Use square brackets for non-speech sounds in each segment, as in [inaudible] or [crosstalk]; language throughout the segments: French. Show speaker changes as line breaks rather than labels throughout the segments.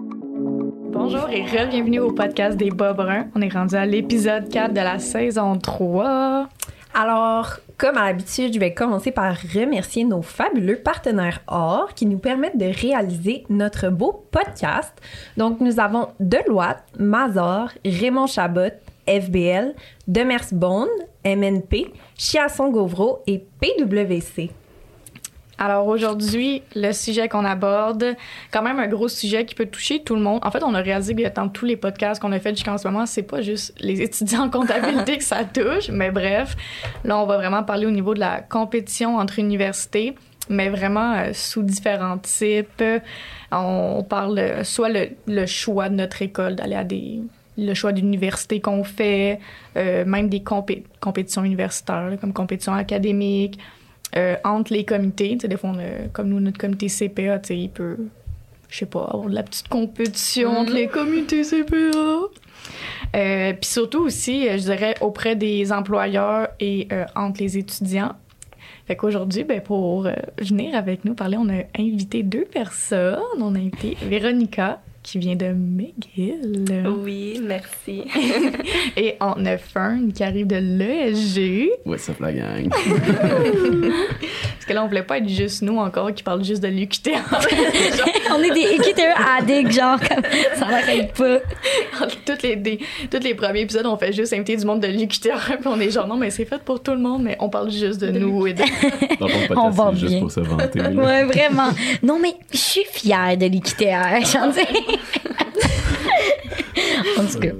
Bonjour et bienvenue au podcast des Bas Bruns. On est rendu à l'épisode 4 de la saison 3.
Alors, comme à l'habitude, je vais commencer par remercier nos fabuleux partenaires or qui nous permettent de réaliser notre beau podcast. Donc, nous avons Deloitte, Mazor, Raymond Chabot, FBL, Demers Bond, MNP, Chiasson Gauvreau et PWC.
Alors aujourd'hui, le sujet qu'on aborde, quand même un gros sujet qui peut toucher tout le monde. En fait, on a réalisé que dans tous les podcasts qu'on a fait jusqu'en ce moment, c'est pas juste les étudiants en comptabilité que ça touche, mais bref, là, on va vraiment parler au niveau de la compétition entre universités, mais vraiment euh, sous différents types. On, on parle euh, soit le, le choix de notre école d'aller à des le choix d'université qu'on fait, euh, même des compé- compétitions universitaires, là, comme compétitions académiques, euh, entre les comités. Tu sais, des fois, on a- comme nous, notre comité CPA, tu sais, il peut, je sais pas, avoir de la petite compétition entre
Mhm.
les comités CPA. Euh, Puis surtout aussi, euh, je dirais, auprès des employeurs et euh, entre les étudiants. Fait qu'aujourd'hui, ben, pour euh, venir avec nous parler, on a invité deux personnes. On a invité Véronica, qui vient de McGill.
Oui, merci.
[laughs] Et on a Fern qui arrive de l'ESG.
What's up la
hein.
gang?
Parce que là, on voulait pas être juste nous encore qui parlent juste de l'UQTR.
On est des équiteurs addicts, genre, comme, ça n'arrête pas.
Toutes les, des- tous les premiers épisodes, on fait juste inviter du monde de l'UQTR. Puis on est genre, non, mais c'est fait pour tout le monde, mais on parle juste de, nous. [laughs] Et de-
[laughs] Dans le fond, le
On
podcast,
va
c'est juste
bien.
pour se vanter. là.
[laughs] Ouais, vraiment. Non, mais je suis fière de l'IQTR, [laughs] j'en dis. en tout cas.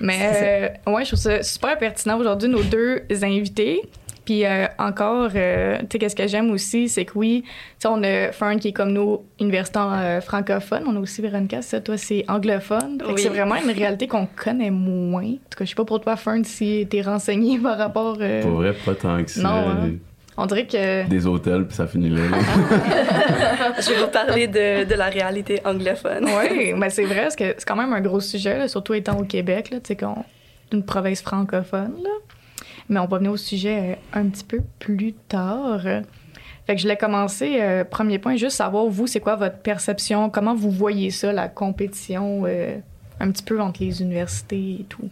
Mais euh, ouais, je trouve ça super pertinent aujourd'hui, nos deux invités. Puis euh, encore, euh, tu sais, qu'est-ce que j'aime aussi, c'est que oui, tu sais, on a Fern qui est comme nous, universitaire euh, francophone. On a aussi Véronica, ça, toi, c'est anglophone. Fait que
Oui.
c'est vraiment une réalité qu'on connaît moins. En tout cas, je sais pas pour toi, Fern, si t'es renseignée [laughs] par rapport. euh,
Pour vrai, pas tant que ça.
Non, hein. on dirait que.
Des hôtels, puis ça finit là. là.
Je vais vous parler de, de la réalité anglophone.
Oui, mais ben, c'est vrai, parce que c'est quand même un gros sujet, là, surtout étant au Québec, là, tu sais, qu'on une province francophone. là. Mais on va venir au sujet euh, un petit peu plus tard. Fait que je voulais commencer, euh, premier point, juste savoir, vous, c'est quoi votre perception, comment vous voyez ça, la compétition euh, un petit peu entre les universités et tout.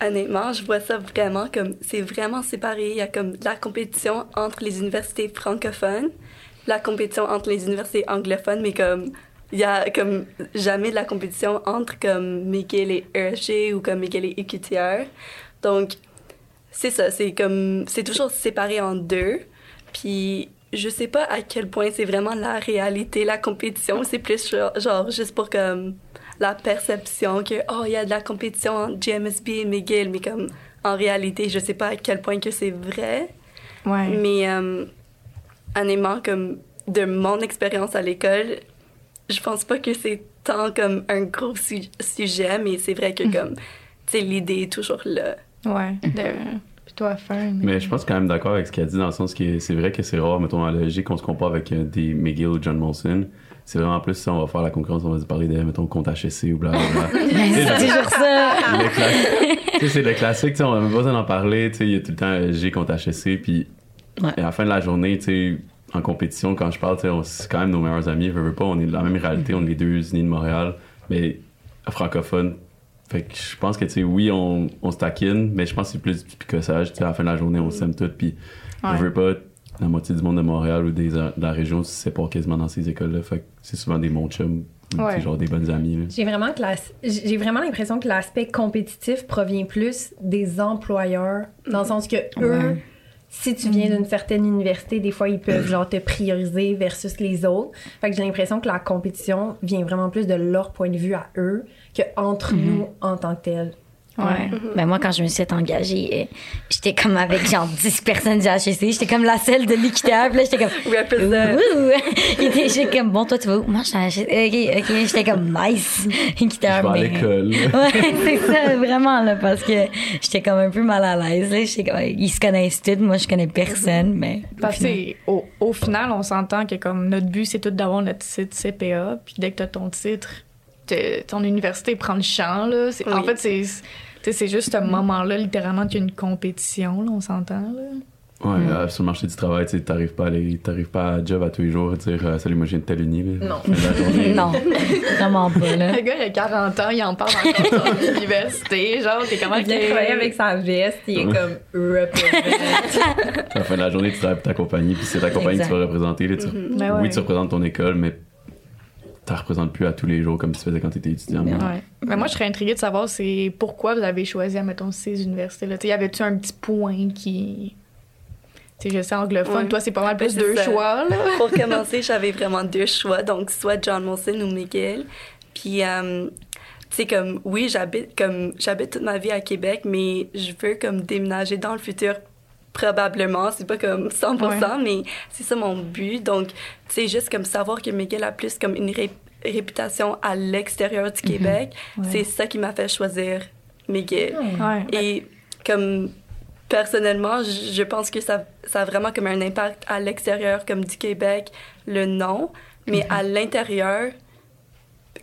Honnêtement, je vois ça vraiment comme c'est vraiment séparé. Il y a comme la compétition entre les universités francophones, la compétition entre les universités anglophones, mais comme il y a comme jamais de la compétition entre comme McGill et ESG ou comme McGill et EQTR. Donc c'est ça, c'est comme c'est toujours séparé en deux. Puis je sais pas à quel point c'est vraiment la réalité, la compétition, c'est plus genre, genre juste pour comme la perception que oh il y a de la compétition entre JMSB et McGill, mais comme en réalité je sais pas à quel point que c'est vrai.
Ouais.
Mais euh, honnêtement, comme de mon expérience à l'école, je pense pas que c'est tant comme un gros su- sujet, mais c'est vrai que comme tu sais l'idée est toujours là.
Ouais. De... Puis toi, Fern.
Mais je pense quand même d'accord avec ce qu'elle dit, dans le sens que c'est vrai que c'est rare, mettons, à l'EG qu'on se compare avec euh, des McGill ou John Molson. C'est vraiment plus ça, on va faire la concurrence, on va se parler de, mettons, compte HSC ou blablabla.
[laughs] Mais
C'est
c'est
le-
toujours ça.
le cla- tu sais, c'est le classique, tu sais, on a même pas besoin d'en parler, tu sais, il y a tout le temps euh, EG contre HSC, puis
Ouais.
et à la fin de la journée, tu sais, en compétition, quand je parle, tu sais, on- c'est quand même nos meilleurs amis, je veux pas, on est de la même réalité, on est les deux unis de Montréal, mais francophones. Fait que je pense que, tu sais, oui, on, on se taquine, mais je pense que c'est plus du picossage, tu sais, à la fin de la journée, on s'aime tous, puis
Ouais.
je veux pas, la moitié du monde de Montréal ou des, de la région, c'est pas quasiment dans ces écoles-là, fait que c'est souvent des bons chums, ou, tu sais,
Ouais.
genre des bonnes amies, là.
J'ai vraiment, que l'as- j'ai vraiment l'impression que l'aspect compétitif provient plus des employeurs, dans le sens que eux, si tu viens
Mm.
d'une certaine université, des fois, ils peuvent genre te prioriser versus les autres. Fait que j'ai l'impression que la compétition vient vraiment plus de leur point de vue à eux que entre
Mm-hmm.
nous en tant que tels.
Ouais.
Ben moi, quand je me suis engagée, euh, j'étais comme avec genre 10 personnes du HEC. J'étais comme la seule de l'IQTR. Puis là, j'étais comme...
Represent.
Ouh! Et puis, j'étais comme, bon, toi, tu vas où? Moi, je suis à HEC. OK, OK. J'étais comme, nice.
Je
IQTR,
vais à
mais- euh,
l'école.
[laughs] Ouais, c'est ça, vraiment, là, parce que j'étais comme un peu mal à l'aise, là. J'étais comme, ils se connaissent tous, moi, je connais personne, mais. au
Parce que
final-
c'est- au, au final, on s'entend que comme notre but, c'est tout d'avoir notre titre CPA. Puis dès que tu as ton titre, t'es- ton université prend le champ. Là. C'est- En
Oui.
fait, c'est, c'est- tu sais, c'est juste ce moment-là, littéralement, qu'il y a une compétition, là, on s'entend. Là.
Ouais, euh, sur le marché du travail, tu sais, t'arrives pas à aller, t'arrives pas à job à tous les jours et dire euh, salut, moi je viens de telle uni. là.
Non.
Fin de la
[laughs]
journée.
non, vraiment pas, là.
Le gars, il a 40 ans, il en parle encore à [laughs] l'université. Genre, t'es comment
Il vient travailler avec sa veste, il est
Ouais.
comme représente.
À la fin de la journée, tu travailles pour ta compagnie, puis c'est ta compagnie que tu vas représenter. là, tu-
Ben ouais.
Oui, tu représentes ton école, mais tu la représentes plus à tous les jours comme tu faisais quand tu étais étudiant.
Ouais.
Ouais. Mais moi, je serais intriguée de savoir c'est pourquoi vous avez choisi, mettons, ces universités-là. Tu sais, Y avait-tu un petit point qui. Tu sais, je sais, anglophone,
Ouais.
toi, c'est pas mal plus
c'est
deux
ça.
choix, là.
[laughs] Pour commencer, j'avais vraiment deux choix, donc soit John Molson ou McGill. Puis, euh, tu sais, comme, oui, j'habite comme j'habite toute ma vie à Québec, mais je veux comme déménager dans le futur, probablement. C'est pas comme 100%, mais c'est ça mon but. Donc, tu sais, juste comme savoir que McGill a plus comme une ré- réputation à l'extérieur du Québec, c'est ça qui m'a fait choisir McGill.
Ouais.
Et comme personnellement, je je pense que ça, ça a vraiment comme un impact à l'extérieur, comme du Québec, le nom, mais
Mm-hmm.
à l'intérieur,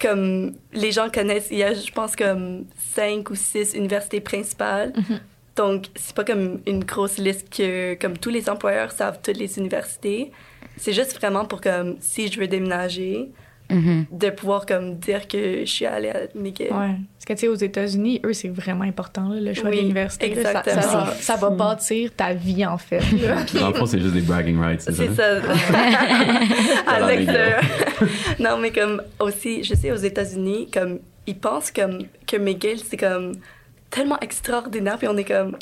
comme les gens connaissent, il y a, je pense, comme cinq ou six universités principales.
Mm-hmm.
Donc, c'est pas comme une grosse liste que, comme tous les employeurs savent toutes les universités. C'est juste vraiment pour, comme, si je veux déménager,
Mhm.
de pouvoir, comme, dire que je suis allée à McGill.
Ouais. Parce que, tu sais, aux États-Unis, eux, c'est vraiment important, là, le choix
Oui,
de l'université. là. Ça, ça,
exactement.
va- ça
Mm.
va bâtir ta vie, en fait. là.
[laughs]
Puis Dans le fond, c'est juste des bragging rights, c'est ça?
C'est [laughs] ça.
Voilà,
Alex,
les gars.
euh, [laughs] non, mais comme aussi, je sais aux États-Unis, comme ils pensent comme que McGill c'est comme tellement extraordinaire, puis on est comme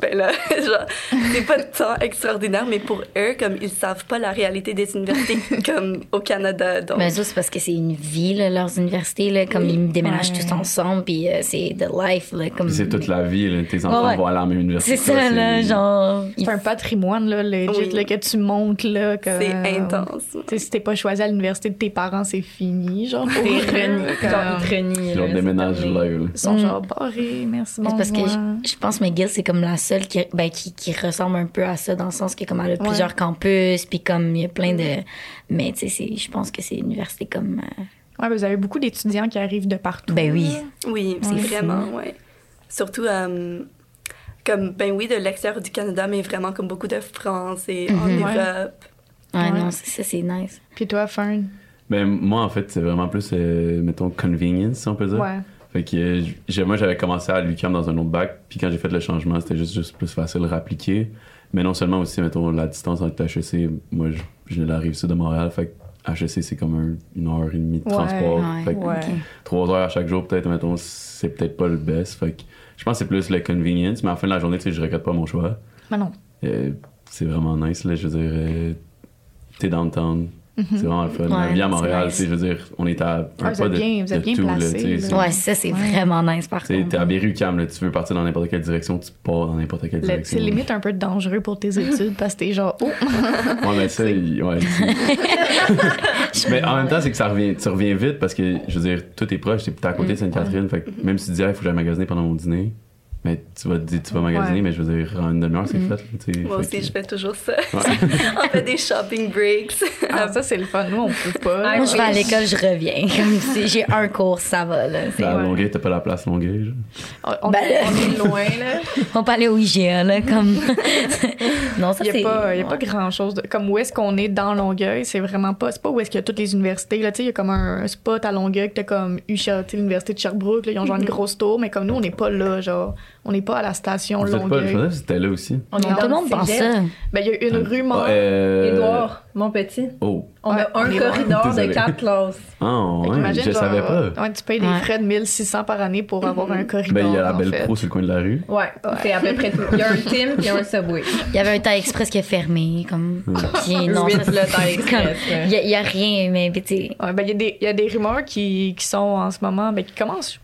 ben là, [laughs] genre c'est pas tant extraordinaire, mais pour eux comme ils savent pas la réalité des universités [laughs] comme au Canada, donc
Mais ça, c'est Ben, parce que c'est une vie, là, leurs universités, là, comme ils déménagent
Ouais.
tous ensemble, puis euh, c'est the life, là, comme...
hein. Puis c'est toute la vie, là, tes enfants
Ouais, ouais.
vont aller à la même université.
C'est ça, là, genre...
C'est
ils-
un patrimoine, là, legit,
Oui.
là, que tu montes, là. que-
c'est intense.
Tu sais, si t'es pas choisi à l'université de tes parents, c'est fini, genre.
T'es renie, genre, il te renie,
Puis
là,
on
c'est
déménage
terminé.
là. là.
Ils sont
Mm.
genre barrés, merci,
C'est
bonjour.
parce que je, je pense McGill, c'est comme la seule qui, ben, qui, qui ressemble un peu à ça, dans le sens que comme elle a plusieurs campus, puis comme il y a plein de... Mais tu sais, c'est- je pense que c'est une université comme... euh,
Ouais, ben, vous avez beaucoup d'étudiants qui arrivent de partout.
Ben oui.
Oui,
C'est
c'est
fou.
vraiment, ouais. Surtout, euh, comme, ben oui, de l'extérieur du Canada, mais vraiment comme beaucoup de France et en
Mhm. Ouais.
Europe.
Ouais,
Ouais.
non, c'est- ça, c'est nice.
Puis toi, Fern?
Ben, moi, en fait, c'est vraiment plus, euh, mettons, convenience, si on peut dire.
Ouais.
Fait que euh, j'ai- moi, j'avais commencé à l'UQAM dans un autre bac, puis quand j'ai fait le changement, c'était juste, juste plus facile à appliquer. Mais non seulement aussi, mettons, la distance entre HEC, moi, je, je la rive sud de Montréal, fait que HEC, c'est comme un- une heure et demie de
Ouais,
transport.
ouais,
fait que
ouais.
trois heures à chaque jour, peut-être, mettons, c'est peut-être pas le best. Fait que je pense que c'est plus le convenience, mais à la fin de la journée, tu sais, je regrette pas mon choix.
Mais non.
Euh, c'est vraiment nice, là, je veux dire, euh, t'es downtown.
Mhm.
C'est vraiment le fun.
Ouais,
la vie à
c'est
Montréal,
nice.
tu sais, je veux dire, on est à un
Ah, vous
pas
êtes
de,
bien- vous êtes
de
bien
tout, là,
placés,
tu sais,
là.
c'est-
Ouais, ça, c'est
Ouais.
vraiment nice, par
T'sais,
contre.
T'es à Berry-UQAM, là, tu veux partir dans n'importe quelle direction, tu pars dans n'importe quelle
Le-
direction.
C'est limite un peu dangereux pour tes études parce que t'es genre,
[laughs]
oh,
Ouais,
[laughs]
mais ça, il- ouais. c'est- mais en même temps, c'est que ça revient, tu reviens vite parce que, je veux dire, tout est proche, t'es t'es à côté
Mm.
de Sainte-Catherine, fait que même si tu dis, ah, il faut que j'aille magasiner pendant mon dîner, mais tu vas, te dire, tu vas magasiner,
Ouais. Mm.
mais je veux dire, en une demi-heure, c'est fait. là, tu sais,
Moi
fait
aussi,
que-
je fais toujours ça.
Ouais.
[laughs] On fait des shopping breaks.
ah, ça c'est le fun, nous on peut
Ah,
pas.
Moi, je vais à l'école, je
[laughs]
reviens. Comme si j'ai un cours, ça va, là. C'est-
Ben, à
ouais.
Longueuil, t'as pas la place Longueuil. genre.
On, on-
Ben,
on est loin,
[laughs]
là.
On peut aller au IGA,
[laughs]
là, comme... non, ça,
Il n'y
c'est...
a, pas- y a pas grand chose. De, comme où est-ce qu'on est dans Longueuil, c'est vraiment pas. C'est pas où est-ce qu'il y a toutes les universités. là. Tu sais, Il y a comme un, un spot à Longueuil que t'as comme eu Sher- tu sais, l'université de Sherbrooke. là, ils ont genre une
Mhm.
grosse tour, mais comme nous, on n'est pas là. genre On n'est pas à la station
Vous êtes pas, je
Longueuil.
pensais que c'était là aussi.
On est
Non.
dans
Tout le monde
cégep.
pense ça.
Ben, il y a une rue
Ah,
Mont.
euh,
Édouard, mon petit,
Oh.
on
Ouais,
a un
on est
corridor
loin.
de quatre classes.
Ah,
Fait
ouais,
qu'imagine,
je
genre,
savais pas.
ouais, tu payes des
Ouais. Mhm.
frais de 1600 par année pour avoir un corridor.
Ben, il y a la
en
belle
fait.
pro sur le coin de la rue.
Ouais, c'est à peu près tout. Il y a un Tim puis un Subway.
Il y avait un temps express qui est fermé, comme... [laughs] Puis, non,
Huit,
ça,
le temps
c'est comme-
express, là.
Il y a- il y a rien, mais tu sais...
Ouais, ben, il y, a des- il y a des rumeurs qui, qui sont en ce moment, ben, qui commencent.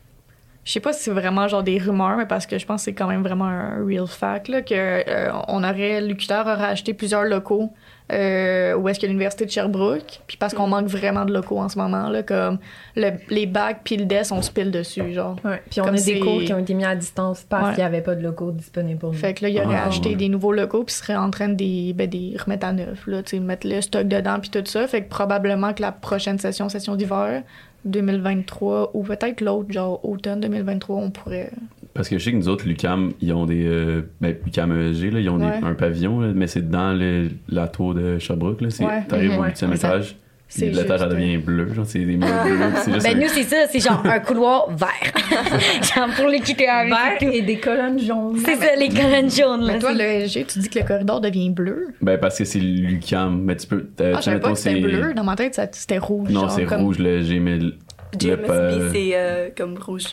Je sais pas si c'est vraiment genre des rumeurs, mais parce que je pense que c'est quand même vraiment un real fact, là, que euh, on aurait, l'UQTR aurait acheté plusieurs locaux euh, où est-ce que l'université de Sherbrooke, puis parce qu'on manque vraiment de locaux en ce moment, là, comme le- les bacs puis le DES, on se pile dessus, genre.
Ouais, Puis on
Comme
a
c'est-
des cours qui ont été mis à distance parce
Ouais.
qu'il n'y avait pas de locaux disponibles pour nous.
Fait que là, il aurait
Ah,
acheté
ouais.
des nouveaux locaux puis serait en train de les, ben, de les remettre à neuf, là, tu sais, mettre le stock dedans puis tout ça. Fait que probablement que la prochaine session, session d'hiver 2023 ou peut-être l'autre, genre automne 2023, on pourrait
Parce que je sais que nous autres, l'UCAM, ils ont des. euh, ben, l'UCAM ESG, là, ils ont des-
Ouais.
un pavillon, là, mais c'est dans le- la tour de Sherbrooke. Là. C'est,
Ouais.
T'arrives au
Ouais.
huitième
Ouais, ça-
étage, puis
c'est
l'étage, elle
juste, euh,
devient bleue. Genre, c'est des murs
[laughs]
bleus. puis c'est juste
Ben,
un-
nous, c'est ça, c'est genre un couloir
[laughs]
vert. [laughs] genre pour les quitter à
Vert [laughs] et des colonnes jaunes.
C'est ça, les colonnes jaunes.
Mais
là,
toi,
c'est-
le LG, tu dis que le corridor devient bleu.
ben, parce que c'est l'UCAM. Mais tu peux. euh,
Ah,
tu
je
sais,
savais pas
mettons,
que c'était
c'est-
bleu. Dans ma tête, ça- c'était rouge.
Non,
genre,
c'est
comme-
rouge, le G, mais. le- le
GMSB,
pa-
c'est euh, comme rouge.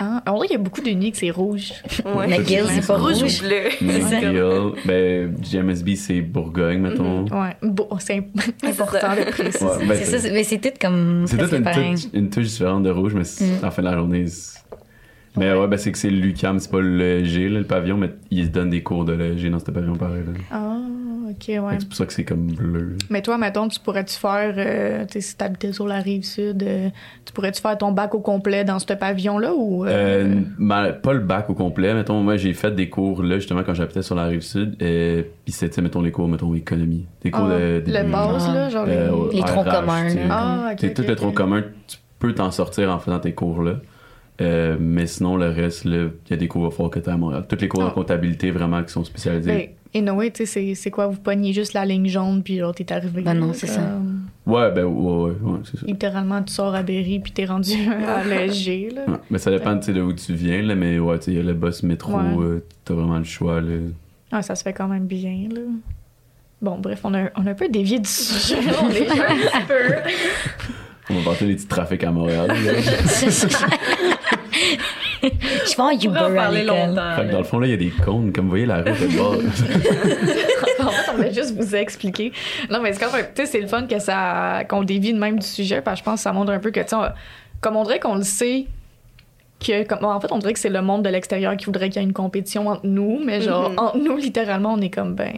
Ah, on dirait qu'il y a beaucoup d'unis que c'est rouge.
Ouais.
McGill,
Ouais.
c'est pas
Rouge
rouge.
ou bleu.
McGill. Ben, GMSB, c'est Bourgogne, mettons.
Ouais. Bon, c'est important
ça.
de préciser.
Ouais, ben,
C'est ça, c'est- mais c'est tout comme.
C'est
presque
peut-être une,
pareil.
touche- une touche différente de rouge, mais c'est- à la fin de la journée. c'est- Mais ouais, ben c'est que c'est l'UCAM, c'est pas le G, là, le pavillon, mais ils se donnent des cours de l'EG dans ce pavillon pareil. là.
Ah, ok,
Fait
ouais.
que C'est pour ça que c'est comme bleu.
Mais toi, mettons, tu pourrais-tu faire, euh, tu sais, si t'habitais sur la rive sud, euh, tu pourrais-tu faire ton bac au complet dans ce pavillon-là ou. euh,
Euh, ma- pas le bac au complet, mettons, moi j'ai fait des cours là, justement, quand j'habitais sur la rive sud, et puis c'était, mettons, les cours, mettons, économie. Des cours
ah,
de. de-
le base,
Ah.
là, genre. les-
euh,
Les troncs
RH,
communs,
tu sais.
là.
Ah, ok.
C'est
ok,
tout le
ok.
tronc commun, tu peux t'en sortir en faisant tes cours-là. Euh, mais sinon, le reste, là, il y a des cours à faire que tu à Montréal. Toutes les cours en
Ah.
comptabilité vraiment qui sont spécialisés.
Ben, et Noé, tu sais, c'est- c'est quoi, vous pognez juste la ligne jaune, puis genre, t'es arrivé.
Ben non, c'est ça.
Comme,
Ouais, ben ouais, ouais, ouais, c'est ça.
Littéralement, tu sors à Berry, puis t'es rendu [laughs]
[laughs]
à l'EG, là.
Ouais. Mais ça dépend tu sais, de où tu viens, là, mais ouais, tu sais, il y a le boss métro,
Ouais.
euh, t'as vraiment le choix. Là.
Ah, ça se fait quand même bien, là. Bon, bref, on a, on a un peu dévié du sujet. [laughs] on est
[laughs]
un petit peu.
On va partir des petits trafics à Montréal.
[laughs]
là.
Je vais en
On
Uber
pourrait en
à
parler
l'école.
longtemps.
fait que dans le fond, là, il y a des cônes, comme vous voyez la route de bord.
[laughs] en fait, on voulait juste vous expliquer. Non, mais c'est quand même, tu sais, c'est le fun que ça, qu'on dévie de même du sujet, parce que je pense que ça montre un peu que, tu sais, on- comme on dirait qu'on le sait, que, comme, en fait, on dirait que c'est le monde de l'extérieur qui voudrait qu'il y ait une compétition entre nous, mais genre,
Mhm.
entre nous, littéralement, on est comme, ben,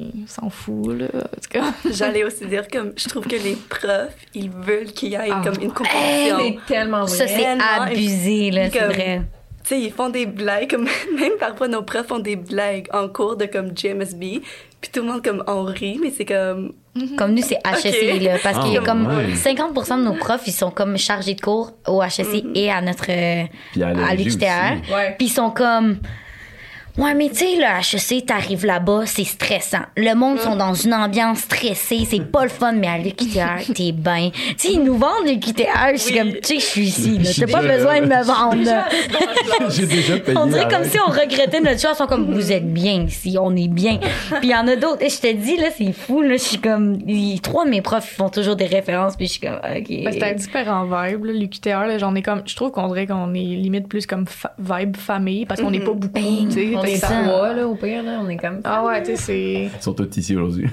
on s'en fout, là. En tout cas,
[laughs] J'allais aussi dire comme je trouve que les profs, ils veulent qu'il y ait
Ah.
comme une compétition.
C'est tellement vrai.
Ça, c'est
Réellement,
abusé, là, c'est
comme-
vrai.
Tu sais, ils font des blagues, comme [laughs] même parfois nos profs font des blagues en cours de comme GMSB, puis tout le monde comme en rit, mais c'est comme
Comme nous, c'est HSC,
Ok.
là, parce qu'il y a
Ah,
comme
ouais.
50% de nos profs, ils sont comme chargés de cours au HSC et à notre
Puis à
à
l'EG
l'UQTR.
aussi.
Mm-hmm. Ouais.
Puis ils sont comme Ouais, mais tu sais, le HEC, t'arrives là-bas, c'est stressant. Le monde
Mm.
sont dans une ambiance stressée, c'est pas le fun, mais
[laughs]
à l'UQTR, t'es bien. Tu sais, ils nous vendent l'UQTR, je suis
Oui.
comme, tu sais, je suis ici, là,
Je suis
t'as pas
déjà
besoin de
là.
me vendre. là.
J'ai déjà payé.
[laughs] On dirait
la
comme
règle.
si on regrettait notre choix. Ils sont comme, vous êtes bien ici, on est bien. Puis il y en a d'autres. Et je te dis, là, c'est fou. Là, je suis comme, il- trois de mes profs font toujours des références. Puis je suis comme, OK.
ben, c'est un différent vibe, là. L'UQTR, là, j'en ai comme, je trouve qu'on dirait qu'on est limite plus comme fa- vibe famille, parce qu'on n'est pas beaucoup, tu sais.
on
fait
est
que ça-
ça.
trois, là, au pire, là, on est comme.
Ah ouais, tu sais, c'est.
Ils sont tous ici aujourd'hui.
[laughs]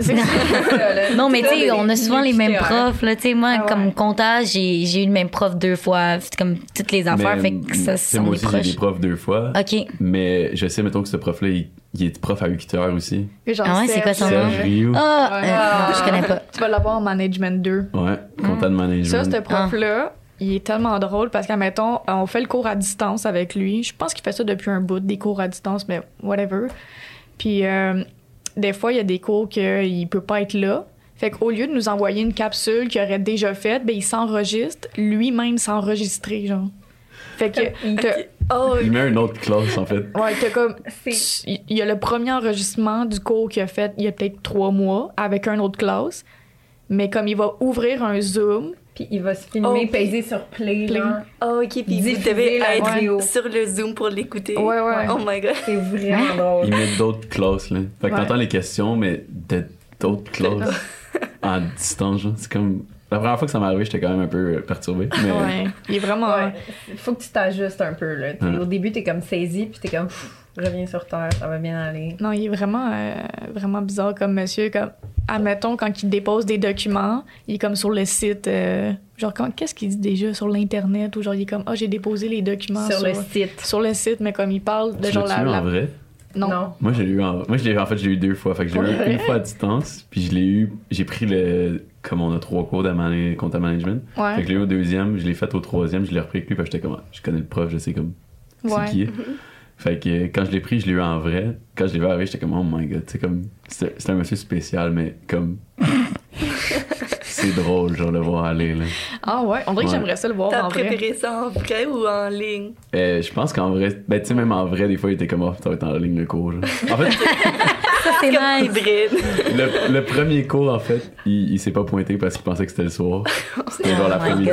non, mais tu sais, on a souvent les mêmes profs. Là, tu sais, moi,
Ah ouais.
comme comptage, j'ai j'ai eu le même prof deux fois. C'est comme toutes les affaires. fait que ça,
hum, tu sais,
c'est
moi
on
aussi,
est
j'ai
proches.
des profs deux fois.
OK.
Mais je sais, mettons que ce prof-là, il, il est prof à UQTR aussi.
Genre,
Ah ouais, c'est quoi son
Serge,
nom?
Serge Rioux.
Ah,
Ouais. Ah,
euh, non, je connais pas.
Tu vas l'avoir en management 2.
Ouais, content de management.
Hmm. Ça, ce prof-là, il est tellement drôle parce qu'admettons, on fait le cours à distance avec lui. Je pense qu'il fait ça depuis un bout, des cours à distance, mais whatever. Puis, euh, des fois, il y a des cours qu'il peut pas être là. Fait qu'au lieu de nous envoyer une capsule qu'il aurait déjà faite, ben, il s'enregistre, lui-même s'enregistrer, genre. Fait que, t'as-
oh
Il met une autre classe, en fait.
ouais, t'as comme
C'est
il y a le premier enregistrement du cours qu'il a fait il y a peut-être trois mois avec un autre classe. Mais comme il va ouvrir un Zoom,
Puis il va se filmer,
Oh.
peser sur play,
Play.
genre.
oh, ok, puis vous
Diffuser
devez
la
être
vidéo.
sur le Zoom pour l'écouter.
Ouais, ouais.
Oh my god.
C'est vraiment
Ils
drôle.
mettent d'autres classes, là. Fait que
Ouais.
t'entends les questions, mais de- d'autres classes
[laughs]
en distance, genre. C'est comme. La première fois que ça m'est arrivé, j'étais quand même un peu euh, perturbé. Mais
ouais, il est vraiment. euh,
Ouais. Faut que tu t'ajustes un peu, là. T'es-
Ouais.
Au début, t'es comme saisi, puis t'es comme, pff, reviens sur terre, ça va bien aller.
Non, il est vraiment, euh, vraiment bizarre comme monsieur. Comme, admettons, quand il dépose des documents, il est comme sur le site. euh, genre, quand, qu'est-ce qu'il dit déjà sur l'Internet? Ou genre, il est comme, ah, j'ai déposé les documents
sur le site.
sur le site, mais comme il parle de
tu
genre
l'as-tu
la.
eu
la-
en vrai?
Non.
Moi, j'ai eu en... Moi, je l'ai en fait, j'ai eu deux fois. Fait que j'ai
Pour
eu
vrai?
une fois à distance, puis je l'ai eu. J'ai pris le. Comme on a trois cours de man- compta management. Fait
Ouais.
que je l'ai eu au deuxième, je l'ai fait au troisième, je l'ai repris avec lui, parce que j'étais comme. ah, Je connais le prof, je sais comme. c'est
Ouais. Mm-hmm.
qui est. Fait que euh, quand je l'ai pris, je l'ai eu en vrai. Quand je l'ai vu
[laughs]
arriver, j'étais comme, oh my god, c'est comme, c'est c'est un monsieur spécial, mais comme. c'est drôle, genre, le voir aller, là.
Ah ouais, on dirait que
Ouais.
j'aimerais ça le voir
T'as
Oh, en vrai.
préféré ça en vrai ou en ligne?
Euh, je pense qu'en vrai, ben, tu sais, même en vrai, des fois, il était comme, oh, ça va être en ligne le cours. genre. En fait,
Ça, c'est
Comme
nice.
hybride.
[laughs] le, le premier cours, en fait, il, il s'est pas pointé parce qu'il pensait que c'était le
[laughs]
soir. C'était genre
Oh my
l'après-midi.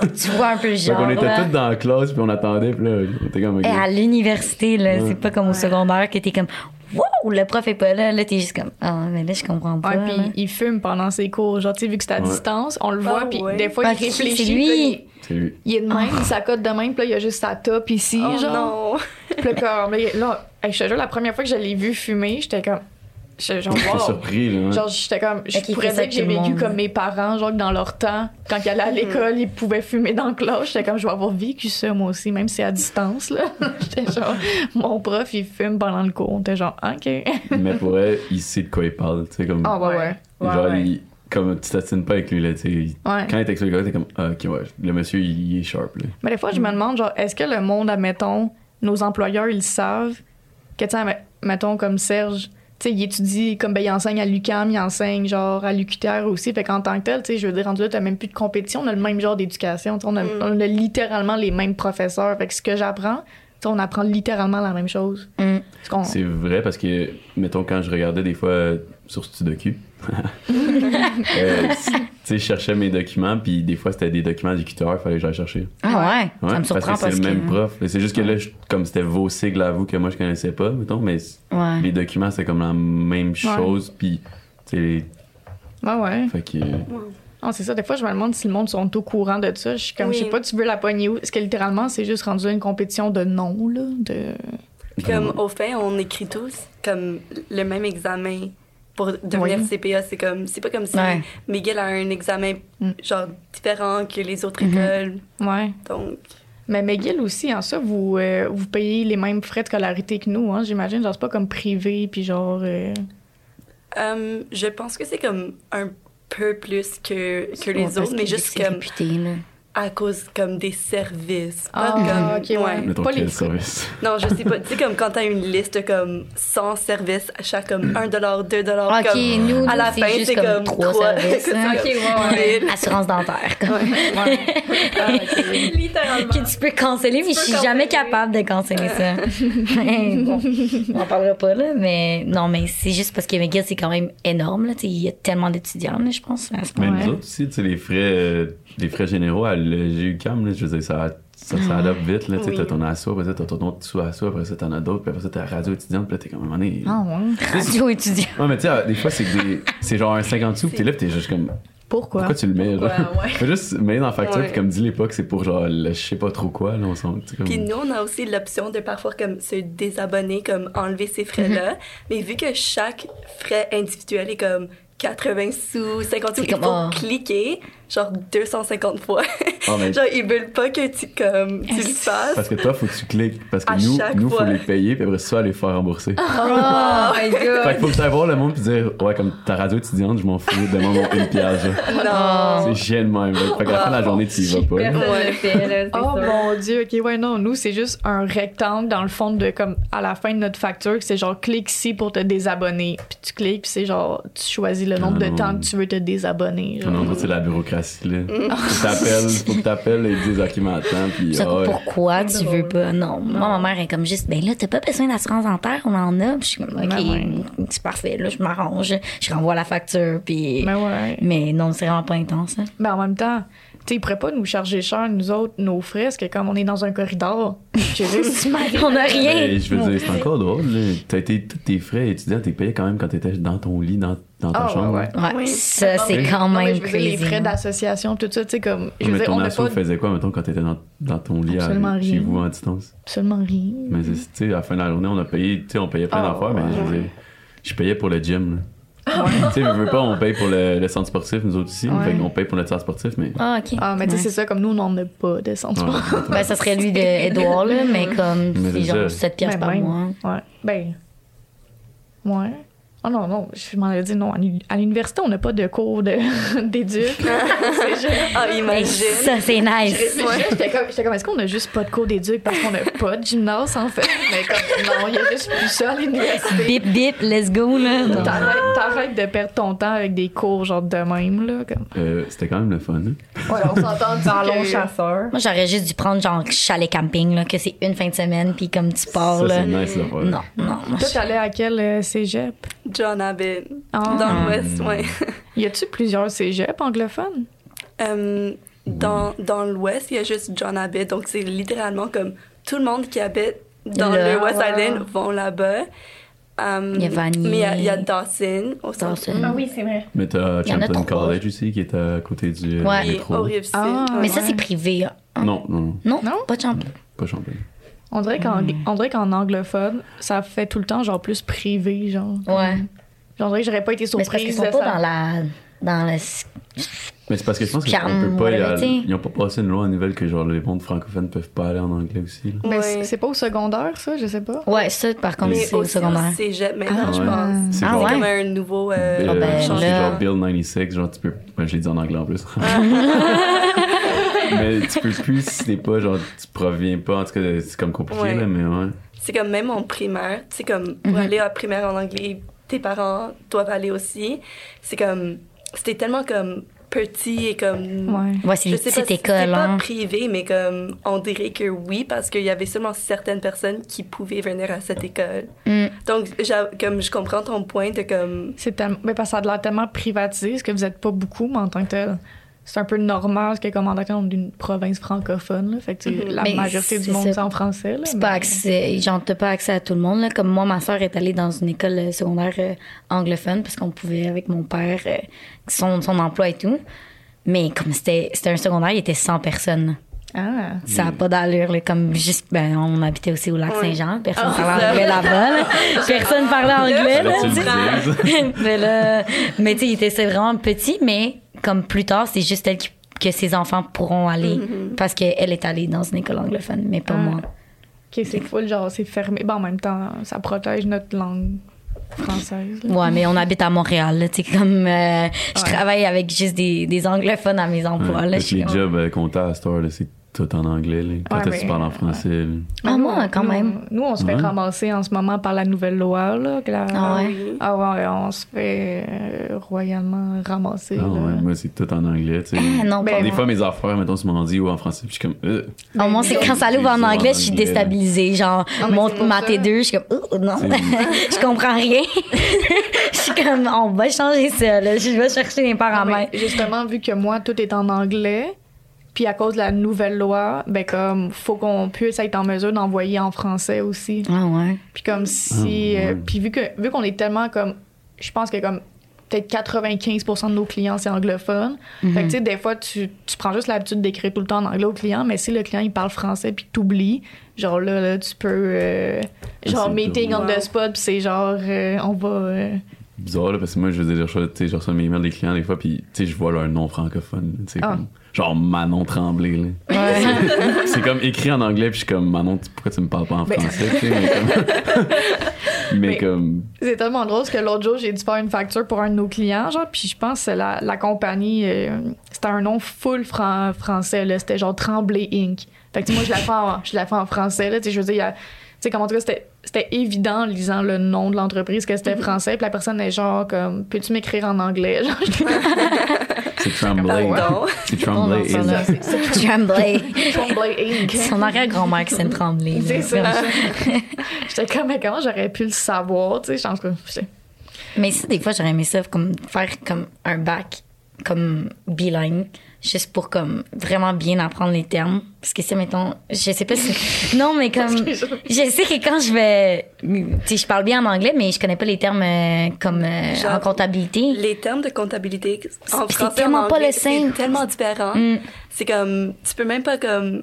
God. Tu vois un peu le
Donc,
genre.
on était
là.
tous dans la classe, puis on attendait, puis là, on était comme, ok.
Et Eh, à l'université, là,
Ouais.
c'est pas comme au secondaire que t'es comme Wow, le prof est pas là, là t'es juste comme Ah, mais là je comprends pas.
Ouais,
là.
puis il fume pendant ses cours. Genre, tu sais, vu que c'est à
Ouais.
distance, on le
Ah
voit, puis
ouais.
des fois,
Ah,
il
qui, c'est
réfléchit.
lui?
puis là, il-
C'est lui.
Il est de
Ah.
même, il s'accote de même, puis là, il y a juste sa top ici,
Oh
genre.
non!
Puis là, comme, là, il- là, hey, je te jure, la première fois que je l'ai vu fumer, j'étais comme. J'étais genre,
Donc, j'étais
wow.
surpris, là. hein.
Genre, j'étais comme. Je
Fait qu'il
pourrais
fait ça
dire que j'ai
avec tout le
vécu
monde.
comme mes parents, genre, que dans leur temps, quand ils allaient à l'école, ils pouvaient fumer dans le cloche. J'étais comme, je vais avoir vécu ça, moi aussi, même si c'est à distance, là. [laughs] j'étais genre, mon prof, il fume pendant le cours. On était genre, OK.
Mais pour elle, il sait de quoi il parle, tu sais, comme.
Ah, ouais, ouais.
ouais,
genre,
ouais.
il- comme, tu t'attines pas avec lui, là, tu sais. il-
Ouais.
Quand il t'explique le gars, t'es comme, ah, ok, ouais, le monsieur, il, il est sharp, là.
Mais des fois, je me demande, genre, est-ce que le monde, admettons, nos employeurs, ils savent que, tu sais, admet- mettons, comme Serge, tu sais, il étudie, comme, ben, il enseigne à l'UCAM, il enseigne, genre, à l'UQTR aussi. Fait qu'en tant que tel, tu sais, je veux dire, rendu là, t'as même plus de compétition, on a le même genre d'éducation, tu sais, on, a-
Mm.
on a littéralement les mêmes professeurs. Fait que ce que j'apprends, tu sais, on apprend littéralement la même chose.
Mm.
Parce qu'on-
C'est vrai parce que, mettons, quand je regardais des fois euh, sur [laughs]
[laughs]
Studocu, euh, tu sais, je cherchais mes documents, puis des fois, c'était des documents du tuteur, fallait que j'aille chercher.
Ah ouais, ça
Ouais,
me surprend
parce que
parce
c'est
que.
le même prof. C'est juste que là, je- comme c'était vos sigles à vous que moi, je connaissais pas, mettons, mais c-
Ouais.
les documents, c'est comme la même chose, puis, tu sais,
Ouais, ouais.
fait que.
Ah, c'est ça, des fois, je me demande si le monde sont au courant de ça. Je suis comme,
Oui.
je sais pas, tu veux la pogner où? Est-ce que littéralement, c'est juste rendu une compétition de noms, là? De...
Puis comme au fait, on écrit tous comme le même examen pour devenir
Oui.
CPA. C'est comme c'est pas comme si
Ouais.
Miguel a un examen
Mm.
genre différent que les autres
Mhm.
écoles.
Ouais.
Donc
Mais McGill aussi, en ça, vous, euh, vous payez les mêmes frais de scolarité que nous, hein, j'imagine. Genre, c'est pas comme privé, puis genre... euh,
euh, je pense que c'est comme un peu plus que, que
Ouais,
les
parce
autres, mais
que
juste
c'est
comme
réputé, là.
à cause comme des services.
Ah,
Pas comme-
ok, ouais.
Mettons
pas les
quel
frais.
service. [laughs]
Non, je sais pas. Tu sais comme quand t'as une liste comme 100 services à chaque comme 1 dollar, 2 dollars.
Ok, nous,
à la fin,
nous, c'est
c'est
juste comme
comme
trois
trois- [laughs]
services.
c'est
hein.
ça.
Assurance dentaire. comme- [laughs]
Littéralement.
que tu peux canceller, mais je suis jamais capable de canceller ça. [laughs] Mais bon, on en parlera pas là, mais non, mais c'est juste parce que McGill, c'est quand même énorme. Là, tu sais, il y a tellement d'étudiants, là, je pense. À ce
Mais
Ouais.
nous autres aussi, tu sais, les frais, euh, les frais généraux à l'EGUCAM, là, je veux dire, ça, ça s'adapte vite, là, tu sais,
Oui.
t'as ton asso, après ça, t'as ton autre sous-asso, après ça, t'en as d'autres, puis après ça, t'as la radio étudiante, puis là, t'es comme, à un moment donné...
Ah ouais.
radio étudiant.
Ouais, mais tu sais, euh, des fois, c'est que des- c'est genre un 50 sous, puis t'es là, puis t'es juste comme,
Pourquoi?
pourquoi tu le mets, là?
Pourquoi, ouais.
[laughs] Fais juste mets dans la facture,
Ouais.
puis comme dit l'époque, c'est pour genre, le je sais pas trop quoi, là, on sent, tu sais, comme...
Puis nous, on a aussi l'option de parfois comme se désabonner, comme enlever ces frais-là. Mais vu que chaque frais individuel est comme 80 sous, 50 sous,
C'est
il faut
comme, ah.
cliquer genre 250 fois.
Ah,
[laughs]
mais-
genre, ils veulent pas que tu, comme, tu le
Parce
fasses.
que toi, faut que tu cliques, parce que
À
nous,
chaque
nous, faut
fois.
les payer, puis après ça, les faire
[laughs]
rembourser.
Oh my god!
Fait que faut que t'ailles voir le monde, puis dire, ouais, comme ta radio étudiante, je m'en fous, demande mon une pièce, là.
Non.
C'est gêne même. là. Fait qu'à la fin de la journée, tu y vas pas. là.
Personne le fait, là, c'est
Oh
sûr.
mon dieu, ok, ouais, non, nous, c'est juste un rectangle dans le fond de, comme, à la fin de notre facture, que c'est genre, clique ici pour te désabonner. Puis tu cliques, puis c'est genre, tu choisis le nombre
Ah
de
non. Ah
temps que tu veux te désabonner. genre.
Non, non, c'est la bureaucratie, là. Faut que t'appelles, faut que t'appelles et ils disent, OK, m'attends, puis
Je sais
ah, ouais.
pourquoi
C'est
tu veux
drôle.
pas? Non. Moi, ma mère est comme juste, ben là, t'as pas besoin d'assurance dentaire, on en a. Puis je suis comme, OK,
Ben ouais.
c'est parfait, là, je m'arrange, je renvoie la facture, puis.
Mais Ben ouais.
Mais non, c'est vraiment pas
[laughs]
intense. hein.
Mais en même temps, tu sais, ils pourraient pas nous charger cher, nous autres, nos frais, parce que comme on est dans un corridor, je veux dire, si ma-
On a rien.
Mais je veux dire, c'est encore drôle, là. T'as été, tous tes frais étudiants, t'es payé quand même quand t'étais dans ton lit, dans, dans ta
Ah, ouais,
chambre.
ouais.
Oh, Ouais,
Oui.
ça, c'est
mais-
quand
Non, mais
même
je veux dire, les
crazy,
frais
là.
d'association, tout ça, tu sais, comme, je veux
mais
dire, on
ton
n'a
asso
pas
faisait quoi, mettons, quand t'étais dans, dans ton lit à-
Absolument
chez
rien.
vous en distance?
absolument rien.
Mais c'est, tu sais, à la fin de la journée, on a payé, tu sais, on payait plein
Ah,
d'affaires, mais je veux
ouais.
dire, je payais pour le gym, là. tu sais, je veux pas, on paye pour le, le centre sportif, nous autres ici.
Ouais.
Fait qu'on paye pour notre centre sportif, mais.
Ah, OK.
Ah, mais tu sais,
Ouais.
c'est ça, comme nous, on n'en a pas de
Ouais,
sentiment.
Ben, ça serait lui de Edouard, là, mais comme,
Mais
c'est
c'est
genre
ça.
7 piastres par mois.
Ben, Ouais. Ben. Ouais. Oh non, non, je m'en ai dit non. à l'uni- À l'université, on n'a pas de cours de- [laughs]
[laughs]
d'éduc. C'est juste-
Ah,
Hey,
imagine.
ça, c'est nice.
J'étais comme, j'étais comme, est-ce qu'on a juste pas de cours d'éduc parce qu'on n'a pas de gymnase, en fait? [laughs] mais comme, non, il y a juste plus ça à l'université.
Bip, bip, let's go, là. Non.
T'arrêtes t'arrêtes de perdre ton temps avec des cours genre de même, là. Comme...
Euh, C'était quand même le fun. hein.
Ouais, on s'entend dire
Parlons
que- chasseur.
Moi, j'aurais juste dû prendre, genre, chalet camping, là, que c'est une fin de semaine, puis comme tu pars,
Ça,
là.
c'est nice, là. ouais.
Non, non. moi,
Toi,
je-
t'allais à quel euh, cégep?
John Abbott,
Ah.
dans l'Ouest, ouais.
Y a-tu plusieurs cégeps anglophones?
Euh, dans dans l'Ouest, il y a juste John Abbott, donc c'est littéralement comme tout le monde qui habite dans
Là,
le West
ouais.
Island vont là-bas. Euh,
Il y a Vanier.
Mais il y a- il y, a Dawson au centre.
Dawson. Ah
oui, c'est vrai.
Mais t'as
Il y en a
Champlain
trois.
College aussi, qui est à côté du euh,
Ouais.
Et
métro.
au Rive-Sud.
Ah.
ouais.
Mais ça,
Ouais.
c'est privé, hein.
Non, non, non,
Non?
Non?
Pas de champ.
pas Champlain.
On dirait qu'en
Hmm.
on dirait qu'en anglophone, ça fait tout le temps genre plus privé, genre.
Ouais.
Genre, on dirait que j'aurais pas été
Mais c'est parce qu'ils
surprise de
sont pas
ça.
dans la... Dans le...
Mais c'est parce que je pense qu'on
Charme,
peut pas y
whatever,
aller.
t'sais.
Ils ont pas passé une loi en nouvelle que genre les mondes francophones peuvent pas aller en anglais aussi. là.
Mais
Ouais.
c'est- c'est pas au secondaire, ça? Je sais pas.
Ouais, ça, par contre,
Mais
c'est au
aussi
secondaire.
cégep maintenant,
Ah,
je
ouais.
pense.
C'est
Ah
genre,
ouais?
Comme un nouveau euh,
euh,
Ah ben,
genre,
changement.
c'est
là.
genre Bill 96, genre tu peux. Ouais, je l'ai dit en anglais en plus. [laughs] mais tu peux plus si t'es pas genre tu proviens pas. En tout cas, c'est comme compliqué
Ouais.
là, mais ouais.
C'est comme même en primaire, tu sais, comme
Mhm.
pour aller en primaire en anglais, tes parents doivent aller aussi. C'est comme, c'était tellement comme petit et
Hmm.
comme.
Ouais.
Ouais, c'est
Je
une
sais pas
petite
si c'est
école,
pas
hein.
privé, mais comme on dirait que oui, parce qu'il y avait seulement certaines personnes qui pouvaient venir à cette école.
Mm.
Donc, j'a- comme je comprends ton point de comme.
C'est tellement. Mais parce que ça a l'air tellement privatisé, parce que vous êtes pas beaucoup, mais en tant que tel. C'est un peu normal, parce que comme en tant que tel, on est d'une province francophone, là. Fait que tu sais, la
Mm-hmm. Mais
majorité du
c'est
monde
ça.
c'est en français, là.
C'est pas
mais-
accès, genre, t'as pas accès à tout le monde. Là. Comme moi, ma soeur est allée dans une école euh, secondaire euh, anglophone parce qu'on pouvait, avec mon père, euh, son, son emploi et tout. Mais comme c'était c'était un secondaire, il était 100 personnes.
Ah.
Ça n'a pas d'allure. là, Comme juste, ben, on habitait aussi au lac
Ouais.
Saint-Jean. Personne
Ah,
parlait
ça.
anglais
[laughs]
là-bas. là. Personne parlait anglais.
Fallait
là,
que tu
tu sais.
le dises.
[laughs] mais là, mais tu sais, il était c'est vraiment petit, mais comme plus tard, c'est juste elle qui- que ses enfants pourront aller
Mm-hmm.
parce qu'elle est allée dans une école anglophone, mais pas
Ah.
moi.
Ok, c'est full, genre, c'est fermé. Bon, en même temps, ça protège notre langue française. là.
Ouais, mais on habite à Montréal, là, tu sais, comme euh, je travaille avec juste des, des anglophones à mes
Ouais,
emplois.
parce
là, je
que
suis
les
comme-
jobs euh, qu'on t'a à cette heure, là, c'est tout en anglais. Là. Quand
Ouais,
t'as-
mais-
tu parles en français. là.
Ah,
Nous,
moi,
on-
quand
nous,
même.
on- Nous, on se fait
Ouais.
ramasser en ce moment par la nouvelle loi, là. que la-
Ah ouais.
Oui.
Ah ouais, on se fait euh, royalement ramasser.
Ah
là.
ouais, moi, c'est tout en anglais. tu sais.
Ah, non,
Ben,
pas
Des
moi.
fois, mes affaires, mettons, tu m'en dis ou en français, puis je suis comme. euh,
Ah, moi, c'est quand ça l'ouvre en
Ils sont en
anglais, je suis
anglais, là.
déstabilisée. Genre,
Ah, mais
mon,
c'est pour
ma
ça.
T2, je suis comme, oh non,
C'est-
[laughs] je comprends rien. [laughs] je suis comme, on va changer ça, là. Je vais chercher
Non,
les
mais
paramètres.
justement, vu que moi, tout est en anglais, puis à cause de la nouvelle loi, ben comme, faut qu'on puisse être en mesure d'envoyer en français aussi.
Ah, ouais.
Puis comme si...
Ah, ouais.
euh, puis vu que vu qu'on est tellement comme... Je pense que comme peut-être 95 de nos clients, c'est anglophone. Fait que tu sais, des fois, tu, tu prends juste l'habitude d'écrire tout le temps en anglais au client, mais si le client, il parle français puis que t'oublies, genre là, là, tu peux... euh,
Ah,
genre
c'est
meeting
dur.
on the spot, puis c'est genre... euh, on va... euh,
bizarre là, parce que moi je veux dire je reçois, tu sais, je reçois mes emails des clients des fois puis tu sais je vois leur nom francophone tu sais,
Ah.
comme, genre Manon Tremblay là. c'est comme écrit en anglais puis je suis comme Manon tu- pourquoi tu me parles pas en
Ben-
français tu sais, mais comme mais,
Mais-
comme
C'est tellement drôle parce que l'autre jour, j'ai dû faire une facture pour un de nos clients, genre, puis je pense que c'est la, la compagnie, euh, c'était un nom full fran- français, là, c'était genre Tremblay Inc. Fait que tu sais, moi, je la fais en, je la fais en français, là, tu sais, je veux dire, il y a- tu sais, comme en tout cas, c'était, c'était évident en lisant le nom de l'entreprise que c'était français, puis la personne est genre comme, peux-tu m'écrire en anglais? Genre, [laughs] j'étais comme,
c'est Tremblay
Pardon.
c'est Tremblay
Bon, dans ce
et-
sens-là, c'est- Tremblay.
Tremblay Inc.
Son arrière-grand-mère qui s'est tremblée.
C'est ça. j'étais comme, mais comment j'aurais pu le savoir, tu sais, j'étais en tout cas, j'étais-
Mais ça, des fois, j'aurais aimé ça, comme faire comme un bac, comme bilingue, juste pour comme vraiment bien apprendre les termes. Parce que c'est, mettons, je sais pas si. Non, mais comme. je sais que quand je vais. Tu sais, je parle bien en anglais, mais je connais pas les termes euh, comme euh,
Genre,
en comptabilité.
[laughs] Les termes de comptabilité en
C'est
français, en
tellement pas
anglais,
le
c'est
same.
tellement différent.
Mm.
C'est comme, tu peux même pas comme,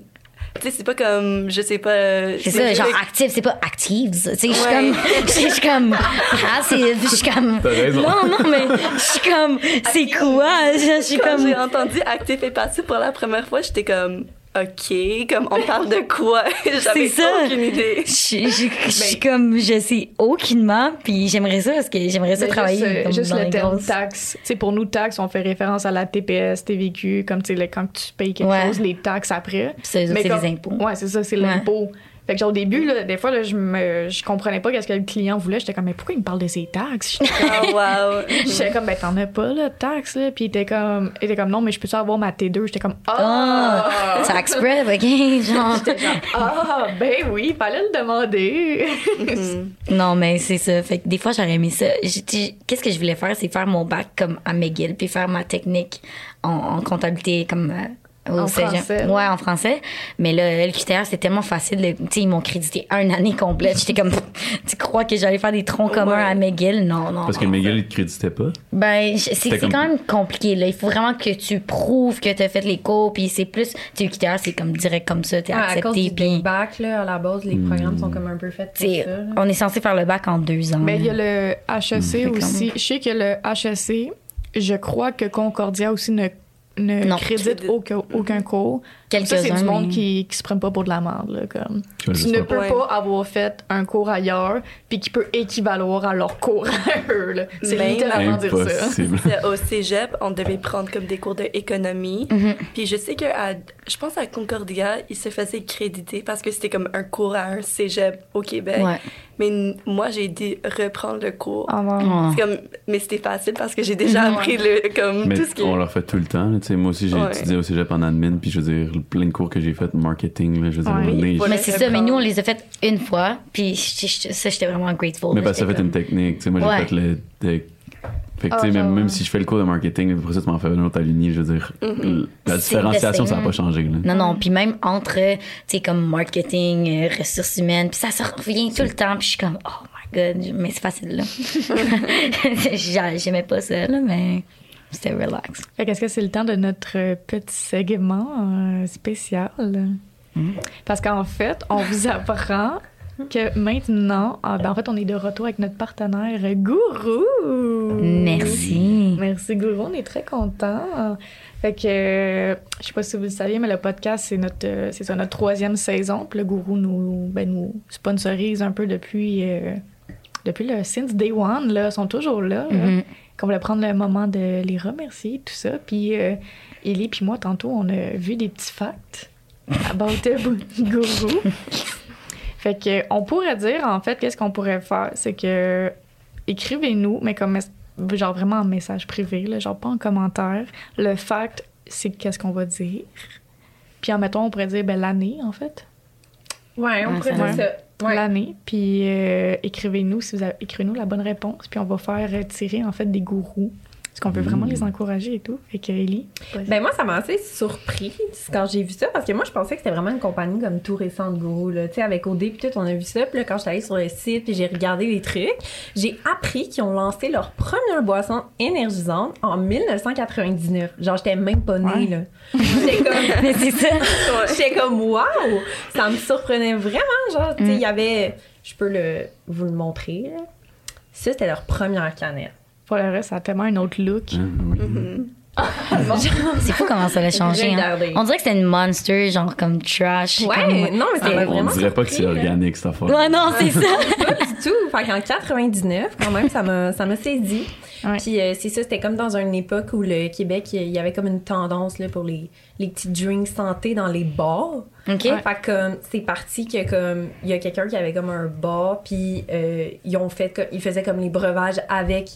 tu sais, c'est pas comme, je sais pas. euh,
C'est ça,
les-
genre
les-
active, c'est pas active. Tu sais, je suis
Ouais.
comme. [laughs] Je suis- je suis comme. Passive. Je suis comme.
T'as raison.
Non, non, mais je suis comme. C'est quoi? Je je suis
Quand
comme.
j'ai entendu actif et passif pour la première fois, j'étais comme, ok, comme on parle de quoi [laughs] J'avais
C'est ça.
aucune
[laughs]
idée.
Je, je- je suis comme, je sais aucunement, puis j'aimerais ça parce que j'aimerais ça
Mais
travailler
Juste, euh,
comme
juste
dans
le
les
terme
grosses-
taxe. Tu sais, pour nous, taxe, on fait référence à la TPS, TVQ, comme tu sais, le- quand tu payes quelque
Ouais.
chose, les taxes après.
C'est c'est
comme-
les impôts.
Ouais, c'est ça, c'est
Ouais.
l'impôt. Fait que genre, au début, là, des fois, là, je me je comprenais pas qu'est-ce que le client voulait. J'étais comme, mais pourquoi il me parle de ses
[laughs]
taxes? J'étais
Oh, wow.
J'étais comme, ben t'en as pas, là, de taxes, là. Puis il était comme, il était comme, non, mais je peux-tu avoir ma T2? J'étais comme, ah!
Ah, tax prep, ok, genre.
Ah, ben oui, fallait le
[laughs]
demander.
Mhm.
Non, mais c'est ça. Fait que des fois, j'aurais aimé ça. J'ai- j'ai- Qu'est-ce que je voulais faire, c'est faire mon bac comme à McGill, puis faire ma technique en, en comptabilité comme euh, au
En
cégep.
français, là.
Ouais, en français. Mais là, LQTR, c'était tellement facile. de- Tu sais, ils m'ont crédité une année complète. J'étais comme, [laughs] tu crois que j'allais faire des troncs communs
Ouais.
à McGill? Non, non.
Parce que
non.
Miguel, il te créditait pas.
Ben, je- c'est
C'était
c'est
comme-
quand même compliqué, là. Il faut vraiment que tu prouves que t'as fait les cours, puis c'est plus... Tu sais, UQTR, c'est comme direct comme ça, t'es
Ouais, à cause
accepté,
du Big
puis...
Bac, là, à la base, les programmes sont comme un peu faits
tu
pour
sais,
ça. là.
On est censé faire le bac en deux ans.
Mais Ben, il y
là.
a le HEC
Mm.
aussi. Je sais que le HEC, je crois que Concordia aussi ne, ne
Non.
crédite
Crédite.
aucun, aucun cours. Ça, c'est
Quelques-uns,
du monde
mais-
qui, qui se prennent pas pour de la merde. Là, comme.
Tu vois,
Qui
je
ne
sais
peut
pas.
Ouais.
pas avoir fait un cours ailleurs, puis qui peut équivaloir à leur cours [laughs] à eux. là. C'est
Même
littéralement dire ça.
Impossible.
C'était Au cégep, on devait prendre comme des cours d'économie.
Mhm.
Puis je sais que à- je pense à Concordia, ils se faisaient créditer parce que c'était comme un cours à un cégep au Québec.
Ouais.
Mais n- moi, j'ai dû reprendre le cours.
Ah, non.
Ouais.
C'est comme, mais c'était facile parce que j'ai déjà
Ouais.
appris le, comme
Mais
tout ce qui
on leur fait tout le temps. là, tu sais, moi aussi, j'ai
Ouais.
étudié au cégep en admin, puis je veux dire, plein de cours que j'ai fait, marketing, là, je veux dire,
Ouais.
à un moment donné,
Oui,
Mais
voilà.
c'est
le
ça, mais
prendre.
nous, on les a faites une fois, puis j- j- ça, j'étais vraiment grateful.
Mais
là,
parce que ça
j'étais
fait une
comme-
technique. Tu sais, moi, j'ai
Ouais.
fait le. tech. Fait que, tu sais,
Ah,
même,
genre,
même
ouais.
si je fais le cours de marketing, après ça, tu m'en fais un autre à l'uni, je veux dire,
Mhm.
la
C'est
différenciation,
the
ça n'a
same.
pas changé. Là.
Non, non, puis même entre, tu sais, comme marketing, euh, ressources humaines, puis ça se revient tout le temps, puis je suis comme, oh my god, mais c'est facile, là. J'a- J'aimais pas ça, là, mais c'était relax.
Fait qu'est-ce que c'est le temps de notre petit segment euh, spécial? Parce qu'en fait, on vous apprend que maintenant, ah, ben en fait, on est de retour avec notre partenaire Gourou.
Merci.
Merci Gourou, on est très contents. Fait que, euh, je sais pas si vous le saviez, mais le podcast, c'est notre, euh, c'est ça, notre troisième saison. Puis le Gourou nous, ben, nous sponsorise un peu depuis, euh, depuis le since day one, là. Ils sont toujours là. là
Mhm.
qu'on voulait prendre le moment de les remercier, tout ça. Puis euh, Ellie puis moi, tantôt, on a vu des petits facts about the [laughs] gourou. fait que on pourrait dire, en fait, qu'est-ce qu'on pourrait faire, c'est que écrivez-nous, mais comme mes- genre vraiment en message privé, là, genre pas en commentaire. Le fact, c'est qu'est-ce qu'on va dire. Puis en mettant, on pourrait dire ben, l'année, en fait.
Ouais, on
Ouais,
pourrait
ça
dire ça. Ouais.
L'année. Puis euh, écrivez-nous si vous avez écrivez-nous la bonne réponse. Puis on va faire euh, tirer en fait des gourous. Parce qu'on veut vraiment
Mmh.
les encourager et tout. Fait que Ellie.
Ben moi, ça m'a assez surprise quand j'ai vu ça, parce que moi, je pensais que c'était vraiment une compagnie comme tout récente, Gourou, là. Tu sais, avec OD puis tout, on a vu ça. Puis là, quand j'étais allée sur le site, puis j'ai regardé les trucs, j'ai appris qu'ils ont lancé leur première boisson énergisante en 1999. Genre, j'étais même pas née,
Ouais.
là. J'étais comme...
Mais [laughs] c'est ça.
J'étais comme waouh, ça me surprenait vraiment. Genre, tu sais, il y avait, je peux le vous le montrer. là. Ça, c'était leur première canette.
Pour le reste, ça a tellement un autre look.
Hein, oui.
C'est fou comment ça l'a changé. hein.
Regardez.
On dirait que c'était une monster, genre comme trash.
Ouais,
comme-
non, mais ça
Ah,
m'a
On
vraiment.
dirait pas que c'est
surpris, là.
organique, cette affaire.
Ouais, non, c'est ça.
Pas du tout. Fait qu'en 99, quand même, ça m'a, ça m'a saisi.
Ouais.
Puis euh, c'est ça, c'était comme dans une époque où le Québec, il y avait comme une tendance là, pour les, les petits drinks santé dans les bars.
OK.
Fait que comme, c'est parti que comme il y a quelqu'un qui avait comme un bar puis euh, ils ont fait co- ils faisaient comme les breuvages avec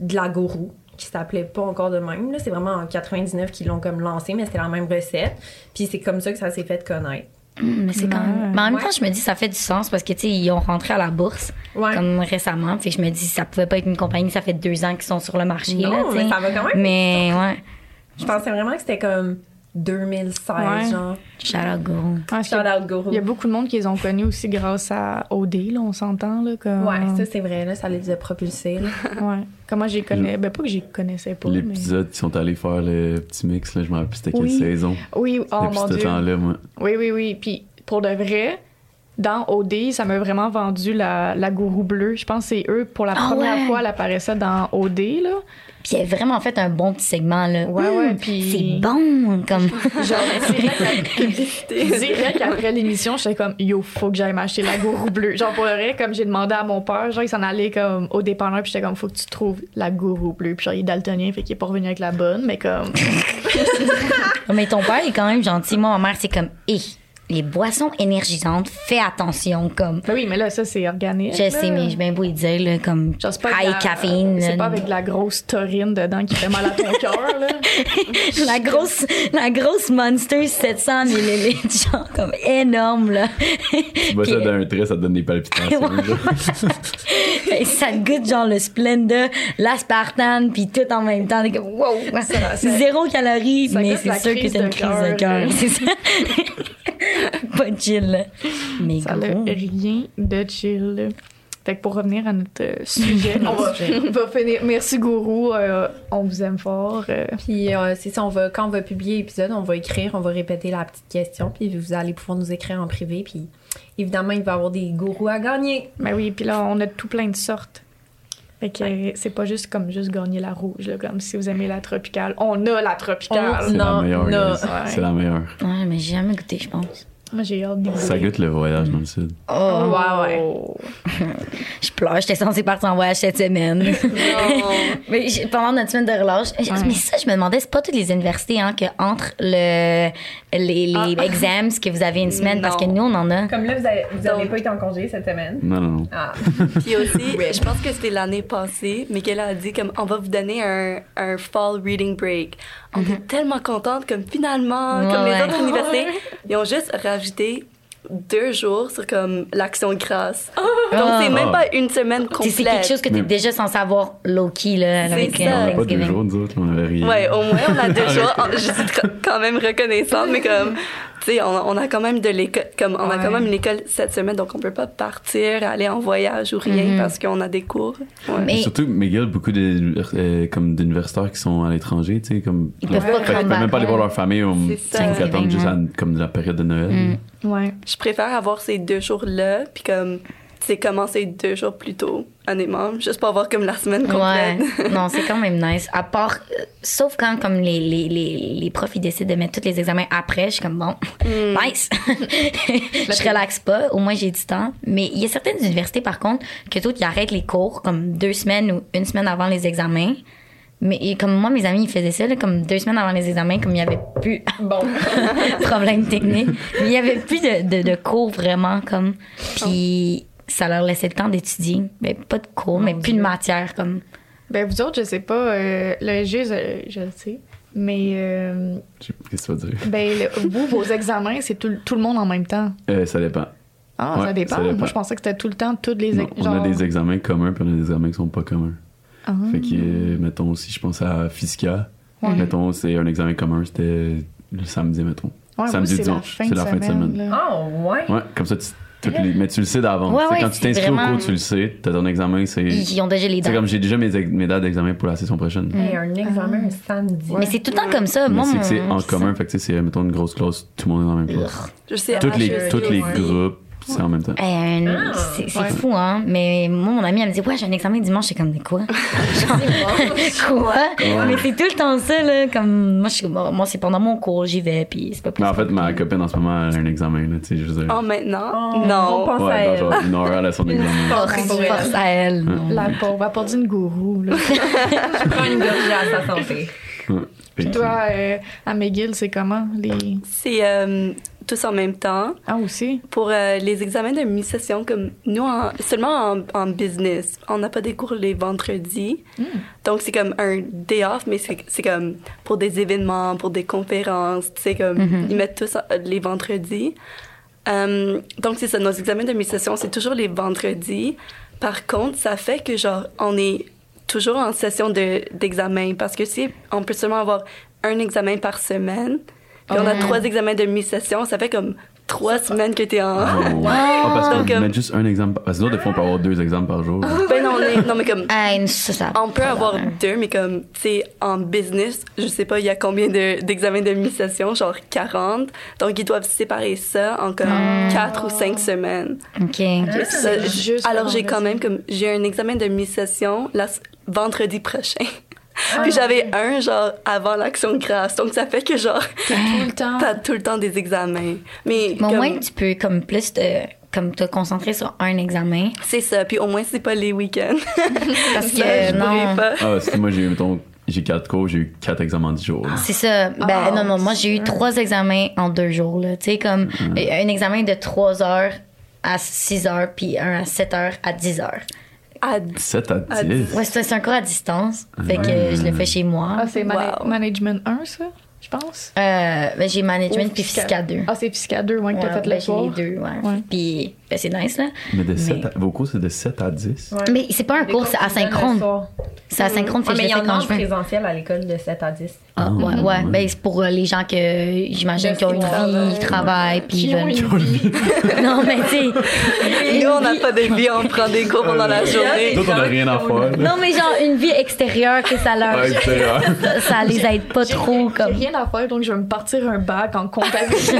de la gourou qui s'appelait pas encore de même là, c'est vraiment en 99 qu'ils l'ont comme lancé mais c'était la même recette puis c'est comme ça que ça s'est fait connaître.
Mm, Mais c'est quand
Ouais.
même. Mais en même
Ouais.
temps, je me dis, ça fait du sens parce que, tu sais, ils ont rentré à la bourse,
Ouais.
comme récemment. Fait que je me dis, ça pouvait pas être une compagnie, ça fait deux ans qu'ils sont sur le marché,
Non,
là, tu
mais
sais.
ça va quand même.
Mais ouais,
Je pensais vraiment que c'était comme 2016
Ouais.
genre.
shout out, gros.
Ouais,
Shout out gourou.
Ah, Il y a beaucoup de monde qui les ont connus aussi grâce à OD, là, on s'entend. Là, comme...
Ouais, ça c'est vrai là, ça les a propulsés. là.
[laughs] Ouais. Comment j'ai connais. Ben, pas que j'y connaissais pas. Mais...
L'épisode qui sont allés faire le petit mix, là, je me rappelle plus c'était quelle
Oui.
saison.
Oui, oh
Depuis
mon
ce
Dieu.
temps-là, moi.
Oui, oui, oui. Puis pour de vrai, dans OD, ça m'a vraiment vendu la, la gourou bleue. Je pense que c'est eux, pour la
Ah
première
ouais.
fois, elle apparaissait dans OD. Là.
Puis elle a vraiment fait un bon petit segment, là.
Ouais, ouais,
Mm,
puis-
C'est bon, comme.
Genre,
[laughs]
[laughs]
publicité.
direct après l'émission, j'étais comme yo, faut que j'aille m'acheter la gourou bleue. Genre pour le vrai, comme j'ai demandé à mon père, genre il s'en allait comme au dépanneur, puis j'étais comme faut que tu trouves la gourou bleue. Puis genre il est daltonien, fait qu'il est pas revenu avec la
[laughs]
bonne, mais comme
mais ton père est quand même gentil. Moi, ma mère, c'est comme, hé, les boissons énergisantes, fais attention, comme.
Ben oui, mais là, ça, c'est organique.
Je
là.
sais, mais je bien beau y dire, là, comme.
Genre, c'est pas de
high
la-
caféine.
C'est
là,
pas avec de la grosse taurine dedans qui fait mal à
[laughs]
ton cœur, là.
la grosse, la grosse Monster 700 millilitres, [laughs] genre comme énorme là. [laughs]
Tu bois ça
Puis-
d'un trait, ça te donne des palpitations.
Ouais.
genre.
Et ça goûte genre le Splenda, l'aspartame, puis tout en même temps. T'es comme, wow,
Ça- ça-
zéro calorie,
ça
mais
goûte
c'est
la
sûr que
crise
t'as une
de
crise de
cœur,
cœur.
là.
C'est ça. [laughs] Pas chill là. Mais
Ça n'a
gros.
rien de chill. là. Fait que pour revenir à notre euh,
[laughs]
sujet, on, va,
Sujet.
[laughs] on va finir. Merci Gourou, euh, on vous aime fort. euh.
Puis euh, c'est ça, on va, quand on va publier l'épisode, on va écrire, on va répéter la petite question, puis vous allez pouvoir nous écrire en privé. Puis évidemment, il va y avoir des gourous à gagner.
Mais Ben oui, puis là, on a tout plein de sortes. Fait que euh, c'est pas juste comme juste gagner la rouge, là, comme si vous aimez la tropicale. On a la tropicale.
C'est la
Non,
meilleure,
non.
guys.
Ouais.
C'est la meilleure.
Ouais, mais j'ai jamais goûté, je pense.
Moi, j'ai hâte d'y
Ça
goûter.
goûte le voyage dans le sud.
Oh,
ouais,
Oh.
je pleure, j'étais censée partir en voyage cette semaine.
Non.
Mais j'ai- pendant notre semaine de relâche, j'ai-
Ouais.
mais ça, je me demandais, c'est pas toutes les universités hein, que entre le, les, les
Ah. [laughs]
exams que vous avez une semaine, parce que
Non.
nous, on en a.
Comme là, vous avez, vous avez
Donc-
pas été en congé cette semaine.
Non, non, non.
Ah,
Puis aussi, je pense que c'était l'année passée, mais qu'elle a dit comme on va vous donner un, un fall reading break. On est tellement contente comme finalement, comme les
Mm-hmm. Ouais.
autres universités, ils ont juste rajouté deux jours sur comme l'action grasse. Donc c'est
Ah.
même pas une semaine
C'est
complète.
c'est quelque chose que t'es
Mais-
déjà sans savoir low-key, là,
C'est
avec
ça.
euh,
On avait pas deux
Thanksgiving.
jours, nous autres, on avait rien.
Ouais, au moins on a
Ah,
deux jours. Je suis tr- quand même reconnaissante, mais comme, tu sais, on, on a quand même de l'école, comme on a
Ouais.
quand même l'école cette semaine, donc on peut pas partir, aller en voyage ou rien
Mm-hmm.
parce qu'on a des cours. Ouais.
Mais-
Et surtout, Miguel, beaucoup de- euh, comme d'universitaires qui sont à l'étranger, tu sais, comme.
Ils peuvent
Fait
pas
qu'ils peuvent
come back
même pas aller voir
home.
leur famille, on-
C'est
ils
ça.
faut qu'ils attendent juste à, comme la période de Noël.
Mm.
Ouais.
Je préfère avoir ces deux jours-là, puis comme, tu sais, commencer deux jours plus tôt, honnêtement, juste pour avoir comme la semaine complète.
Ouais. non, c'est quand même nice. À part, euh, sauf quand comme les, les, les, les profs ils décident de mettre tous les examens après, je suis comme bon, nice. je relaxe pas, au moins j'ai du temps. Mais il y a certaines universités par contre que d'autres ils arrêtent les cours comme deux semaines ou une semaine avant les examens. Mais et comme moi, mes amis, ils faisaient ça, là, comme deux semaines avant les examens, comme il n'y avait plus [laughs]
bon.
problème technique. Mais il n'y avait plus de, de, de cours vraiment comme. Puis ça leur laissait le temps d'étudier. Mais pas de cours, mais plus de matière comme.
Ben, vous autres, je sais pas, euh, le G, je, je le sais, mais euh,
Je sais pas Qu'est-ce que ça veut dire?
ben, le- vous, vos examens, c'est tout, tout le monde en même temps.
Euh, ça dépend.
Ah,
Ouais,
ça, dépend.
ça dépend.
Moi, je pensais que c'était tout le temps, toutes les...
Non, on a
genre-
des examens communs, puis on a des examens qui sont pas communs.
Ah.
Mm.
Fait que, euh, mettons, aussi, je pense à Fisca,
Ouais.
mettons, c'est un examen commun, c'était le samedi, mettons.
Ouais,
samedi,
oui, c'est la
dimanche,
fin de
c'est la fin de semaine.
là.
[laughs] Ah, ouais.
Ouais, comme ça, tu, toutes les- mais tu le sais d'avance.
Ouais,
Tu sais,
ouais,
quand tu
c'est
t'inscris au
vraiment-
cours, tu le sais, t'as ton examen, c'est.
Ils, ils ont déjà les
C'est
dates.
comme j'ai déjà mes, ex- mes dates d'examen pour la session prochaine.
Hey, un examen un samedi.
Mais c'est tout le temps comme ça.
Mais
Moi,
c'est que c'est
mon-
en commun, fait que tu sais, c'est, mettons, une grosse classe, tout le monde est dans la même classe.
Je sais,
Toutes les,
HEC
toutes les
aussi.
groupes, c'est en même temps.
Eh, un-
Ah,
c'est c'est
ouais.
fou, hein. Mais moi, mon ami, elle me dit Ouais, j'ai un examen dimanche. C'est comme,
[laughs]
mais quoi [laughs] Genre, Quoi Mais c'est tout le temps ça, là. Comme, moi, je suis comme, Bon, moi c'est pendant mon cours, j'y vais, puis c'est pas plus. Oh,
Mais en fait, ma copine en ce moment, elle a un examen, là, tu sais, je veux dire.
Oh, maintenant?
Oh, On
non.
pense à
Ouais, dans
elle.
genre une heure, elle a son examen.
[laughs]
Ah,
force,
Ah, Pour elle.
force à elle. non.
La pauvre, apporter une gourou,
[laughs]
là.
Je prends une gorgée à sa santé.
Ouais. Fait
Puis
que-
toi, euh, à McGill, c'est comment? Les...
C'est euh, tous en même temps.
Ah, aussi?
Pour euh, les examens de mi-session, comme nous, en- seulement en, en business, on n'a pas des cours les vendredis. Donc, c'est comme un day off, mais c'est c'est comme pour des événements, pour des conférences. C'est comme, ils mettent tous euh, les vendredis. Euh, donc, c'est ça, nos examens de mi-session, c'est toujours les vendredis. Par contre, ça fait que, genre, on est toujours en session de- d'examen parce que si on peut seulement avoir un examen par semaine, puis on a trois examens de mi-session, ça fait comme trois semaines que t'es en.
Oh, ouais. Ah, parce qu'on
Donc,
peut
euh,
mettre juste un exemple. par- Parce que d'autres, des fois, on peut avoir deux exemples par jour. Ah,
Ben non, on est- non, mais comme.
Ah, une- ça, ça-
On peut avoir deux, mais comme, tu sais, en business, je sais pas, il y a combien de- d'examens de, mi-session, genre 40. Donc, ils doivent séparer ça en comme quatre ou cinq semaines.
Hmm. Ok.
Ça,
c'est
j-
juste
alors
pour
j'ai quand
remplacer.
même comme j'ai un examen de mi-session la s- vendredi prochain.
Ah,
Puis j'avais un genre avant l'action grasse. Donc ça fait que genre
T'es
Ah.
tout le temps...
t'as tout le temps des examens. Mais
Mais au
comme-
moins, tu peux, comme, plus te, comme, te concentrer sur un examen.
c'est ça. Puis au moins c'est pas les week-ends. [laughs]
Parce que,
Ça, je
non.
pourrais pas.
Ah, c'est que moi, j'ai, mettons, j'ai- j'ai quatre cours, j'ai eu quatre examens du jour. là.
C'est ça. Ben,
Oh,
non, non, moi, j'ai eu
Dieu.
trois examens en deux jours. là. Tu sais, comme un examen de 3 heures à 6 heures, puis un à 7 heures à 10 heures.
À
7 à
Ah,
10.
Ouais, c'est c'est un cours à distance. Fait que euh, je le fais chez moi.
Ah, c'est mana-
Wow.
Management 1, ça, je pense.
Euh, ben, j'ai management
Ou
puis
fiscal.
fiscal 2.
Ah, c'est Fiscal 2, ouais, que t'as
Ouais,
fait
ben,
le
j'ai les
soir.
deux, ouais.
Ouais.
Puis ben, c'est nice, là.
Mais de
Mais-
7 à- vos cours, c'est de 7 à [laughs] 10.
Ouais.
Mais c'est pas un
Les
cours, c'est
qu'on donne le
asynchrone.
soir.
C'est asynchrone, fait
Ouais, mais
que je
il y
le fais
en a
quand
en
je veux.
présentiel à l'école de 7 à 10.
Ah, ouais, ouais.
ouais.
Ben, c'est pour euh, les gens que, euh, j'imagine,
Ben,
qui ont
qui
une vie,
travaillent.
qui travaillent, puis
Qui
ils
ont
veulent.
une vie.
[laughs] Non, mais tu sais.
[laughs] Nous, on n'a pas de vie, on prend des cours pendant la journée.
D'autres, on n'a rien à faire. là.
Non, mais genre, une vie extérieure que ça leur.
Ah, extérieur.
ça, ça les aide pas
J'ai
trop,
j'ai
comme.
rien à faire, donc je vais me partir un bac en
[laughs]
comptabilité.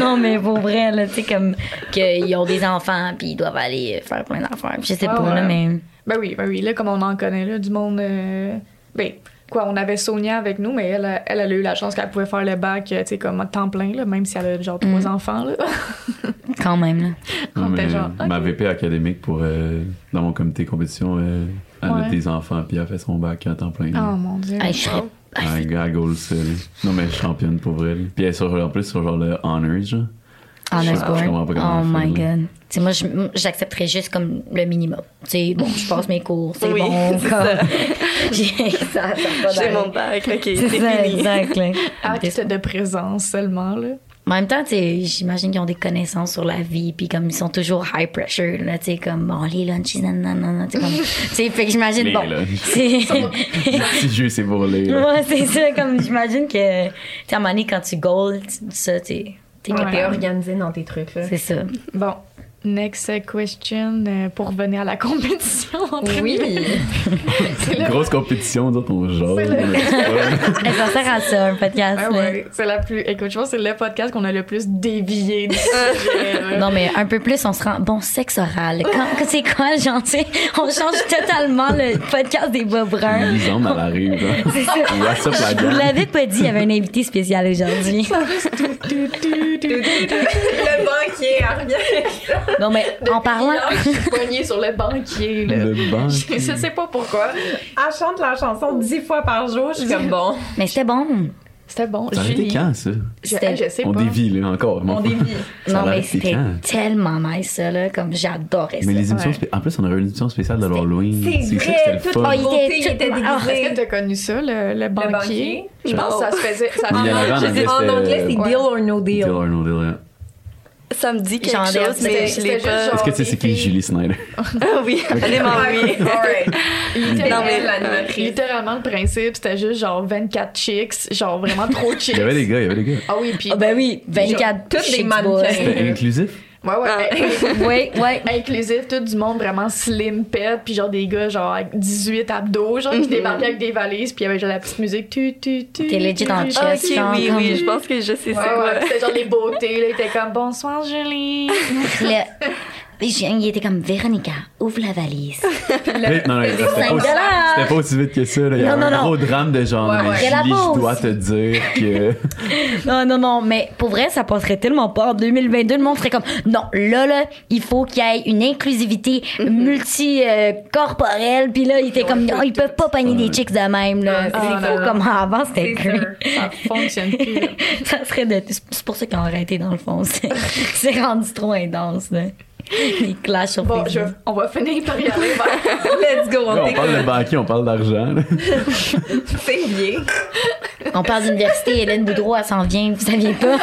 Non, mais pour vrai, là, tu sais, comme. Qu'ils ont des enfants, puis ils doivent aller faire plein d'affaires. Je sais
Ah
Ouais,
pas, là,
ouais.
mais.
ben oui, ben oui, là, comme on en connaît, là, du monde. euh, Ben, quoi, on avait Sonia avec nous, mais elle, a- elle, elle a eu la chance qu'elle pouvait faire le bac, euh, tu sais, comme à temps plein, là, même si elle a genre
Mm.
trois enfants, là.
Quand même, là.
On était
Mais
genre,
Ma
ok.
VP académique pour, euh, dans mon comité compétition, euh, elle
Ouais.
a des enfants, puis elle fait son bac à temps plein. Ah,
Oh
là.
mon dieu.
Mm. Hey, je serais-
Elle elle goal seule. Non, mais elle est championne pour vrai. là. Puis elle est sur, en plus sur genre le honors, genre.
En
Je- je
Osborne.
comprends pas comment
Oh
on fait,
my
là.
god. Tu sais, moi, je- moi, j'accepterais juste comme le minimum. Tu sais, bon, je passe mes cours, c'est
Oui,
bon.
[laughs] c'est
Comme... [laughs] J'ai- ça, ça a pas
J'ai
d'allure.
mon bac, ok, c'est
C'est ça,
fini.
exact. là.
Acte de présence seulement, là.
En même temps, tu sais, j'imagine qu'ils ont des connaissances sur la vie, puis comme ils sont toujours high pressure, là, tu sais, comme, bon, les lunchs, nanana, tu sais,
[laughs]
comme- tu sais, fait que j'imagine,
Les
bon,
lunchs.
c'est... [laughs]
Le petit jeu, c'est bourrelé. là.
Ouais, c'est ça, comme, j'imagine que, tu sais, à un moment donné, quand tu goals, tu dis ça, tu sais, t'es
Ouais.
T'es
capable.
organisé dans tes trucs, là.
C'est ça.
Bon, next question euh, pour revenir à la compétition entre guillemets. C'est le-
Grosse compétition, d'autres, on genre.
C'est le-
Eh, Ça sert à ça, un podcast.
Ah
là.
ouais, c'est la plus. Écoute, je pense que c'est le podcast qu'on a le plus dévié [laughs] du sujet. là.
Non, mais un peu plus, on se rend. Bon, sexe oral. Quand- que C'est quoi, genre, tu sais, on change totalement le podcast des bas [laughs] bruns.
Lisande, elle arrive. là.
C'est ça.
What's up, la
Je vous
gang?
l'avais pas dit, il y avait un invité spécial aujourd'hui.
Tu, tu, tu, tu,
Le banquier,
Non, mais en parlant.
là, [laughs] je suis poignée sur le banquier. Là.
Le banc.
Je je sais pas pourquoi.
Elle chante la chanson dix fois par jour, je suis comme bon.
Mais c'était bon.
C'était bon.
Ça a été
Julie,
quand, ça?
Je,
C'était-
je sais
On
pas.
dévie, là, encore.
On dévie.
Non, mais
c'était
c'était tellement nice, ça, là. Comme j'adorais ça.
Mais les émissions
Ouais.
spé- En plus, on aurait une émission spéciale de l'Halloween.
c'est
ça que
vrai,
c'était le
tout-
fun.
Oh,
Ah,
il
Beauté,
était.
il était
Ah,
déguisé.
Est-ce que t'as connu ça, le, le banquier?
banquier?
Je pense que ça se faisait. Ça
Mais Ah, il y en avait en
Je sais
anglais,
pas.
En
c'était- euh,
anglais, c'est
Ouais.
deal or no deal.
Deal or no deal, yeah.
Ça me dit quelque
J'en ai
chose,
aussi.
mais je
C'était-
l'ai
c'était
pas.
juste genre-
Est-ce que tu sais c'est qui
Défi.
Julie Snyder?
Ah [laughs] oui, vraiment
[laughs]
oui.
Alright.
Littéralement,
Non, mais-
littéralement, le principe, c'était juste genre 24 chicks, genre vraiment trop chicks.
Il y avait des gars, il y avait des gars.
Ah oui, puis.
Ah, ben oui, 24
Toutes des
chicks
mannequins.
boys. [laughs]
C'était inclusif?
Ouais, ouais.
Oui, oui.
Inclusif, tout du monde vraiment slim pet, puis genre des gars genre avec 18 abdos, genre qui débarquaient avec des valises, puis il y avait genre la petite musique tu tu tu.
T'es legit en
tu,
chess.
tu,
ok,
Yes, genre
oui,
comme-
oui, je pense que je sais
Ouais,
c'est quoi.
ouais, c'était genre les beautés, là, ils étaient comme bonsoir Julie.
Le- Puis je- Il était comme Véronica, ouvre la valise.
Mais- Non, non, c'était pas, aussi-
dollars.
c'était pas aussi vite que ça. là. Il y
Non,
avait
non,
un
non.
gros drame de genre,
Ouais,
mais
ouais.
Il y a la
Julie, je
pause.
dois te dire que...
Non, non, non, mais pour vrai, ça passerait tellement pas. En 2022, le monde ferait comme, non, là, là, il faut qu'il y ait une inclusivité multicorporelle. Puis là, il était comme, non, ils peuvent pas pagner des chicks de même. Là.
Ah,
C'est
non,
faux
non.
comme avant, c'était
C'est sûr.
crazy.
Ça fonctionne plus. là.
[laughs] ça serait de... C'est pour ça qu'ils ont arrêté, dans le fond. [laughs] C'est c'est rendu trop intense. Là. Les clashs sur
Bon, je-
Facebook.
on va finir par y aller. vers-
Let's go,
Là,
on
on parle de
t'écoute.
banquier, on parle d'argent. là.
C'est bien.
On parle d'université. Hélène Boudreau, elle s'en vient, vous saviez pas.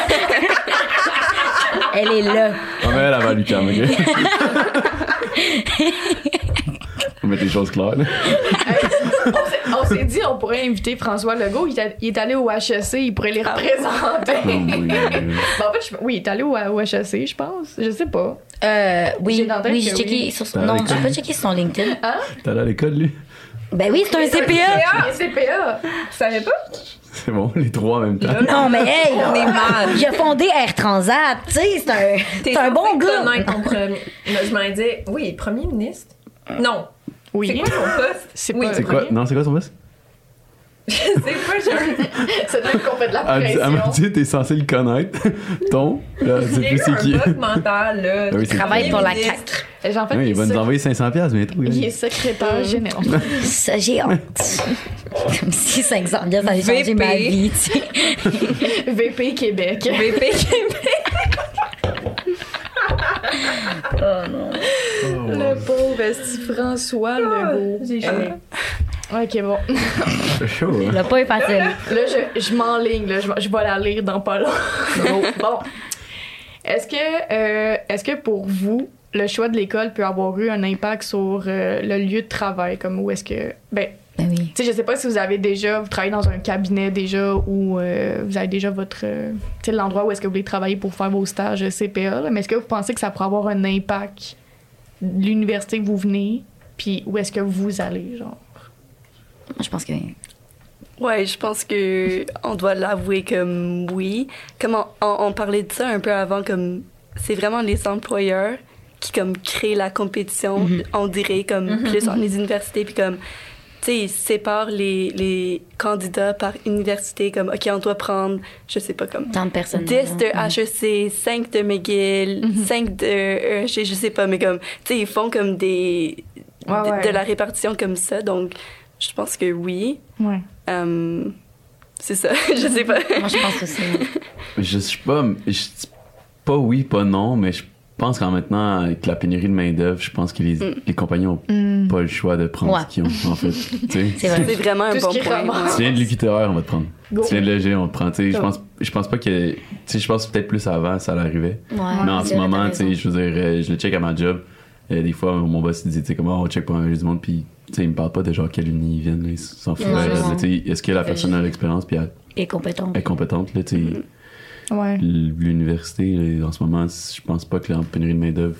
Elle est là.
On met elle avant Lucam, ok? On met les choses claires. là.
On s'est- on s'est dit on pourrait inviter François Legault, il, est- il est allé au HEC, il pourrait les représenter.
Oh, oui, oui.
Bon, en fait, je- oui, il est allé au, au HEC, je pense. Je sais pas.
Euh,
J'ai
oui,
dans la tête
oui, j'ai
que
checké
oui.
sur son...
T'as
Non,
avec-
j'ai pas checké sur son LinkedIn.
T'es allé à l'école, lui?
Ben oui, c'est un CPA.
Les CPA!
Tu savais pas?
C'est bon, les trois en même temps.
Non, mais hey,
On est mal.
il a fondé Air Transat, tu sais, c'est un, c'est un bon
censé
gars.
connaître ton premier- Non, Je m'en disais, oui, premier ministre. Non.
Euh,
Oui.
C'est quoi ton poste?
C'est
Oui.
pas-
[laughs]
C'est quoi? Non, c'est quoi son boss?
C'est pas juste.
C'est là qu'on fait de la
Elle dit- elle m'a
pression.
dit, t'es censé le connaître. Ton, là, c'est
Il y a
plus
eu
c'est qui.
un bug mental, là.
Ah oui,
du
c'est-
Travaille pour la
premier [laughs]
CAQ.
ministre.
Et En fait,
Oui,
il,
il va
est
nous
sec-
envoyer 500$ bientôt. là.
il est secrétaire général. [laughs]
Ça, j'ai honte. Comme si 500 bien, ça avait changé
VP.
ma vie, tu sais.
VP Québec.
VP Québec.
Oh,
Oh,
Le pauvre esti François Legault. Eh.
J'ai chaud.
Ah, Ok, bon.
C'est chaud, hein?
Le pas est facile.
Là, je, je m'enligne, là, je, vais- je vais la lire dans pas long. [laughs] bon. Est-ce que, euh, est-ce que pour vous, le choix de l'école peut avoir eu un impact sur euh, le lieu de travail? Comme où est-ce que. Ben,
Ben oui.
tu sais, je sais pas si vous avez déjà. Vous travaillez dans un cabinet déjà ou euh, vous avez déjà votre. euh, tu sais, l'endroit où est-ce que vous voulez travailler pour faire vos stages CPA, là, mais est-ce que vous pensez que ça pourrait avoir un impact? de L'université que vous venez, puis où est-ce que vous allez, genre?
Moi, Je pense que.
Ouais, je pense que on doit l'avouer comme oui. Comme on, on- on parlait de ça un peu avant, comme c'est vraiment les employeurs qui comme créent la compétition, on dirait comme plus dans les universités, puis comme tu sais, ils séparent les, les candidats par université, comme ok, on doit prendre, je sais pas comme.
Tant de personnes.
10 de
là.
Mm-hmm.
HEC, 5 de McGill, 5 de euh, je, je sais pas, mais comme, tu sais, ils font comme des.
Ouais,
de-
ouais.
de la répartition comme ça, donc je pense que oui.
Ouais.
Hum, c'est ça, [laughs] je sais
[laughs]
pas.
Moi, je pense aussi.
Je suis pas. Je dis pas oui, pas non, mais je pense qu'en maintenant, avec la pénurie de main-d'œuvre, je pense que les, les compagnies ont
Hmm.
pas le choix de prendre
Mm. Ouais.
ce qu'ils ont,
[laughs]
en fait. tu sais.
C'est vrai.
C'est vraiment un
Tout ce
bon
qui
point.
remonte.
Tu viens de littéraire, on va te prendre.
Go.
Tu viens de léger, on te prend. Tu sais, Je
Go.
pense, je pense pas que. Tu sais, je pense peut-être plus avant, ça l'arrivait.
Ouais,
Mais en
Ah, c'est
ce
vrai,
moment,
t'as
tu sais,
raison.
je veux dire, euh, je le check à ma job. Euh, des fois, mon boss il dit, tu sais, comment on check pour un jeu du monde, puis tu sais, il me parle pas de genre quelle uni ils viennent, là, ils s'en foutent.
Ouais,
là,
ouais.
là, tu sais, Est-ce que la personne a l'expérience, puis elle
Et compétent.
est compétente, là,
Mm.
tu sais.
Ouais.
L'université, là, en ce moment, je pense pas que la pénurie de main-d'œuvre.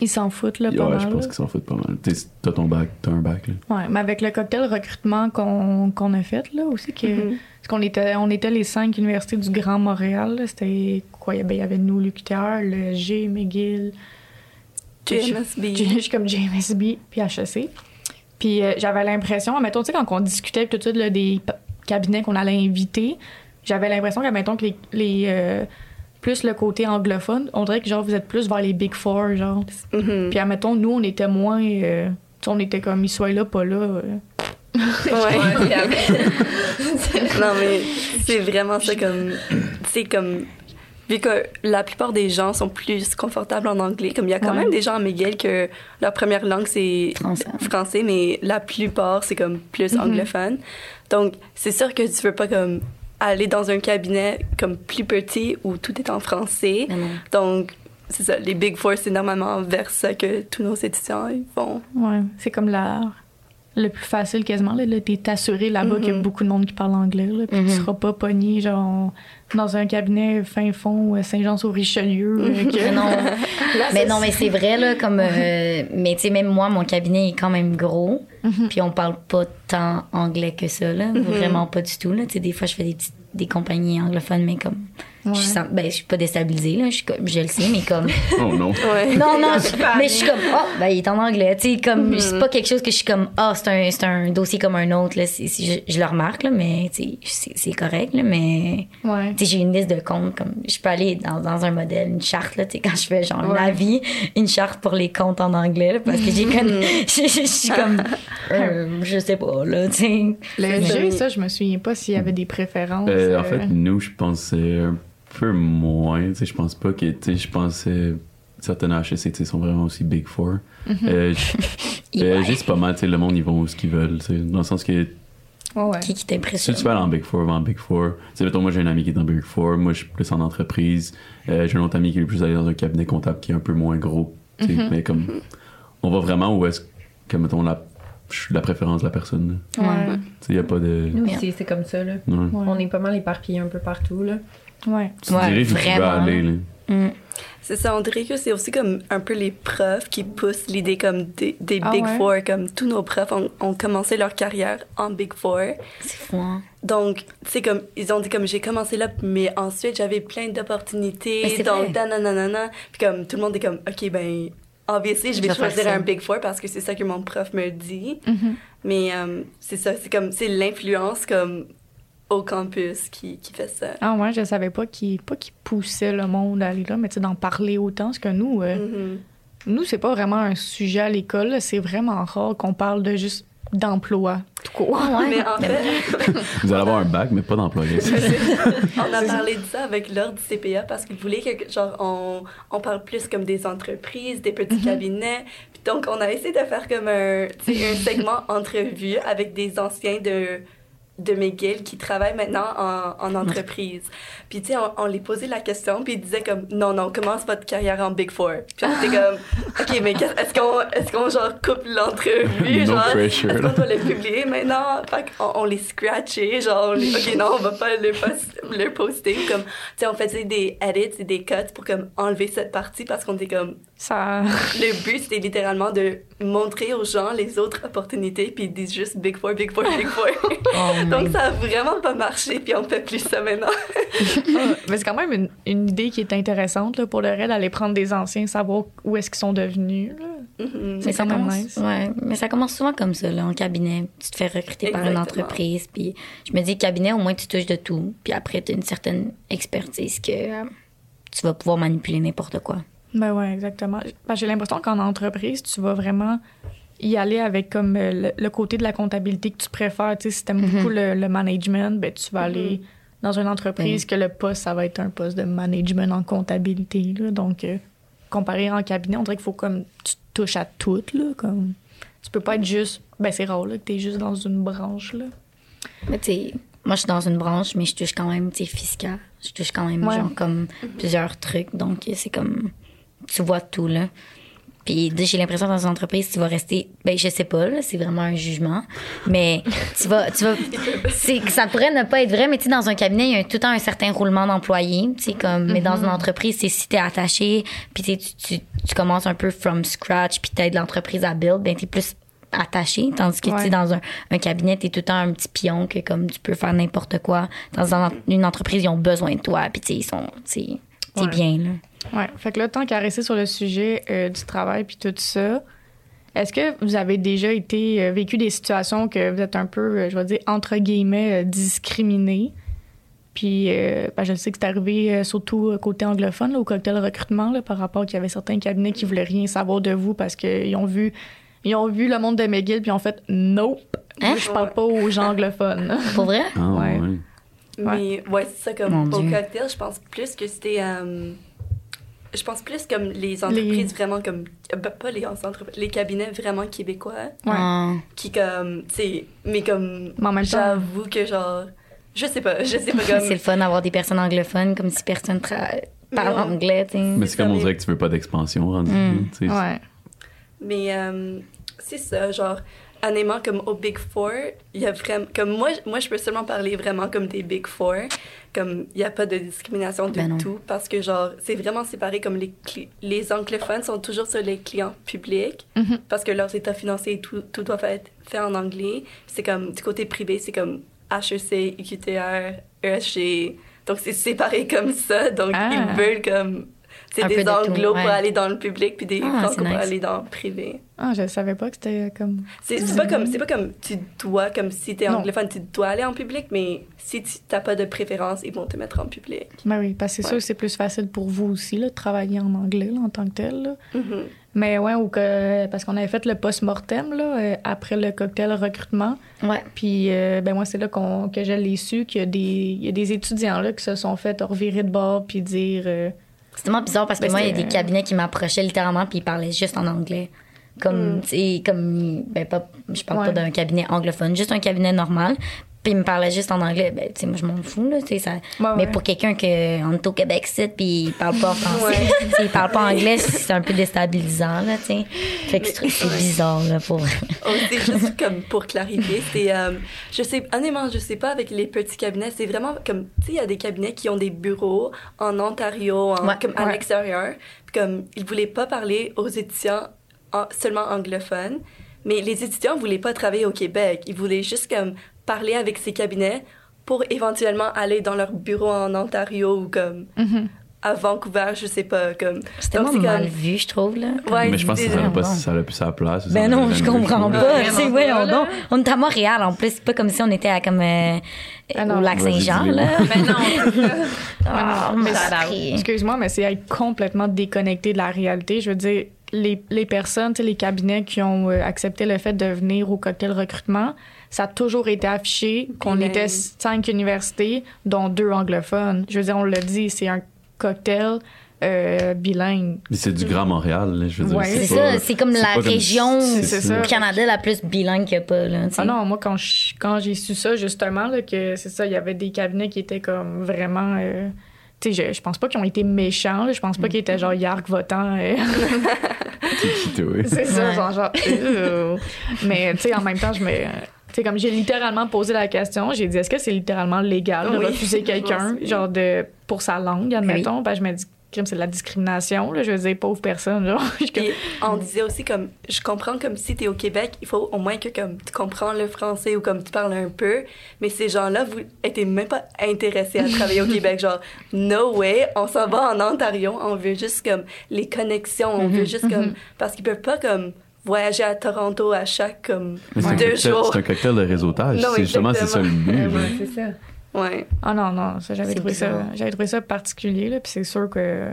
Ils s'en foutent, là,
Ouais,
pas mal.
je pense
là.
qu'ils s'en foutent pas mal. Tu sais, t'as ton bac, t'as un bac, là.
Ouais, mais avec le cocktail recrutement qu'on qu'on a fait, là, aussi, que,
Mhm.
parce qu'on était, on était les cinq universités du Grand Montréal, là, c'était quoi? Ben, il y avait nous, l'UQTR, le G, McGill,
JMSB.
J- je suis comme JMSB, puis HEC. Puis euh, j'avais l'impression, mettons, tu sais, quand on discutait tout de suite là, des p- cabinets qu'on allait inviter, j'avais l'impression que, mettons, que les... les, euh, plus le côté anglophone, on dirait que genre vous êtes plus vers les Big Four, genre.
Mhm.
Puis admettons, nous, on était moins. euh, tu sais, on était comme, ils soient là, pas là. euh.
Ouais.
Ouais, c'est après.
[laughs] non, mais c'est vraiment ça comme. C'est comme. Vu que la plupart des gens sont plus confortables en anglais, comme il y a quand
Ouais.
même des gens à McGill que leur première langue c'est
Français.
français, mais la plupart c'est comme plus anglophone. Donc c'est sûr que tu veux pas comme aller dans un cabinet comme plus petit où tout est en français.
Mais non.
Donc c'est ça, les Big Four c'est normalement vers ça que tous nos étudiants ils vont.
Ouais, c'est comme la le plus facile quasiment là, là t'es assuré là-bas qu'il y a beaucoup de monde qui parle anglais là, puis
Mhm.
tu seras pas pogné genre dans un cabinet fin fond euh, Saint-Jean-sur-Richelieu
[laughs]
euh, que-
Mais non.
[laughs] Là,
Mais
c'est-
non, mais c'est vrai, là, comme. euh, mais tu sais, même moi, mon cabinet est quand même gros. Puis on parle pas tant anglais que ça, là. Vraiment pas du tout, là. Tu sais, des fois, je fais des petites des compagnies anglophones, mais comme. Je, suis sans- ben, je suis pas déstabilisée, là. Je, suis comme- je le sais, mais comme.
[laughs] Oh non.
Ouais.
Non, non, je- mais je suis comme, oh, ben, il est en anglais. Tu sais, comme, c'est pas quelque chose que je suis comme, ah, c'est un, c'est un dossier comme un autre, là. C'est- c'est- je, je le remarque, là, mais, tu sais, c'est- c'est correct, là, mais.
ouais.
Tu sais, j'ai une liste de comptes, comme je peux aller dans, dans un modèle, une charte, là, tu sais, quand je fais genre
Ouais.
la vie, une charte pour les comptes en anglais, là, parce que [laughs] j'ai comme, je je- je suis comme, euh, je sais pas, là, tu sais.
le
Mais-
jeu ça je me souviens pas s'il y avait des préférences
Euh,
euh,
en fait, nous, je pensais un peu moins. Tu sais, je pense pas que. Tu sais, je pensais. Certaines HEC, tu sais, sont vraiment aussi Big Four.
Mm-hmm. [laughs]
Euh, je- euh,
Ouais.
juste pas mal, tu sais, le monde, ils vont où ce qu'ils veulent. tu sais, Dans le sens que
ouais, ouais.
Qui, qui
si
t'impressionne?
tu vas aller en Big Four, va en Big Four. Tu sais, mettons, moi, j'ai un ami qui est dans Big Four. Moi, je suis plus en entreprise. Euh, j'ai un autre ami qui est plus allé dans un cabinet comptable qui est un peu moins gros. tu
Mm-hmm.
sais, Mais comme, on va vraiment où est-ce que, mettons, la, la préférence de la personne. là.
Ouais.
Tu sais, il a pas de.
Nous aussi, c'est comme ça, là.
Non.
Ouais.
On est pas mal éparpillés un peu partout, là.
Ouais.
Tu
Ouais,
diriges où tu veux
vraiment.
aller. là.
Mm.
C'est ça, on dirait que c'est aussi comme un peu les profs qui poussent l'idée comme des, des
Ah
Big
ouais?
Four, comme tous nos profs ont, ont commencé leur carrière en Big Four.
C'est fou, hein.
Donc, c'est comme, ils ont dit comme j'ai commencé là, mais ensuite j'avais plein
Mais
d'opportunités,
c'est
donc
vrai.
nananana. Puis comme tout le monde est comme, ok, ben, en VC, je
Je
vais
vais faire
choisir
ça.
Mhm.
un Big Four parce que c'est ça que mon prof me dit. Mais euh, c'est ça, c'est comme c'est l'influence comme au campus qui, qui fait ça.
Ah ouais, je savais pas qu'il pas qu'il poussait le monde à aller là, mais tu sais, d'en parler autant, parce que nous, euh,
Mhm.
nous c'est pas vraiment un sujet à l'école, là. c'est vraiment rare qu'on parle de juste d'emploi, tout court.
Ouais.
Mais en fait,
Vous allez avoir un bac, mais pas
[laughs]
d'employé.
on a parlé de ça avec l'ordre du CPA parce qu'ils voulaient que, genre, on, on parle plus comme des entreprises, des petits cabinets. Puis donc, on a essayé de faire comme un, tu sais, un segment entrevue avec des anciens de, de McGill qui travaillent maintenant en, en entreprise. Puis, tu sais, on, on les posait la question, puis ils disaient comme, non, non, commence votre carrière en Big Four. Puis on était comme, OK, mais qu'est- est-ce qu'on, est-ce qu'on, genre, coupe l'entrevue?
[laughs] No
genre,
pressure,
est-ce
là.
qu'on doit le publier maintenant. Fait qu'on on les scratchait, genre, on les- OK, non, on va pas le, post- le poster. Comme, tu sais, on faisait des edits et des cuts pour, comme, enlever cette partie parce qu'on était comme,
Ça, [laughs]
le but, c'était littéralement de montrer aux gens les autres opportunités, puis ils disent juste Big Four, Big Four, Big Four.
Oh,
Donc, ça a vraiment pas marché, puis on fait plus ça maintenant.
mais c'est quand même une, une idée qui est intéressante là, pour le RED, d'aller prendre des anciens, savoir où est-ce qu'ils sont devenus. là.
Mhm.
C'est
ça
quand même
commence,
nice.
ouais, mais ça commence souvent comme ça, là, en cabinet. Tu te fais recruter par une
Exactement.
entreprise. Puis je me dis, cabinet, au moins, tu touches de tout. Puis après, tu as une certaine expertise que euh, tu vas pouvoir manipuler n'importe quoi.
Ben ouais, exactement. Ben, J'ai l'impression qu'en entreprise, tu vas vraiment y aller avec comme euh, le, le côté de la comptabilité que tu préfères. Tu sais, si t'aimes beaucoup le, le management, ben tu vas aller dans une entreprise que le poste, ça va être un poste de management en comptabilité. là. Donc, euh, comparé en cabinet, on dirait qu'il faut comme tu touches à tout. Là, comme, tu peux pas être juste... Ben c'est rare là, que t'es juste dans une branche. Là.
Mais tu sais, moi, je suis dans une branche, mais je touche quand même, tu sais, fiscal. Je touche quand même,
Ouais.
genre, comme plusieurs trucs. Donc, c'est comme, tu vois tout, là. Puis d- j'ai l'impression dans une entreprise, tu vas rester, ben je sais pas, là, c'est vraiment un jugement, mais tu vas, tu vas, c'est que ça pourrait ne pas être vrai, mais tu sais, dans un cabinet, il y a un- tout le temps un certain roulement d'employés, tu sais, comme, mais
Mhm.
dans une entreprise, c'est si t'es attaché, puis tu, sais, tu, tu, tu commences un peu from scratch, puis t'aides l'entreprise à build, ben t'es plus attaché, tandis que, tu
Ouais.
sais, dans un, un cabinet, t'es tout le temps un petit pion que, comme, tu peux faire n'importe quoi. Dans un- une entreprise, ils ont besoin de toi, puis tu sais, ils sont, tu sais, t'es
Ouais.
bien, là.
Ouais. Fait que là, tant qu'à rester sur le sujet euh, du travail puis tout ça, est-ce que vous avez déjà été euh, vécu des situations que vous êtes un peu, euh, je vais dire, entre guillemets, euh, discriminé? Puis, euh, ben, je sais que c'est arrivé euh, surtout euh, côté anglophone, là, au cocktail recrutement, là, par rapport qu'il y avait certains cabinets qui voulaient rien savoir de vous parce qu'ils ont vu. Ils ont vu le monde de McGill puis ils ont fait Nope,
Hein?
moi, je parle pas aux gens anglophones. [laughs]
Pour vrai?
Ah,
Ouais.
ouais.
Ouais.
Mais ouais, c'est ça, comme
Mon
au
Dieu.
cocktail, je pense plus que c'était. euh, je pense plus comme les entreprises vraiment comme. ben, pas les entreprises, les cabinets vraiment québécois
Ouais.
Ah.
qui, comme. Tu sais, mais comme.
Mais en même temps-
J'avoue que, genre. Je sais pas, je sais pas
Ouais, [laughs] C'est
comme.
le fun d'avoir des personnes anglophones, comme si personne tra- parle
Non.
anglais, tu sais.
Mais c'est comme on dirait que tu veux pas d'expansion rendu.
Mm.
là, tu sais.
ouais.
Mais euh, c'est ça, genre, honnêtement, comme au Big Four, il y a vraiment. Comme moi, moi, je peux seulement parler vraiment comme des Big Four. Comme il n'y a pas de discrimination du
Ben non.
tout, parce que, genre, c'est vraiment séparé. Comme les, cli- les anglophones sont toujours sur les clients publics,
Mhm.
parce que leurs états financiers, tout, tout doit être fait en anglais. C'est comme, du côté privé, c'est comme E HEC, IQTR, ESG. E Donc, c'est séparé comme ça. Donc,
Ah.
ils veulent comme. C'est
Un peu
des
de tout,
anglos pour
ouais.
aller dans le public, puis des
Ah, c'est
francos pour
nice.
aller dans le privé.
Ah, je savais pas que c'était euh, comme.
C'est c'est pas comme c'est pas comme tu dois comme si t'es
Non.
anglophone tu dois aller en public mais si tu t'as pas de préférence ils vont te mettre en public.
Ben oui, parce que c'est
Ouais.
sûr que c'est plus facile pour vous aussi là, de travailler en anglais là, en tant que tel. là.
Mhm.
Mais ouais, ou que, parce qu'on avait fait le post-mortem là, euh, après le cocktail recrutement.
Ouais.
Puis euh, ben moi, c'est là qu'on, que je l'ai su qu'il y a des, il y a des étudiants là, qui se sont fait revirer de bord puis dire euh,
C'est tellement bizarre parce que
Ben,
moi, il y a
c'est-
des cabinets qui m'approchaient littéralement puis ils parlaient juste en anglais. Comme,
Hmm.
tu sais, comme, ben, pas, je parle
Ouais.
pas d'un cabinet anglophone, juste un cabinet normal. Puis ils me parlaient juste en anglais. Ben, tu sais, moi, je m'en fous, là, tu sais, ça.
Ah
Ouais,
Mais
ouais.
pour quelqu'un que, on est au Québec, c'est, puis il parle pas en français,
[laughs] Ouais.
tu sais, il parle pas anglais, c'est un peu déstabilisant, là, tu sais. Fait que je trouve que c'est bizarre, là, pour vrai.
[laughs] Oh, c'est juste comme pour clarifier c'est euh, je sais honnêtement je sais pas avec les petits cabinets c'est vraiment comme tu sais il y a des cabinets qui ont des bureaux en Ontario en-
Ouais,
comme à
ouais.
l'extérieur Puis comme ils voulaient pas parler aux étudiants en- seulement anglophones mais les étudiants voulaient pas travailler au Québec ils voulaient juste comme parler avec ces cabinets pour éventuellement aller dans leur bureau en Ontario ou comme à Vancouver, je sais pas, comme.
Mhm. C'est
Donc,
tellement
c'est
mal
comme-
vu, je trouve, là.
Ouais,
Mais je pense que ça
des-
n'a pas,
Vraiment.
ça a plus sa place.
Ben
Ça,
non,
c'est
je
jamais
comprends
cool.
pas.
Ouais,
C'est
non,
voyons
là, là.
donc. On est à Montréal en plus. C'est pas comme si on était à comme euh,
Ah non.
au lac
Vas-y,
Saint-Jean
dis-le.
là.
Mais non,
Ah,
Mais
mais
ça va.
c'est-
Excuse-moi, mais c'est être complètement déconnecté de la réalité. Je veux dire, les, les personnes, tu sais, les cabinets qui ont euh, accepté le fait de venir au cocktail recrutement, ça a toujours été affiché qu'on
Bilingue.
était cinq universités, dont deux anglophones. Je veux dire, on l'a dit, c'est un cocktail euh, bilingue.
Mais c'est du Grand Montréal, là, je veux dire.
Ouais.
C'est
pas-
ça, c'est comme
c'est
la
pas
région
c'est
C'est ça.
au Canada la plus bilingue qu'il y a pas là. tu sais.
Ah non, moi, quand je- quand j'ai su ça, justement, là, que c'est ça, il y avait des cabinets qui étaient comme vraiment. euh, tu sais, je, je pense pas qu'ils ont été méchants. là. Je pense pas qu'ils étaient genre Yark votant. euh,
Tito, oui.
[laughs] C'est ça,
Ouais.
genre, genre, Ew. Mais, tu sais, en même temps, je me. Tu sais, comme j'ai littéralement posé la question, j'ai dit est-ce que c'est littéralement légal de
Oui.
refuser quelqu'un,
[laughs]
Je pense, oui.
genre, de, pour sa langue, admettons Ben, je me dis crime, c'est de la discrimination, là. Je veux dire, pauvre personne, genre. [laughs] Je suis comme,
Puis on disait aussi comme, je comprends comme si t'es au Québec, il faut au moins que comme tu comprends le français ou comme tu parles un peu, mais ces gens-là, vous étiez même pas
[laughs]
intéressés à travailler au Québec. Genre, no way, on s'en va en Ontario, on veut juste comme les connexions, on
Mhm,
veut juste comme, parce qu'ils peuvent pas comme voyager à Toronto à chaque comme
Mais [laughs] c'est un
deux
cocktail-
jours.
C'est un cocktail de réseautage.
Non,
C'est justement, c'est ça
exactement.
le
[laughs]
but. là.
c'est ça.
Ouais.
Ah non, non, ça, j'avais
C'est
trouvé ça,
bizarre.
j'avais trouvé ça particulier, là. Puis c'est sûr que.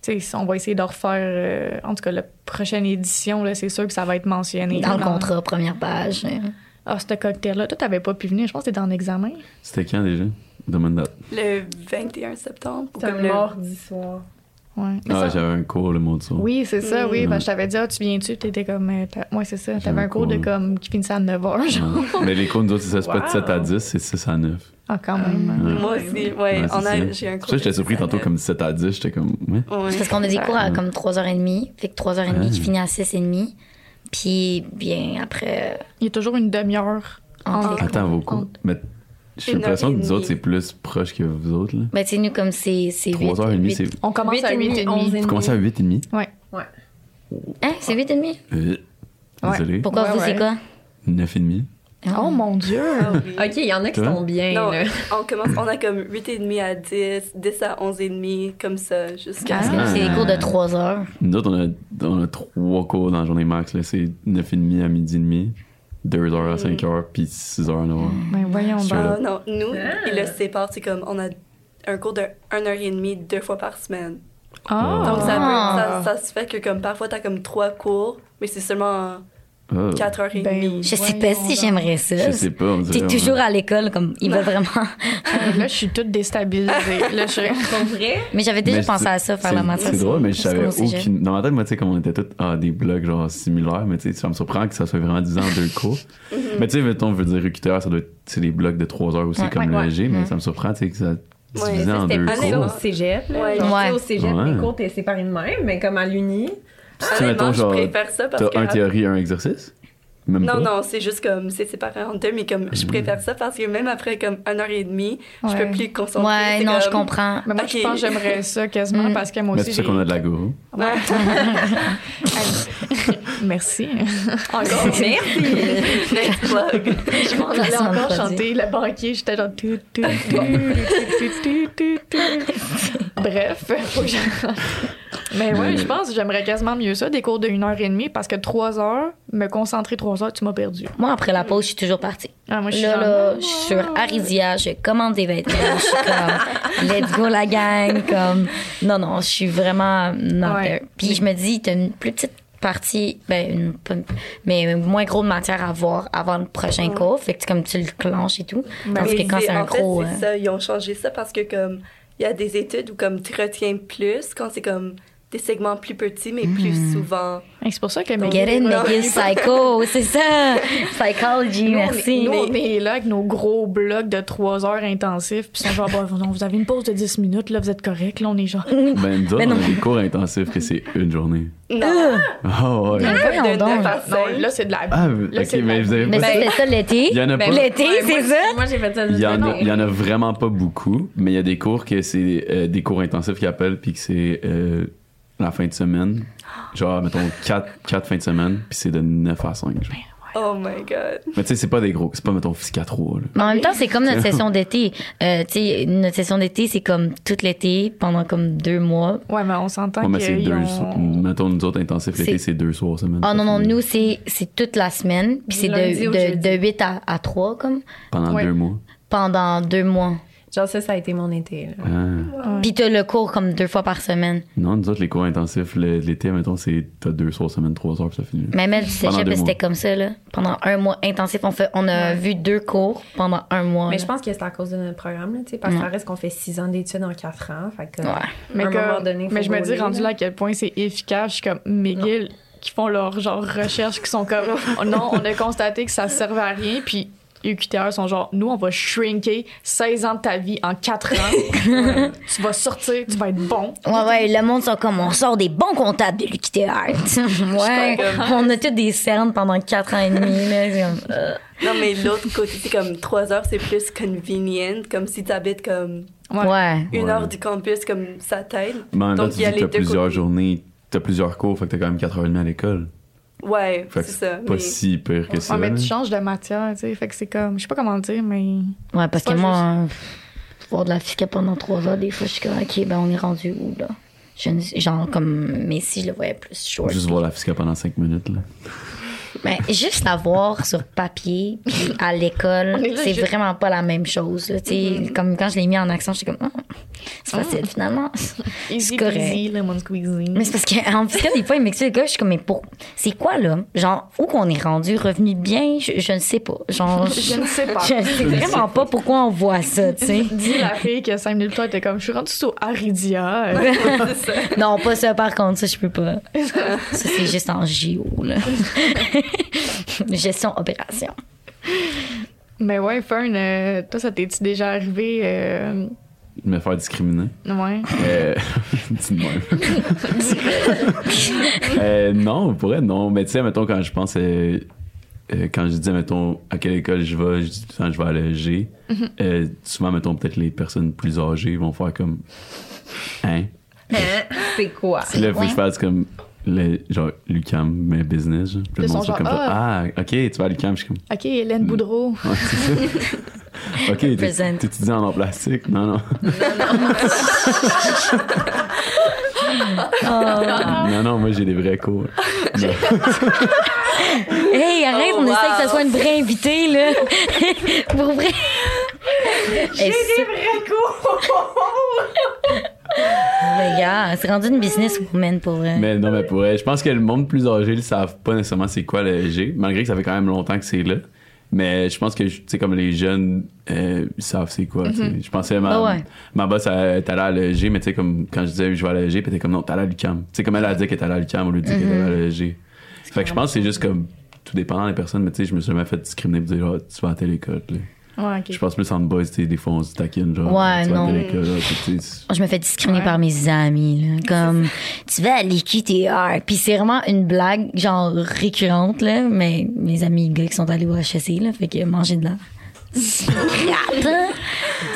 Tu sais, on va essayer de refaire. euh, en tout cas, la prochaine édition, là, c'est sûr que ça va être mentionné.
Dans le contrat première page. hein.
Ah, ce cocktail-là. Toi, t'avais pas pu venir. Je pense que t'étais en examen.
C'était quand déjà? Demande date.
Le 21 septembre. ou
C'est un
le-
mardi soir.
Ouais. Mais
Ah,
ça-
ouais, j'avais un cours le mot de soir.
Oui, c'est ça, oui.
Mm.
Ben, je t'avais dit, ah, tu viens-tu? Puis T'étais comme. euh, t'as- Ouais, c'est ça. T'avais
J'avais
un cours de
cours.
comme qui finissait à 9 h, genre.
Ouais. Ah. Mais les cours, nous autres, c'est ça. C'est pas de
Wow.
7 à 10, c'est 6 à 9.
Ah, quand même.
Ouais.
Moi aussi, ouais,
Ouais,
on
c'est
a,
ça.
j'ai un
C'est pour
cours.
ça que j'étais
de
surpris tantôt comme 7 à 10. J'étais comme, ouais.
Ouais.
Parce qu'on a des
Ouais.
cours à comme 3h30, fait que 3h30 qui
Ah.
finit à 6h30. Puis bien après
Il y a toujours une demi-heure.
entre les
Ah.
Attends, vos cours. Mais j'ai
Une heure
l'impression
et
que nous autres,
demie.
c'est plus proche que vous autres. Là.
Ben, tu sais, nous, comme c'est.
3h30, c'est.
On commence à 8h30.
Vous commencez à 8h30.
Hein, c'est 8h30?
Euh,
Ouais.
Désolé.
Pourquoi
Ouais,
vous,
ouais.
c'est quoi?
9h30.
Oh mon Dieu!
Ah oui.
OK, il y en a qui
Toi?
sont bien,
Non,
là.
on commence, on a comme 8h30 à 10, 10 à 11h30, comme ça, jusqu'à...
Parce que
Ah.
c'est des cours de 3h.
Nous autres, on a, on a trois cours dans la journée max. là. C'est 9h30 à midi et demi, 2h à 5h, puis 6h à 9h.
Ben, voyons
Sur
donc.
Ah, non, nous, ils le séparent, c'est comme, on a un cours de 1h30 deux fois par semaine.
Ah!
Donc, ça,
Ah.
peut- ça, ça se fait que comme parfois, t'as comme trois cours, mais c'est seulement
Ah,
4h30.
Ben,
Je sais pas
Voyons
si
donc.
j'aimerais ça.
je sais pas. on dirait,
T'es
on-
toujours à l'école, comme il va vraiment. [laughs]
Euh, Là, je suis toute déstabilisée. Là, je suis.
Pour vrai?
Mais j'avais déjà
Mais
pensé
c'est-
à ça, faire
c'est-
la matière.
C'est drôle, mais je
Parce
savais
qu'on sait jamais.
aucune. Dans ma tête, moi, tu sais, comme on était tous à des blocs genre similaires, mais tu sais, ça me surprend que ça soit vraiment 10 ans en deux cours. mais tu sais, mettons, on veut dire recruteur, ça doit être tu sais, des blocs de 3 heures aussi,
Ouais,
comme
ouais,
le
ouais.
G, mais
Mhm.
ça me surprend, tu sais, que ça divisé
ça,
en
C'était
deux
pas hein. ça
cours.
au cégep, là.
Ouais.
Genre, tu sais,
Ouais.
au cégep,
Ouais.
les cours, t'es séparé de même, mais comme à l'uni...
Si tu
Honnêtement,
mettons,
je
genre,
préfère ça parce
t'as
que...
un théorie et un exercice? Même
Non,
pas?
non, c'est juste comme, c'est séparé en deux, mais comme, je préfère ça parce que même après comme 1h30, je
Ouais.
peux plus concentrer.
Ouais,
c'est
non, je
comme-
comprends.
Mais moi,
Ok.
je pense que j'aimerais ça quasiment
Mm.
parce que moi
Mais
aussi.
c'est ça qu'on a de la gourou.
Ouais.
Merci.
[laughs] Encore. [laughs] Next plug.
Je pense que j'allais
Ça me
encore
fait
chanter le banquier. J'étais genre. tu, tu, tu, tu, tu, tu, tu, tu. Bref, faut que je- Mais ouais, je pense que j'aimerais quasiment mieux ça, des cours de 1h30, parce que 3 heures, me concentrer 3 heures, tu m'as perdu.
Moi, après la pause, je suis toujours partie.
Ah, moi, je suis
Là,
genre,
là, je suis sur Arisia, je commande des vêtements, je suis comme, let's go la gang, comme, non, non, je suis vraiment not
Ouais.
there. Puis je me dis, t'as une plus petite partie, ben, une, pas une- mais une moins grosse matière à voir avant le prochain cours, fait que tu- comme tu le clenches et tout. Parce
Mais
que quand c'est un
en fait,
gros.
c'est
euh,
ça, ils ont changé ça parce que comme il y a des études où comme tu retiens plus quand c'est comme des segments plus petits mais
Hmm.
plus souvent.
Hey, C'est pour ça que
Get
mes
in,
Non.
make you psycho, c'est ça! Psychology, merci.
Nous, on est là avec nos gros blocs de 3 heures intensifs, puis ils sont genre, Bon, vous- vous avez une pause de 10 minutes, là, vous êtes correct, là, on est
[laughs]
genre.
Ben, nous autres,
Ben
on
non.
a des cours intensifs que c'est une journée.
Non,
Ah ouais.
Mais Euh, voyons
de
donc.
neuf à cinq.
Non, là, c'est de la.
Ah,
Là,
ok,
c'est
mais
la-
vous avez
Mais
pas ça?
c'était ça l'été.
Il y en a pas.
L'été, c'est ça?
Moi, j'ai fait ça
Il y, en a,
journée.
il y en a vraiment pas beaucoup, mais il y a des cours que c'est euh, des cours intensifs qui appellent, puis que c'est euh, la fin de semaine. Genre, mettons, 4, quatre fins de semaine, puis c'est de 9 à 5. genre.
Oh my god.
Mais tu sais, c'est pas des gros, c'est pas, mettons, fisc à trois, là.
Mais en même temps, c'est
[laughs]
comme notre session d'été. Euh, tu sais, notre session d'été, c'est comme tout l'été pendant comme deux mois.
Ouais, mais on s'entend
Ouais, mais c'est
qu'ils
deux,
ont...
mettons, nous autres, intensifs l'été,
euh, C'est-
c'est deux soirs semaine.
Oh non, non, nous, c'est c'est toute la semaine. Puis
Du
c'est
lundi
de,
au
de,
jeudi.
de 8 à, à 3, comme,
Pendant
Ouais.
deux mois.
pendant deux mois.
Genre, ça, ça a été mon été. là.
Ah.
Puis t'as le cours comme deux fois par semaine.
Non, nous autres, les cours intensifs le- l'été, mettons, c'est t'as deux soirs semaine, trois heures, puis ça finit.
Même elle, du
Pendant
cégep,
deux
c'était
mois.
comme ça, là. Pendant un mois intensif, on, fait, on a vu deux cours pendant un mois.
Mais
là.
je pense que c'est à cause de notre programme, là, tu sais, parce que
Ouais.
ça reste qu'on fait six ans d'études en quatre ans. Fait que,
Ouais.
Mais,
à un
que-
moment donné, faut
mais je me dis,
gauler,
rendu là à quel point c'est efficace, je suis comme McGill qui font leur genre recherche, qui sont
[laughs]
comme Oh non, on a constaté que ça servait à rien, puis UQTR sont genre nous on va shrinker 16 ans de ta vie en 4
[laughs]
ans. tu vas sortir, tu vas être bon.
Ouais, ouais, le monde sont comme on sort des bons comptables de l'UQTR. [laughs] ouais, [laughs] on a tous des cernes pendant quatre ans et demi. là,
[laughs]
c'est comme, euh,
Non, mais l'autre côté, c'est comme trois heures, c'est plus convenient. Comme si t'habites comme
Ouais.
ouais.
une
Ouais.
heure du campus, comme ça t'aide.
Mais en même temps,
Donc, il
tu dis
y a
que
les
t'as
deux
plusieurs
côtés.
journées, t'as plusieurs cours, fait que t'as quand même 4h30 à l'école.
Ouais,
Fait
c'est
que
ça.
c'est pas
mais- [laughs]
si pire que ça.
Ouais, mais
là.
tu changes de matière, tu sais. Fait que c'est comme, je sais pas comment dire, mais.
Ouais, parce
C'est
que
pas
moi, euh, voir de la fica pendant trois heures, des fois, je suis comme, OK, ben on est rendu où, là? Je ne- genre, comme Messi, je le voyais plus short.
Juste voir la fisca pendant 5 minutes. Là.
Mais juste la voir sur papier, puis à l'école,
[laughs] On est là, Mm-hmm.
c'est
je-
vraiment pas la même chose. là, tu sais. Comme quand je l'ai mis en accent, j'étais comme, Ah, c'est
[laughs]
facile, finalement.
Easy
correct.
peasy, lemon squeezy.
Mais c'est parce qu'en fiscal, des fois, il m'explique, le gars, je suis comme, mais pour, c'est quoi, là? Genre, où qu'on est rendu? Revenu de bien? Je, je ne sais pas. Genre,
Je ne sais
[laughs]
pas.
je ne sais vraiment pas pourquoi on voit ça, tu sais.
Dis la fille que 5 minutes plus tard était comme, je suis rendue sur Aridia. Euh,
Non, pas ça, par contre, ça, je peux pas. Ça, c'est juste en JO, là. [laughs] Gestion opération.
Mais ouais, Fern, euh, toi, ça t'est-tu déjà arrivé? euh,
Me faire discriminer.
Ouais.
Euh, [laughs]
[laughs]
Dis-moi. Euh, non, pour vrai, non. Mais tu sais, mettons, quand je pense. euh, euh, quand je dis, mettons, à quelle école je vais, je dis tout le temps, je vais à la G.
Mhm.
Euh, souvent, mettons, peut-être les personnes plus âgées vont faire comme. Hein?
[laughs] C'est quoi?
Puis là, faut que
Ouais.
je fasse comme. Le, genre, l'UCAM, mais business. Genre. Puis
Ils
le
sont
monde sont
genre,
comme ça. Ah, ok, tu vas à l'UCAM. Je suis comme.
Ok, Hélène Boudreau.
Ouais, c'est ça. ok, t'es-
Represent.
t'étudies en en plastique? Non, non.
Oh.
non, non, moi j'ai des vrais cours. Non.
Hey, arrête,
Oh,
on essaie que ça
wow.
soit une vraie invitée, là. Pour vrai. J'ai des vrais cours! [laughs] Mais gars, c'est rendu une business woman pour vrai.
Mais non, mais pour vrai, je pense que le monde plus âgé ne savent pas nécessairement c'est quoi le G, malgré que ça fait quand même longtemps que c'est là. Mais je pense que, tu sais, comme les jeunes, euh, ils savent c'est quoi. tu sais. Je pensais, ma,
Ah ouais.
ma boss, elle est allée à l'EG, mais tu sais, comme quand je disais je vais à l'EG, puis elle était comme non, t'es allée à l'UCAM. Tu sais, comme elle a dit qu'elle était allée à l'UCAM, on lui dit qu'elle était allée à l'EG. Fait que je pense que c'est juste comme tout dépendant des personnes, mais tu sais, je me suis jamais fait discriminer pour dire, Ah, tu vas à telle école. là.
Ouais, ok.
Je pense plus en boys, tu sais, des fois on se taquine, genre,
Ouais,
tu vas à telle
non.
école. là, puis tu sais,
Je me fais discriminer
Ouais.
par mes amis, là. Comme, tu vas à l'EQTR. Puis c'est vraiment une blague, genre, récurrente, là. Mais mes amis gars qui sont allés au HSC, là, fait que manger de la. Gratte, hein.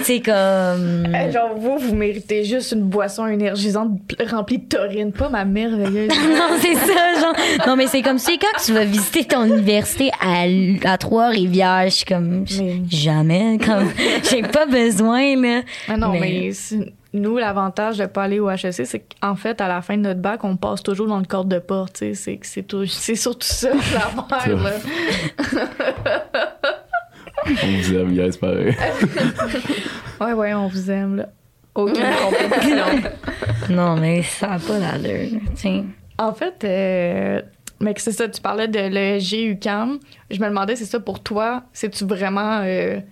C'est comme.
Hey, Eh, genre, vous, vous méritez juste une boisson énergisante pl- remplie de taurine, pas ma merveilleuse.
[laughs] non, c'est ça, genre. Non, mais c'est comme, c'est quand que tu vas visiter ton université à, L- à Trois-Rivières, je suis comme, j-
Mais-
jamais, comme, [laughs] j'ai pas besoin, là.
[laughs] Ah non, mais,
Mais-
c'est- nous, l'avantage de pas aller au HEC, c'est qu'en fait, à la fin de notre bac, on passe toujours dans le corps de porte. tu sais. C'est que c'est tout- c'est surtout ça, [laughs] l'affaire. là.
on vous aime, yes, pareil.
Ouais, ouais, on vous aime. Là. [laughs]
Aucune compétition.
Non, mais ça a pas d'allure, tiens.
En fait, euh, mais que c'est ça, tu parlais de l'ESG UCAM. Je me demandais, c'est ça pour toi, c'est-tu vraiment euh,
Une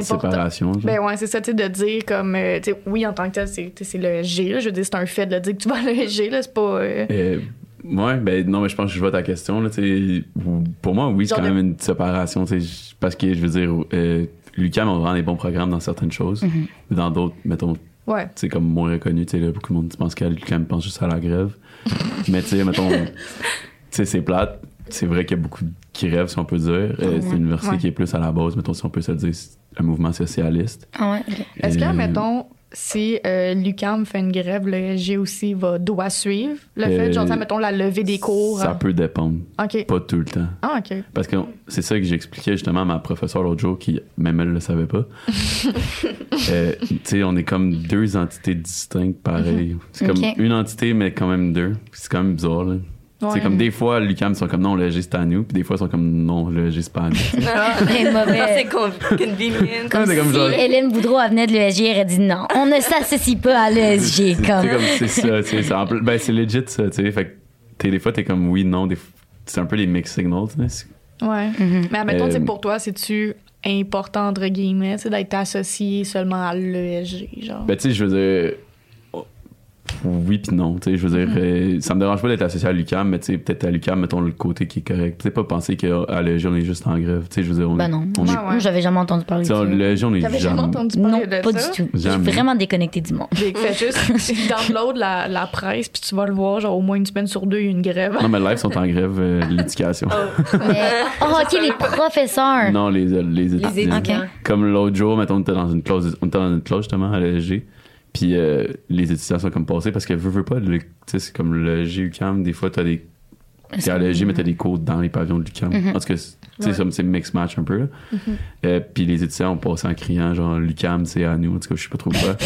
important?
séparation, genre.
Ben ouais, c'est ça, tu sais, de dire comme, euh, tu sais, oui, en tant que tel, c'est tu sais, c'est l'ESG, là, je veux dire, c'est un fait de le dire que tu vas à l'ESG, là, c'est pas... euh,
Euh, ouais, ben non, mais je pense que je vois ta question. Là, tu sais. pour moi, oui, c'est
Genre
quand
de-
même une petite séparation. tu sais, j- Parce que, je veux dire, euh, l'UQAM a vraiment des bons programmes dans certaines choses.
Mm-hmm.
Mais dans d'autres, mettons, tu
Ouais.
sais, comme moins reconnus, tu sais, là, beaucoup de monde pense qu'à l'UQAM pense juste à la
[laughs]
grève. mais tu sais, mettons, tu sais, c'est plate. C'est vrai qu'il y a beaucoup de- qui rêvent, si on peut dire. Euh, c'est une université
Ouais.
qui est plus à la base, mettons, si on peut se le dire, c'est un mouvement socialiste.
Ah ouais.
Est-ce que,
Euh,
mettons, si euh, l'UCAM fait une grève, le SG aussi va, doit suivre le fait,
Euh,
genre, mettons, la levée des cours. euh,
Ça peut dépendre.
OK.
Pas tout le temps.
Ah, OK.
Parce que c'est ça que j'expliquais justement à ma professeure l'autre jour, qui même elle le savait pas. Euh, tu sais, on est comme deux entités distinctes, pareil. C'est comme
Ok.
une entité, mais quand même deux. C'est quand même bizarre, là.
Ouais.
C'est comme des fois, l'UCAM sont comme non, le G c'est à nous, puis des fois, ils sont comme non, le G c'est pas à nous.
Très
Non,
Ah. [laughs] mauvais.
c'est
[laughs]
con- convenient.
Comme c'est comme
si
genre-
Hélène Boudreau elle venait de l'ESG, elle aurait dit non, on ne s'associe pas à l'ESG.
C'est-
Comme...
C'est comme c'est ça, tu sais. c'est en plus- Ben, c'est legit ça, tu sais. Fait que t'es- des fois, t'es comme oui, non. des f- C'est un peu les mixed signals, tu sais. C'est-
Ouais.
Mhm.
Mais admettons,
Euh,
tu sais, pour toi, c'est-tu important, entre guillemets, tu sais, d'être associé seulement à l'ESG, genre?
Ben, tu sais, je veux dire. oh, Oui, puis non. Tu sais, je veux dire, euh, ça me dérange pas d'être associé à l'UCAM, mais tu sais, peut-être à l'UCAM, mettons le côté qui est correct. Tu sais, pas penser qu'à l'EG, on est juste en grève. Tu sais, je veux dire, on,
Ben non,
on
moi,
est.
Ouais, ouais.
moi, j'avais jamais entendu parler
Tu
de
sais,
ça.
on- l'EG, on est
T'avais jamais entendu parler
Non,
de
pas
ça?
du tout. J'ai
Jamais.
vraiment déconnecté du monde.
Fait que Fais
[laughs]
juste download la, la presse, puis tu vas le voir, genre au moins une semaine sur deux, il y a une grève.
Non, mais live sont en grève, euh, l'éducation.
Mais- [laughs] Oh, ok, les professeurs.
Non, les, euh, les étudiants.
Les étudiants.
Ok.
Comme l'autre jour, mettons, on était dans une classe, on était dans une classe justement à l'EG. Puis euh, les étudiants sont comme passés parce que veux, veux pas, le- tu sais, c'est comme le GUCAM, des fois, t'as des. T'es à l'EG, mais t'as des cours dans les pavillons du camp.
Mhm.
Parce que, tu sais,
Ouais.
comme c'est mix match un peu. là. Euh, puis les étudiants ont passé en criant, genre, Lucam, c'est à nous. En tout cas, je sais pas trop quoi.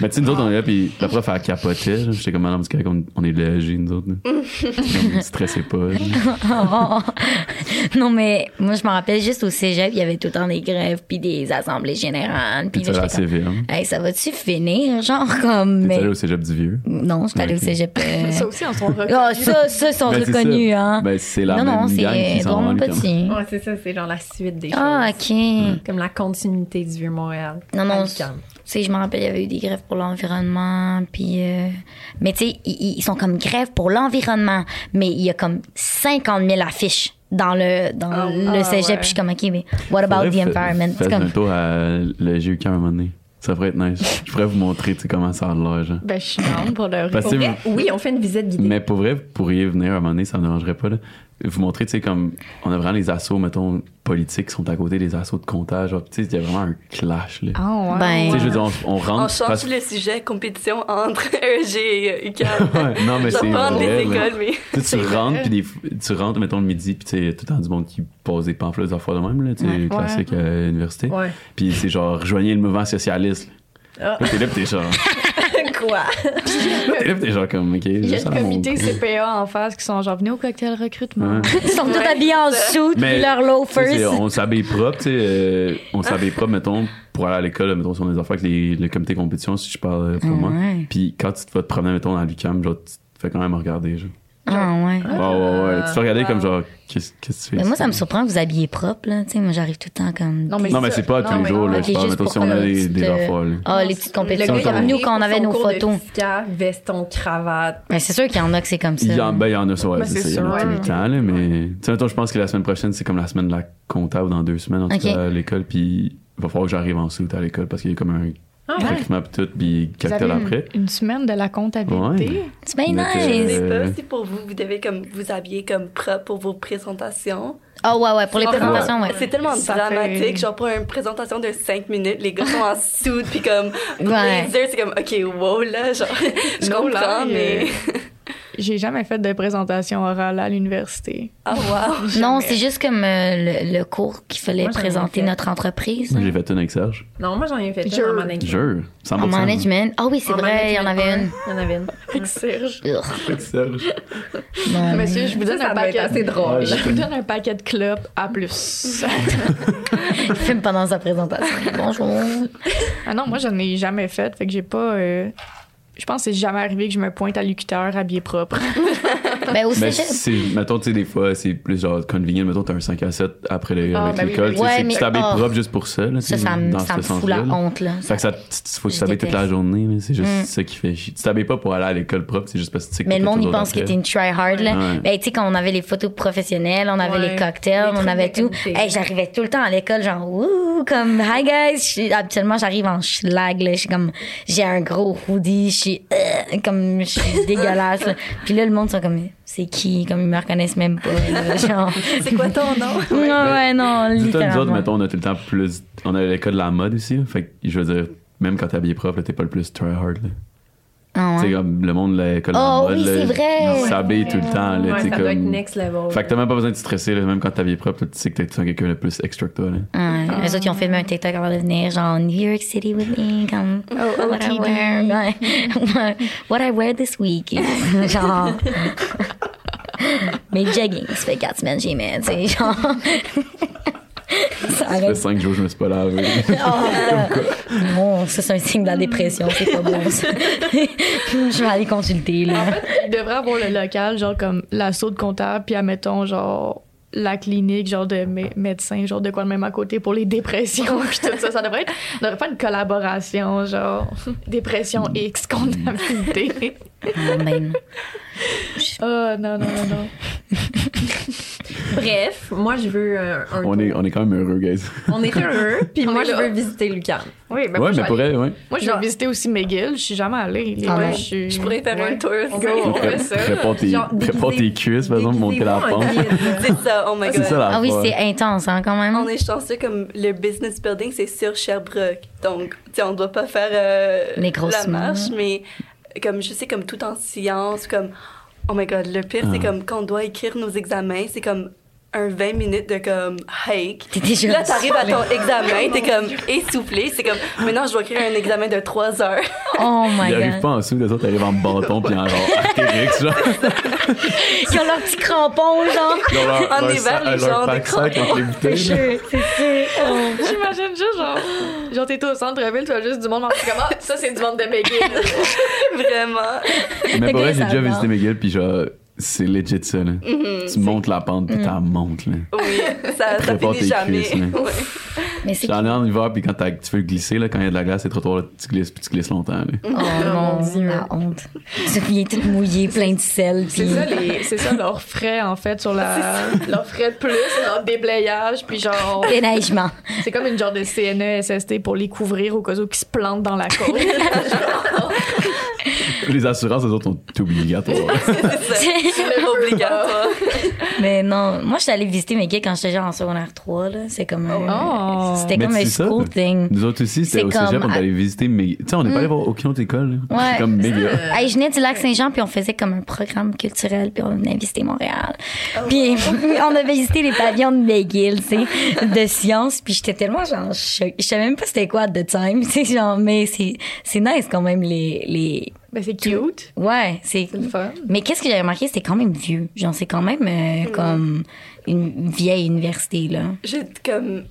mais tu sais, nous autres, on est là, puis la prof, elle capotait. genre. J'étais comme, madame, c'est correct, on, on est l'EG, nous autres. là. Comme, stressez pas. genre.
Oh, oh. [laughs] non, mais moi, je me rappelle juste au cégep, il y avait tout le temps des grèves, puis des assemblées générales.
Puis
Puis
tu sais,
là,
la
j'étais
CVM.
comme, hey, ça va-tu finir? Genre, [laughs] comme.
T'es
Mais...
allé au cégep du Vieux.
Non, j'étais allée
Ok.
au cégep.
[laughs]
euh,
Ça aussi, on s'en
[laughs] Ah,
reconnaît.
ça, ça, ils sont
Ben, c'est
reconnus,
ça.
hein.
Ben, c'est la
non,
même
non,
gang
c'est
qui s'en va
Edouard
en Lucam.
Petit.
Ouais, c'est ça, c'est genre la suite des
Ah,
choses.
ok.
Comme la continuité du Vieux-Montréal.
Non, non,
À
c'est-
l'UQAM.
Tu sais, je me rappelle, il y avait eu des grèves pour l'environnement, puis... euh, Mais tu sais, ils, ils sont comme grève pour l'environnement, mais il y a comme 50 000 affiches dans le, dans
Ah,
le
ah,
cégep,
ouais.
puis je suis comme, OK, mais what about the environment? C'est
Faites un
comme,
tour à l'EG à un moment donné. Ça pourrait être nice. Je pourrais vous montrer, tu sais, comment ça a l'air, genre.
Ben, je suis down pour le
Parce
Pour
que, tu sais,
vrai, oui, on fait une visite guidée.
Mais pour vrai, vous pourriez venir à un moment donné, ça ne dérangerait pas. Là. Vous montrer, tu sais, comme on a vraiment les assauts, mettons, politiques qui sont à côté des assauts de comptage. genre, Tu sais, il y a vraiment un clash. Là.
Ah, ouais.
Ben-
tu
ouais.
sais, je veux dire, on, on rentre.
On change
parce-
le sujet compétition entre [laughs] EG et UCAM.
Ouais, [laughs] non, mais
Ça
c'est
peut entre les
vrai. là.
écoles, mais.
Tu sais, tu
C'est
rentres,
vrai.
puis des f- tu rentres, mettons, le midi, puis tu sais, tout le temps du monde qui pose des pamphlets à fois de même, là, tu sais,
Ouais.
classique euh, à l'université.
Ouais.
Puis c'est genre, rejoignez le mouvement socialiste.
Ah.
Là, t'es là, pis t'es genre.
Quoi?
Là, t'es là, pis t'es genre comme, ok.
Il y a
juste à
le comité
montrer.
CPA en face qui sont genre venus au cocktail recrutement.
Ouais.
ils sont tous
Ouais,
habillés en
ça.
suit,
Mais,
puis leurs
Tu sais, c'est-
loafers.
on s'habille propre, tu sais, euh, on s'habille propre, mettons, pour aller à l'école, mettons, sur des affaires avec les, le comité de compétition, si je parle euh, pour
Ah
moi.
ouais.
Puis quand tu te vas te promener, mettons, dans l'UCAM, genre, tu te fais quand même regarder, genre.
Ah, ouais.
Ouais, ouais, ouais. Tu te fais regarder
wow.
comme genre, qu'est-ce qu'est-ce que tu
Mais
fais?
moi,
ici?
ça me surprend que vous habillez propre, là. Tu sais, moi, j'arrive tout le temps comme...
Non, mais
Non, mais
ça.
c'est pas à tous
Non,
les
mais
jours,
non,
là,
mais
je parle,
juste
mettons,
pour
si on
faire
a
le
des,
petit,
des
euh,
affaires, là.
Ah, les petites compétitions
Le gars,
comme
il
nous,
arrive
quand on
pour
avait
son
nos
cours de
photos.
Fiscal, veston, cravate.
Ben, c'est sûr qu'il y en a que c'est comme ça.
Il y en, ben, il y en a, ça, ouais,
Ben,
c'est
c'est
ça, il y en a
sûr,
tout
ouais.
le temps, là, mais, tu sais, mettons, je pense que la semaine prochaine, c'est comme la semaine de la comptable dans deux semaines, en tout
Ok.
cas, à l'école, puis il va falloir que j'arrive en soute à l'école parce qu'il y a comme un
Ah
ouais.
recrutement, puis tout, puis
Vous avez
cocktail
une-
après.
Une semaine de la comptabilité.
Ouais.
C'est bien
Mais que-
Je
nice.
sais
Euh.
pas si pour vous, vous devez comme vous habiller comme propre pour vos présentations.
Ah, ouais, ouais, pour les
En fait,
présentations, ouais.
C'est tellement
Ça
dramatique.
fait-
Genre, pour une présentation de 5 minutes, les gars sont en soude, puis comme,
Ouais.
blazer, c'est comme, OK, wow, là, genre, je
Non,
comprends,
là, euh,
mais...
J'ai jamais fait de présentation orale à l'université.
Ah, wow!
Non,
Jamais.
c'est juste comme euh, le, le cours qu'il fallait
Moi, j'en ai
présenter
fait.
notre entreprise.
Moi, J'ai fait une avec Serge.
Non, moi, j'en ai fait
Jure.
une en management.
Jure. Ça
En management. Ah oui, c'est
En
vrai, il y en
management,
avait une.
ouais, Il y en avait une.
Avec [laughs] Serge.
Urgh,
Avec Serge.
[laughs] non, mais-
Monsieur, je vous
Ça,
donne
ça
un
doit être
paquet.
assez drôle.
Je vous donne un paquet de clopes à plus.
Il fume pendant
[laughs]
sa présentation. Bonjour.
ah non, moi, j'en ai jamais fait. Fait que j'ai pas. euh, Je pense que c'est jamais arrivé que je me pointe à locuteur habillé propre.
Ben, au
Mais
cégep.
c'est, mettons, tu sais, des fois, c'est plus genre convenient. Mettons, t'as un 5 à 7 après le-
Ah,
avec
ben oui, ben
l'école.
oui.
tu sais,
Ouais,
c'est que
mais-
tu t'habilles
oh.
propre juste pour ça. Là,
Ça,
c'est
ça, me-
dans
ça
ce
me fout
sens-là,
la
là.
honte, là.
Fait que ça, t- t- faut que
Je
tu t'habilles toute la
déteste.
journée. là, C'est juste
Mm.
ça qui fait chier. Tu t'habilles pas pour aller à l'école propre, c'est juste parce que tu sais que
Mais le
t'as
monde,
quelque
il
chose
pense
après.
que t'es une tryhard, là.
Ouais.
Ben, tu sais, quand on avait les photos professionnelles, on avait
Ouais.
les cocktails,
Les
on
trucs
avait
de
tout.
qualité.
Hey, j'arrivais tout le temps à l'école, genre, ouh, comme, hi guys. Je suis- Habituellement, j'arrive en schlag, là. Je suis comme, j'ai un gros hoodie, je suis, euh, comme, je
[laughs]
suis dégueulasse, là. Puis là, le monde sont comme, c'est qui? Comme, ils me reconnaissent même pas,
[laughs]
là, genre.
C'est quoi ton nom?
Ouais, ouais, non,
ben, Dis-toi, nous autres,
littéralement.
mettons, on a tout le temps plus. On a l'école de la mode aussi. là. Fait que, je veux dire, même quand t'es habillé prof, là, t'es pas le plus tryhard. là.
Ah
Tu
ouais.
sais, comme le monde, là, école de
Oh
mode,
oui,
là,
c'est vrai!
ils s'habillent tout le temps. Là,
Ouais,
tu
ça
sais, comme...
doit être next level.
Fait que t'as même pas besoin de te stresser, là, même quand t'es habillé propre, là, tu sais que t'es tout le temps quelqu'un de plus extra que toi. Là.
Ah, Ouais, Eux autres, ils ont fait même un TikTok avant de venir, genre New York City with me, comme what I wear, ouais. [laughs] what I wear this week, [laughs] genre mes joggings, ça fait quatre semaines que j'y mets, tu sais, genre [laughs] ça
Ça fait
arrête.
5 jours que je me suis pas
[laughs]
lavé.
Oh, non, ça c'est un signe de la dépression, c'est pas bon. ça. [laughs] Je vais aller consulter là.
Il devrait avoir le local, genre comme l'assaut de comptable, puis admettons, genre la clinique, genre de mé- médecin, genre de quoi de même à côté pour les dépressions, puis tout ça. Ça devrait être, on devrait faire une collaboration, genre [laughs] dépression X, comptabilité.
Ah, ben,
oh non, non, non, non.
Bref, moi, je veux un. un
on, est, on est quand même heureux, guys.
on est [laughs] heureux, puis
On
moi,
est
je
là.
veux visiter Lucan.
Oui, ben
ouais,
moi, je
mais
vais
pour
aller-
elle, ouais.
moi, je vais
Genre-
visiter aussi McGill, je suis jamais allée. Les
Ah
gars,
ouais.
je, suis-
Je pourrais faire un
Ouais.
tour.
Go. on fait ça.
Réponds tes,
Genre,
réponds
déguisez-
tes cuisses, par exemple, monter la
déguisez-vous en
pente.
guide.
[laughs] C'est ça, oh my god.
C'est ça la
ah oui,
affaire.
c'est intense hein, quand même.
On est chanceux comme le business building, c'est sur Sherbrooke. Donc, tu sais, on doit pas faire euh,
Les grosses
la marche,
mains.
mais comme je sais, comme tout en sciences, comme oh my god, le pire, c'est
Ah.
comme quand on doit écrire nos examens, c'est comme un 20 minutes de comme hike.
T'es déjà Oh
Là, t'arrives à ton examen, t'es comme essoufflé. C'est comme maintenant, je dois écrire un examen de 3 heures. [laughs]
Oh my
Il arrive
god.
pas en dessous, des autres, t'arrives en bâton puis en
[laughs]
genre Artérix, genre.
Ils ont leur petit crampon
[laughs]
genre.
Dans leur,
En
leur
hiver,
sac- euh,
les gens
leur pack sac avec les bouteilles.
[laughs]
là.
Je- c'est sûr. Oh.
[laughs] J'imagine juste, genre, genre t'es au centre-ville, tu as juste du monde en comment ça, c'est du monde de McGill.
Vraiment.
Mais pour
Ok,
vrai, j'ai
ça
déjà
va.
visité McGill puis genre, c'est legit ça, là.
Mhm.
Tu montes la pente puis t'en montes, là.
Oui, ça, ça
Prépare
finit
tes
jamais.
cuisses, hein. mais-
Ouais.
Mais c'est
J'en ai en hiver puis quand t'as- tu veux glisser, là, quand il y a de la glace, c'est trop tôt, là, tu glisses puis tu glisses longtemps, là.
[laughs] Oh mon dieu, la honte. Tu viens toute mouillée, plein de sel.
C'est
Puis...
ça, les, c'est ça leurs frais, en fait, sur la, [laughs] leurs frais de plus, leur déblayage, puis genre,
Déneigement.
c'est comme une genre de E CNE, SST pour les couvrir au cas où qu'ils se plantent [laughs] dans la côte.
Les assurances, elles autres, sont
[laughs]
obligatoires.
C'est ça. obligatoire.
Mais non, moi, je suis allée visiter mes gars quand j'étais genre en secondaire 3. Là. C'est comme un...
Oh.
C'était
Mais
comme un
c'est ça,
school
là.
thing.
Nous autres aussi, c'était
C'est
au cégep,
comme- Mhm.
on est allé visiter, mais tu sais, on n'est pas allé voir aucune autre école. là.
Ouais. Euh,
C'est comme méga.
Hey, je venais du lac Saint-Jean, puis on faisait comme un programme culturel, puis on venait visiter Montréal. Puis [laughs] on avait visité les pavillons de McGill, tu sais, de sciences, puis j'étais tellement genre choquée. Je savais même pas c'était quoi de time, [laughs] tu sais, genre, mais c'est c'est nice quand même, les. les...
Ben, c'est cute.
Ouais, c'est
C'est le fun.
Mais qu'est-ce que j'ai remarqué, c'était quand même vieux. Genre, c'est quand même euh,
Mm.
comme une vieille université, là.
J'ai comme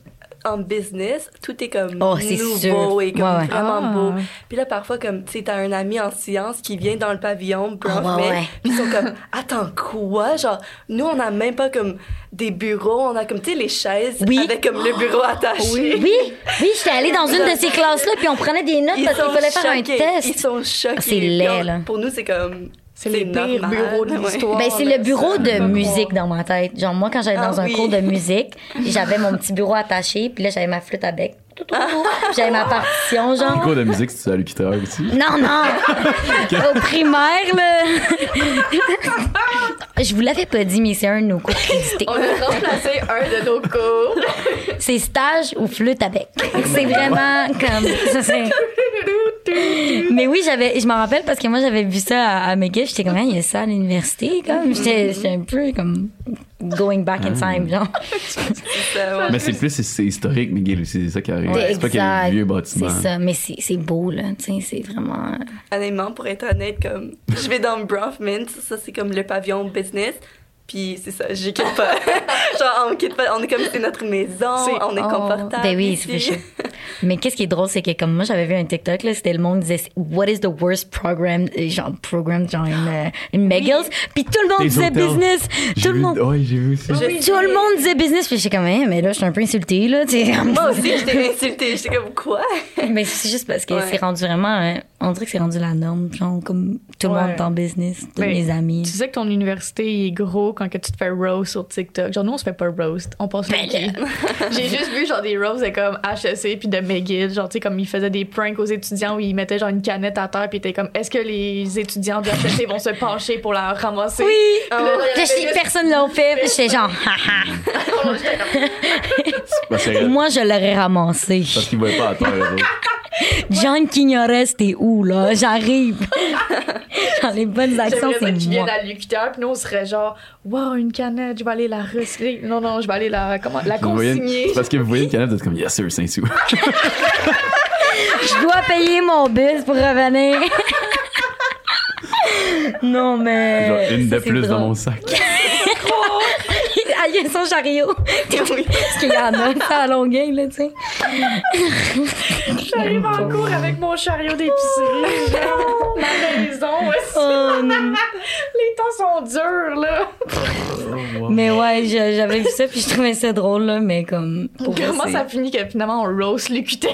en business, tout est comme
Oh, c'est
nouveau
sûr.
et comme
Ouais, ouais.
vraiment
Ah.
beau. Puis là parfois comme tu sais t'as un ami en sciences qui vient dans le pavillon prof,
Ah, ouais,
mais
ouais.
ils sont comme attends quoi genre nous on n'a même pas comme des bureaux, on a comme tu sais les chaises
Oui.
avec comme le bureau attaché.
Oui, oui, j'étais allée dans une de ces classes-là, puis on prenait des notes
Ils
parce qu'il
sont
fallait faire un
choqués. Ils
test. Ah,
sont choqués.
C'est laid,
Puis on-
là.
Pour nous c'est comme
C'est les pires
normal,
bureaux de
ouais.
l'histoire.
Ben, c'est
là,
le bureau
ça.
de
Pas
musique
moi.
dans ma tête. Genre, moi, quand j'allais dans
Ah
un
oui.
cours de musique, j'avais mon petit bureau attaché, puis là, j'avais ma flûte à bec. Tout, tout, tout. J'avais ma partition,
Le
genre.
cours de musique, c'est à l'hôpital aussi.
Non, non! Au primaire,
[laughs]
là. Je vous l'avais pas dit, mais c'est un de nos cours crédités.
On a remplacé un de nos cours.
C'est stage ou flûte avec. C'est vraiment comme. ça, c'est- Mais oui, j'avais, je m'en rappelle parce que moi j'avais vu ça à, à McGill, j'étais comme, Ah, il y a ça à l'université, comme, j'étais j'étais un peu comme going back in
Hmm.
time, genre.
C'est ça, [laughs] ouais.
Mais c'est plus, c'est- c'est historique, McGill aussi, c'est ça qui arrive. C'est pas qu'il y a des vieux
C'est
bâtiments.
ça, mais c'est c'est beau là, tu sais, c'est vraiment.
Honnêtement, pour être honnête, comme je vais dans Bronfman, ça c'est comme le pavillon business. Puis c'est ça, je
[laughs]
quitte pas. Genre, on quitte pas, on est comme c'est notre maison,
C'est-
on est
oh,
confortable.
Ben oui,
ici.
c'est chaud. Mais qu'est-ce qui est drôle, c'est que comme moi j'avais vu un TikTok là, c'était le monde disait What is the worst program, euh, genre program genre une, euh, une McGill's, puis tout le monde
Des
disait
hôtels.
business,
J'ai
tout le
vu-
monde.
Ouais, j'ai vu
Ah
ça.
Je-
Tout le monde disait business, puis j'étais comme, Hein, mais là, je suis un peu insultée, là, tu
[laughs]
sais.
[laughs] Moi aussi, j'étais insultée. J'étais comme quoi?
[laughs] mais c'est juste parce que
Ouais.
c'est rendu vraiment, hein, on dirait que c'est rendu la norme, genre, comme tout le
Ouais.
monde est en business, tous
Ben,
mes amis.
Tu sais que ton université est gros quand que tu te fais roast sur TikTok. Genre, nous, on se fait pas roast. On passe le
Ben
J'ai juste vu, genre, des roasts de comme HEC puis de McGill. Genre, tu sais, comme ils faisaient des pranks aux étudiants où ils mettaient, genre, une canette à terre puis étaient comme, est-ce que les étudiants de HEC vont se pencher pour la ramasser?
[laughs] Oui!
Puis là, il y
Là,
avait
je sais,
juste-
personne l'a fait, puis j'étais genre, ah, haha,
Parce que-
moi, je l'aurais ramassé.
parce qu'ils voyaient pas à terre, eux autres.
[laughs] John Quignorès, t'es où,
[laughs]
là? J'arrive. Dans les bonnes actions,
J'aimerais ça
c'est
qu'il
moi.
vienne à Lucuteur, puis nous, on serait genre, wow, une canette, je vais aller la recycler. Non, non, je vais aller la, comment, la
Vous voyez une-
consigner. [laughs]
c'est parce que vous voyez une canette, vous êtes comme Yes, sir, Saint-Sou.
Je dois payer mon bus
[laughs]
pour revenir. non, mais...
[laughs] Genre une de
Euh, ça, c'est
plus dans
drôle.
mon sac.
Ah, il y a son chariot. Parce qu'il y en a, ça, à Longueuil, là, tu sais.
J'arrive en cours avec mon chariot d'épicerie, [laughs] genre, ma maison. aussi.
Oh, non.
Les temps sont durs, là.
[laughs]
Mais ouais, je- j'avais vu ça, puis je trouvais ça drôle, là, mais comme... pour vrai,
Comment
c'est-
ça finit que finalement on roast l'UQTR?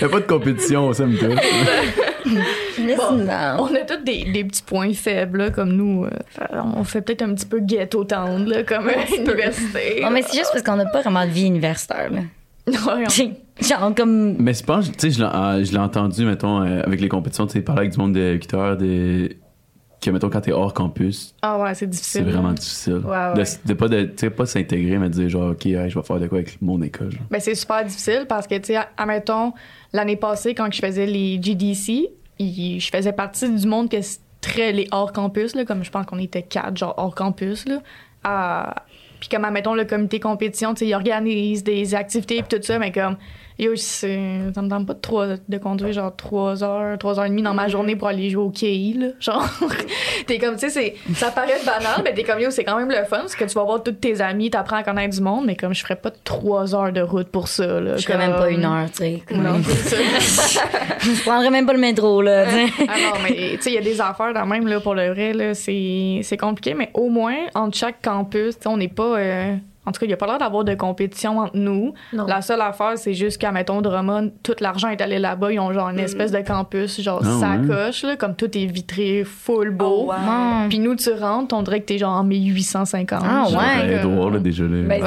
Il a pas de compétition, ça me touche.
Non.
[laughs] On a tous des, des petits points faibles, là, comme nous. euh, fait- on fait peut-être un petit peu ghetto town, là, comme euh, [laughs] université.
Non, mais c'est juste parce qu'on n'a pas vraiment de vie universitaire, là.
Ouais, on-
Genre, comme...
Mais je pense, tu sais, je l'ai- euh, je l'ai entendu, mettons, euh, avec les compétitions, tu sais, parler avec du monde de 8 heures, des... que, mettons, quand t'es hors campus,
Ah ouais, c'est difficile.
c'est vraiment difficile.
Ouais, ouais.
De, de pas de- tu sais, pas s'intégrer, mais de dire genre, OK, hey, je vais faire de quoi avec mon école. genre.
Ben, c'est super difficile parce que, tu sais, admettons, l'année passée, quand je faisais les GDC, il- je faisais partie du monde que c'est très les hors campus, là, comme je pense qu'on était quatre, genre hors campus. Là, à- Puis, comme, admettons, le comité compétition, tu sais, il organise des activités puis tout ça, mais comme, yo, c'est- ça me tente pas de, trois- de conduire genre trois heures, trois heures et demie dans ma journée pour aller jouer au KI, là. [laughs] Genre, t'es comme, tu sais, c'est- ça paraît banal, mais t'es comme, yo, c'est quand même le fun parce que tu vas voir tous tes amis, t'apprends à connaître du monde, mais comme, je ferais pas trois heures de route pour ça, là.
Je ferais même
comme-
pas une heure, tu sais. comme-
Non, c'est ça.
Je prendrais même pas le métro, là. tu sais.
Ah non, mais tu sais, il y a des affaires quand même, là, pour le vrai, là, c'est c'est compliqué, mais au moins, entre chaque campus, tu sais, on n'est pas... euh, En tout cas, il n'y a pas l'air d'avoir de compétition entre nous.
Non.
La seule affaire, c'est juste qu'à, mettons, Drummond, tout l'argent est allé là-bas. Ils ont genre une
Mm.
espèce de campus, genre
Ah ouais.
sacoche, là, comme tout est vitré, full
Oh,
beau.
wow.
Non.
Puis nous, tu rentres, on dirait que t'es genre en 1850.
Ah
genre,
ouais.
J'aurais
comme-
droit, là, déjà, là.
Ben,
Ouais, ouais.
c'est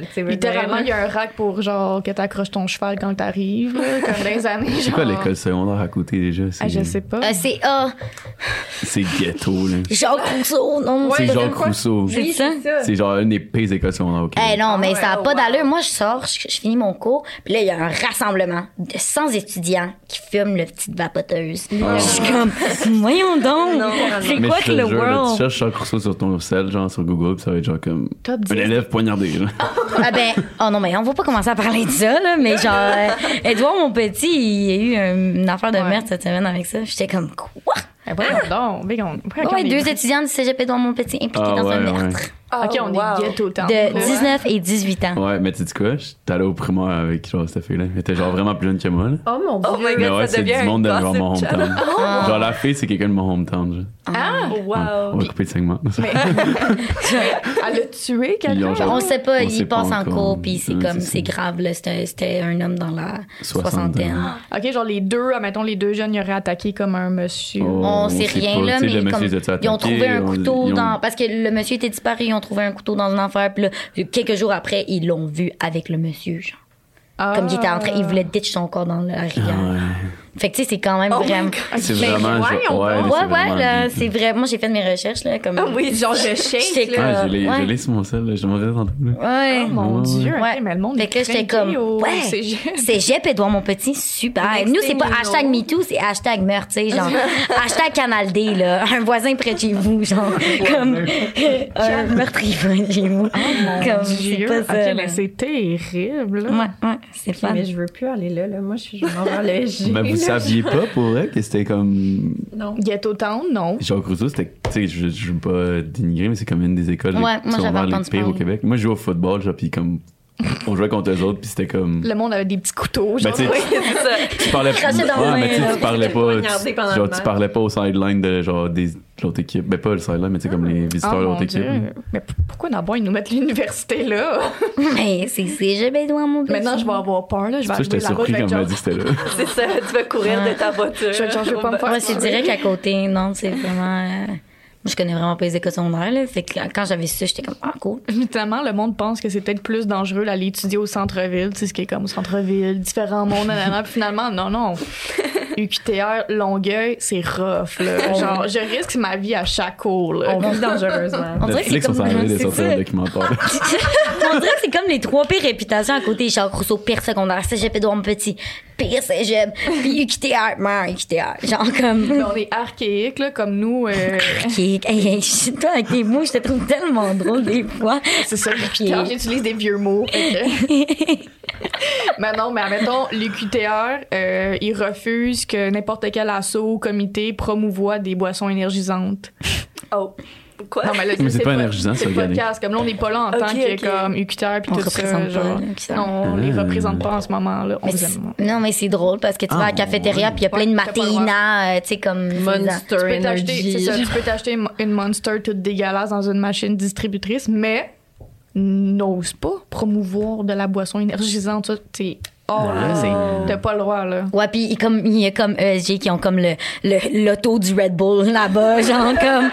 ça. tu sais, veux
Littéralement, il
dire,
y a un rack pour genre que t'accroches ton cheval quand t'arrives, là, comme dans les années.
c'est quoi
genre.
l'école secondaire à côté déjà?
Ah, je sais pas.
Euh, c'est A.
C'est ghetto, là.
Jean Rousseau, non.
c'est
c'est-
Jean Rousseau.
c'est
oui,
ça.
C'est genre une des pires écoles secondaires au Québec.
Eh non, mais
Ah
ça n'a
ouais,
pas
oh,
d'allure. Moi, je sors, je, je finis mon cours, puis là, il y a un rassemblement de 100 étudiants qui fument le petite vapoteuse.
Ah.
Je suis comme, [laughs] voyons donc,
Non,
c'est
mais
quoi
je
que
te
le
jure, là, tu
world?
cherches Jean Rousseau sur ton cell, genre sur Google, pis ça va être genre comme
Top
un
10.
élève poignardé.
[laughs]
là.
Ah ben, oh non, mais on va pas commencer à parler de ça, là, mais genre, euh, Edouard, mon petit, il y a eu un- une affaire de
Ouais.
merde cette semaine avec ça. J'étais comme, quoi?
Eh,
Ah, ouais.
Pardon, mais on-
Ouais,
on est-
deux étudiants du cégep Edouard Montpetit impliqués
Ah,
dans un
ouais,
meurtre
Oh,
Ah, ok, on
wow.
est ghetto temps.
de 19 et 18 ans.
Ouais, mais tu dis quoi? J'étais allé au primaire avec genre cette fille-là. Elle était genre vraiment plus jeune que moi. Là.
Oh mon dieu.
Oh my
mais
god,
ouais,
ça
c'est
devient
du
un
monde de genre
gossip
mon
channel.
Oh,
hometown.
Ah.
Genre la fille, c'est quelqu'un de mon hometown. genre.
Ah!
Ouais, On
Wow.
va couper le segment. [laughs]
Elle a tué
Ils ont
quelqu'un?
genre-
On sait pas,
On sait
il
pas
passe en
encore.
cours, puis c'est
Ouais, c'est
comme,
ça.
c'est grave, là. C'était c'était un homme dans la soixantaine.
Soixantaine.
Ok, genre les deux, admettons, les deux jeunes, ils auraient attaqué comme un monsieur.
Oh,
On sait
sait
rien,
pas,
là,
tu sais, le
mais
monsieur,
comme,
ils ont-tu
ils ont trouvé un
attaqué, on-
couteau
ils ont- Ah
dans. Parce que le monsieur était disparu, ils ont trouvé un couteau dans une affaire, puis là, quelques jours après, ils l'ont vu avec le monsieur, genre.
Ah.
Comme il était en train, il voulait ditch son corps dans la
Ah
rivière.
ouais.
Fait que, tu sais, c'est quand même
Oh my
vraiment.
God.
C'est
Mais-
vraiment. genre-
voyons
Ouais,
Ouais,
mais c'est
ouais,
vraiment
là,
deep,
c'est vrai. Moi, j'ai fait de mes recherches, là, comme.
Ah oui, genre je
J'étais
shake. là.
Ah, je l'ai
Ouais.
je l'ai sur mon sel, là, je me tantôt. là.
Ouais.
Oh mon
Ouais,
dieu, ok,
ouais.
mais le monde
Fait que là,
est
j'étais
craqué
comme,
au
ouais.
cégep.
C'est Jep Edouard mon petit, super.
Next
Nous c'est
thing
pas
you know.
hashtag MeToo, c'est hashtag meurtre, tu sais, [laughs] genre hashtag Canal D là, un voisin près de chez vous, genre comme [laughs] un meurtrier près de chez vous. comme ben, c'est
Dieu,
pas
ok,
ça. là.
mais c'est terrible. là.
Ouais, ouais, c'est
Ok,
fun. [laughs]
Mais je veux plus aller là, là. Moi, je suis vraiment vers le G.
[laughs] Mais vous
là.
saviez pas pour vrai que c'était comme.
Non.
Ghetto Town, non.
Jean Rousseau, c'était. Tu sais, je je veux pas dénigrer, mais c'est comme une des écoles
Ouais, moi,
qui sont
j'avais
vraiment les
entendu
pires au
parler.
Québec. Moi, je jouais au football, genre, puis comme. On jouait contre eux autres, puis c'était comme.
Le monde avait des petits couteaux.
Ben,
Genre.
tu sais,
Oui, c'est ça.
tu parlais pas.
Cracher dans le
Ouais,
vin,
mais tu sais,
là.
tu parlais pas.
Poignarder
tu-
pendant le
Genre, tu
match.
parlais pas au sideline de genre des de l'autre équipe. Ben pas le sideline, mais tu sais, comme les visiteurs
Oh
Ah,
de
mon
l'autre équipe.
Dieu. Mais p- pourquoi d'abord ils nous mettent l'université
[laughs]
là?
Mais c'est c'est Jep Edouard mon petit.
Maintenant, je vais avoir peur. Là. Je
C'est
vais
pour ça que j'étais
arriver là-bas.
surpris
je vais
quand
être genre-
on m'a dit que c'était là.
C'est ça, tu vas courir de ta voiture.
Je vais genre, je vais pas me faire
Ouais, c'est
tuer.
direct à côté. Non, c'est vraiment euh, moi je connais vraiment pas les écoles secondaires là, fait que là, quand j'avais su, j'étais comme ah cool.
Finalement, le monde pense que c'est peut-être plus dangereux d'aller étudier au centre-ville, tu sais, ce qui est comme au centre-ville, différent monde, nanana. Puis finalement, non, non. UQTR, Longueuil, c'est rough, là. Genre, je risque ma vie à chaque cours, là.
On vit dangereusement.
On dirait que c'est
Netflix, on
comme...
s'en allait de
c'est
sortir
ça.
un documentaire.
[laughs] On dirait que c'est comme les trois pires réputations à côté. Charles Rousseau, pire secondaire, cégep Édouard Petit, pire cégep, puis UQTR, meurt UQTR. Genre comme...
Mais on est archaïque, là, comme nous. euh,
Ok, hey, hey, toi avec les mots, je te trouve tellement drôle des fois.
c'est ça.
Archaïque.
Quand j'utilise des vieux mots. fait que- mais non, mais admettons, l'UQTR, euh, ils refusent que n'importe quel assaut ou comité promouvoie des boissons énergisantes.
Oh, quoi?
Non, mais là,
Mais c'est pas énergisant,
C'est
ça,
le
Gagné.
podcast. Comme là, on n'est pas là en
Ok,
tant que
ok.
comme UQTR puis
On
tout
représente
ça.
pas,
Genre.
là, UQTR.
Non, on les
Hmm.
représente pas en ce moment. Là. On
Mais
les
c'est-
aime.
non, mais c'est drôle parce que tu vas à la
Ah,
cafétéria
ouais.
puis il y a plein de
Ouais, t'as pas le droit.
matéinas, euh, tu sais, comme.
Tu
Monster
peux t'acheter, c'est
Energy.
ça, tu peux t'acheter une- une Monster toute dégueulasse dans une machine distributrice, mais n'ose pas promouvoir de la boisson énergisante. ça, T'es hors,
Ah.
là, c'est- t'as pas le droit, là.
Ouais, puis il comme- il y a comme ESG qui ont comme le, le l'auto du Red Bull là-bas, [laughs] genre comme.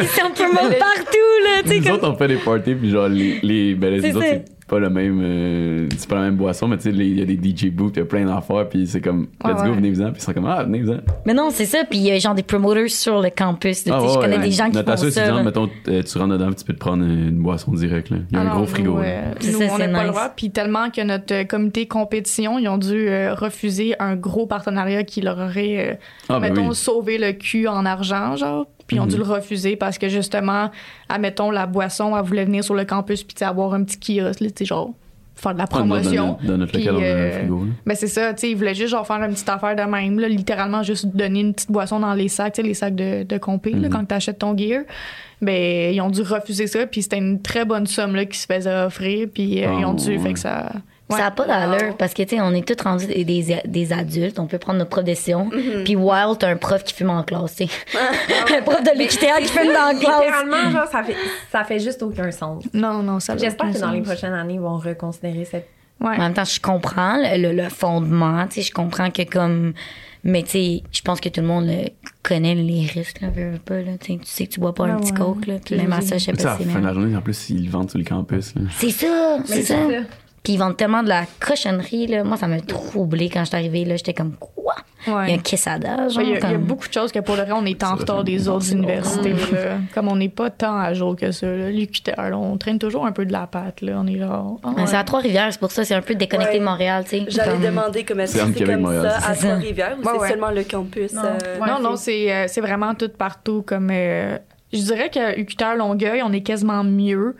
Ils sont vraiment partout, là, tu sais,
Nous
comme.
autres, on fait des parties, puis genre, les, les, ben, les
C'est
autres,
ça.
c'est pas le même, euh, c'est pas la même boisson, mais tu sais, les- il y a des DJ booths, il y a plein d'affaires, puis c'est comme,
Ouais,
let's
ouais.
go, venez-vous-en, puis ils sont comme, ah, venez-vous-en.
Mais non, c'est ça, puis il y a genre des promoters sur le campus, là,
Ah,
tu sais, je
ouais,
connais
ouais.
des gens qui
Notre asso
font ça.
étudiante,
là.
mettons, euh, tu rentres dedans, puis tu peux te prendre une, une boisson direct, là. Il y a
Alors,
un gros
nous,
frigo, là.
euh,
C'est
nous,
ça,
on n'a
c'est
pas
nice.
le droit. Puis tellement que notre euh, comité compétition, ils ont dû euh, refuser un gros partenariat qui leur aurait, euh,
Ah, ben
mettons,
oui.
sauvé le cul en argent, genre. Puis ils ont dû
Mhm.
le refuser parce que justement, admettons, la boisson, elle voulait venir sur le campus puis tu sais, avoir un petit kiosque, là, tu sais, genre, faire de la
Ah, dans-
promotion.
Dans, dans notre
puis,
local, on a un
euh,
frigo, là.
Ben c'est ça, tu sais, ils voulaient juste genre faire une petite affaire de même, là, littéralement juste donner une petite boisson dans les sacs, tu sais, les sacs de, de compé, là,
Mhm.
quand t'achètes ton gear. Ben, ils ont dû refuser ça, puis c'était une très bonne somme, là, qui se faisait offrir, puis euh, ils ont dû,
Oh,
fait
ouais.
que ça...
Ça n'a
Ouais.
pas d'allure parce que, tu sais, on est tous rendus des, des, des adultes, on peut prendre nos propres décisions. Puis Wild, t'as un prof qui fume en classe, tu sais. un prof de l'UQTR qui fume dans la classe.
Littéralement, genre, ça fait, ça fait juste aucun sens.
Non, non, ça... a
J'espère
aucun
que dans les
sens.
prochaines années, ils vont reconsidérer cette.
En
Ouais.
même temps, je comprends le, le- le fondement, tu sais, je comprends que comme... Mais tu sais, je pense que tout le monde là, connaît les risques, là, veux, veux pas, là, tu sais, tu sais que tu bois pas un
Ah Ouais,
petit
ouais.
coke, là, puis même à ça, je sais
Tu sais, à
pas
la
si
fin de la
c'est
journée, en plus, ils le vendent sur le campus, là.
C'est ça, c'est ça.
c'est ça.
Puis ils vendent tellement de la cochonnerie, là. Moi, ça m'a troublé quand je suis arrivée, là, j'étais comme, quoi?
Ouais.
Il y a un quessadage, genre,
Ouais, Il y, a- il y a
comme-
beaucoup de choses que pour le vrai, on est en
Ça,
retard des
c'est
autres universités. là. Comme on n'est pas tant à jour que ça. là. L'UQTR, là, on traîne toujours un peu de la patte. Là. On est genre. ah,
Ouais, C'est à Trois-Rivières, c'est pour ça, c'est un peu déconnecté
Ouais.
de Montréal, tu sais.
J'allais
Comme-
demander comment est-ce
C'est en
que c'est
Québec,
comme
Montréal,
ça à
c'est ça.
Trois-Rivières ou
Ouais,
c'est
ouais.
seulement le campus?
Non.
euh,
Ouais,
non, non,
c'est-
c'est euh, c'est vraiment tout partout. Comme, euh, je dirais que UQTR Longueuil, on est quasiment mieux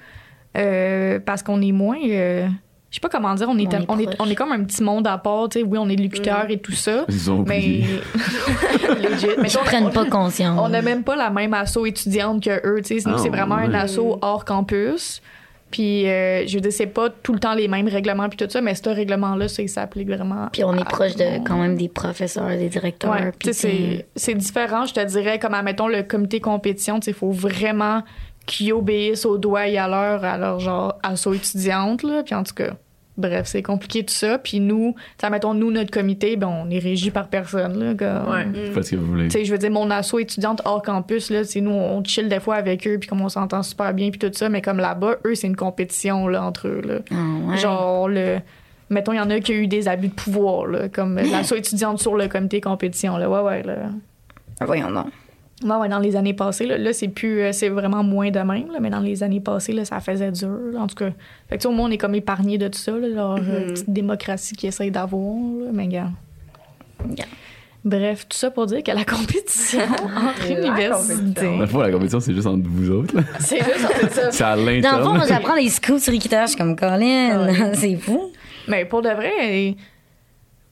euh, parce qu'on est moins. euh, je sais pas comment dire, on est,
On
tel-
est
on, est,
proche.
on est comme un petit monde à part. tu sais, Oui, on est de l'UQTR et tout ça.
Ils ont
Mais.
oublié. [laughs]
Legit. Mais
Ils
on-
prennent
on-
pas conscience.
On n'a même pas la même asso étudiante que eux. tu sais. Nous,
Ah,
c'est vraiment un
ouais.
asso hors campus. Puis, euh, je veux dire, c'est pas tout le temps les mêmes règlements puis tout ça, mais ce règlement-là, ça, il s'applique vraiment.
Puis on est
à
proche
tout le
de
monde.
quand même des professeurs, des directeurs.
Ouais,
puis
tu sais, c'est- c'est différent, je te dirais, comme, admettons, le comité compétition, il faut vraiment qu'ils obéissent aux doigts et à l'heure à leur, genre, asso étudiante, là, puis en tout cas, bref, c'est compliqué tout ça, puis nous, tu sais, admettons, nous, notre comité, ben, on est régi par personne, là, comme-
Ouais.
mm.
Faites ce que vous voulez.
tu sais, je veux dire, mon asso étudiante hors campus, là, tu sais, nous, on chill des fois avec eux, puis comme on s'entend super bien, puis tout ça, mais comme là-bas, eux, c'est une compétition, là, entre eux, là.
Ah ouais.
Genre, le... Mettons, il y en a qui ont eu des abus de pouvoir, là, comme l'asso étudiante sur le comité compétition, là, ouais, ouais, là.
Ah, Voyons donc.
Ouais, ouais, dans les années passées, là, là, c'est plus... euh, c'est vraiment moins de même, là, mais dans les années passées, là, ça faisait dur, là, en tout cas. Fait que, tu sais, au moins, on est comme épargné de tout ça, là, leur
Mm-hmm.
euh, petite démocratie qu'ils essayent d'avoir, là, mais gars.
Regarde.
Bref, tout ça pour dire que la
[laughs]
compétition entre
La
universités...
compétition.
La fois, la compétition, c'est juste entre vous
[laughs]
autres, là.
C'est juste c'est ça.
C'est à
Dans le fond,
l'interne.
moi, j'apprends les scoops sur Ikita, je suis comme Colin, [laughs] c'est fou.
Mais pour de vrai, eh,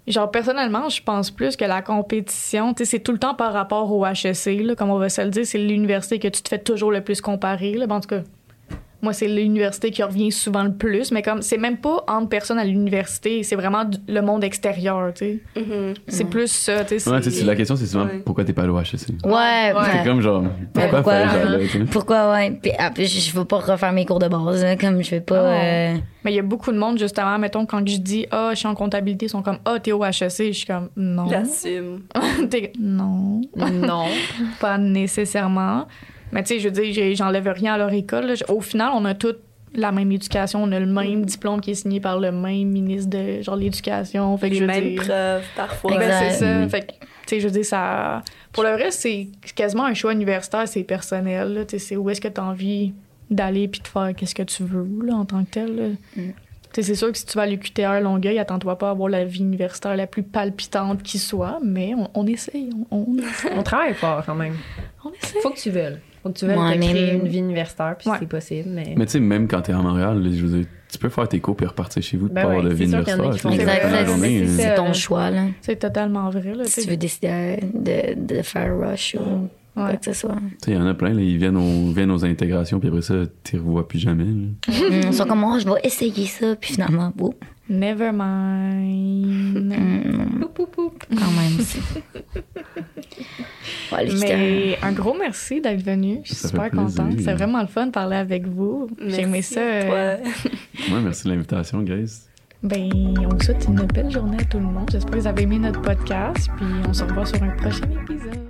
genre personnellement, je pense plus que la compétition, tu sais, c'est tout le temps par rapport au HEC, là, comme on va se le dire, c'est l'université que tu te fais toujours le plus comparer. Là. Ben, en tout cas, moi, c'est l'université qui revient souvent le plus, mais comme c'est même pas entre personnes à l'université, c'est vraiment du- le monde extérieur, tu sais.
mhm.
C'est plus ça, tu sais.
Ouais,
c'est-
tu sais, la question, c'est souvent
Ouais.
pourquoi t'es pas allé au E HEC.
Ouais,
C'est
ouais.
comme genre, pourquoi
pourquoi,
fallait que
hein?
[laughs]
j'aille là, tu sais?
Pourquoi, ouais. Puis ah, puis je je veux pas refaire mes cours de base, hein, comme je vais pas.
Ah.
euh,
Mais il y a beaucoup de monde, justement, mettons, quand je dis Ah, je suis en comptabilité, ils sont comme Ah, t'es au HEC. Je suis comme Non.
J'assume.
[laughs] T'es- non.
Non.
pas nécessairement. Mais tu sais, je veux dire, j'ai- j'enlève rien à leur école. là. Au final, on a toutes la même éducation, on a le
Mm.
même diplôme qui est signé par le même ministre de genre l'éducation. Fait que
les
je veux
mêmes Mm.
dire-
preuves parfois.
Ben, c'est ça.
Mhm.
Fait que, tu sais, je veux dire, ça. Pour le reste, c'est quasiment un choix universitaire, c'est personnel. là. Tu sais, c'est où est-ce que tu as envie d'aller puis de faire qu'est-ce que tu veux, là, en tant que tel. là.
Mm.
Tu sais, c'est sûr que si tu vas à l'UQTR Longueuil, attends-toi pas à avoir la vie universitaire la plus palpitante qui soit, mais on, on essaye. On, on,
On travaille fort quand même.
on essaye.
Faut que tu veuilles. Faut que tu veuilles
Ouais,
te créer
mais-
une vie universitaire, puis
Ouais.
c'est possible. Mais...
Mais tu sais, même quand t'es à Montréal, là, je veux dire, tu peux faire tes cours puis repartir chez vous,
Ben
pas
ouais,
avoir de
c'est
vie
sûr qu'il y en a
universitaire.
qui font
tu sais,
ça.
pendant
Exact,
la
là,
journée,
c'est-
euh,
c'est
euh,
ton choix, là.
C'est totalement vrai, là. tu
Si
sais.
tu veux décider euh, de, de faire rush ou
Ouais.
quoi que ce soit.
Tu sais, il y en a plein, là, ils viennent aux, viennent aux intégrations, puis après ça, tu revois plus jamais. là. [laughs]
Mm, Ils sont comme, oh, je vais essayer ça, puis finalement, oh,
Never mind.
[laughs]
mm,
Poup, poup, poup.
quand
[laughs]
même. c'est- Ouais, le guitare.
Mais un gros merci d'être venu. Je suis
Ça fait
super
plaisir.
contente. C'est vraiment le fun de parler avec vous. J'ai aimé
Merci,
ça. euh,
toi.
Ouais, merci de l'invitation, Grace.
Ben, on vous souhaite une belle journée à tout le monde. J'espère que vous avez aimé notre podcast. Puis on se revoit sur un prochain épisode.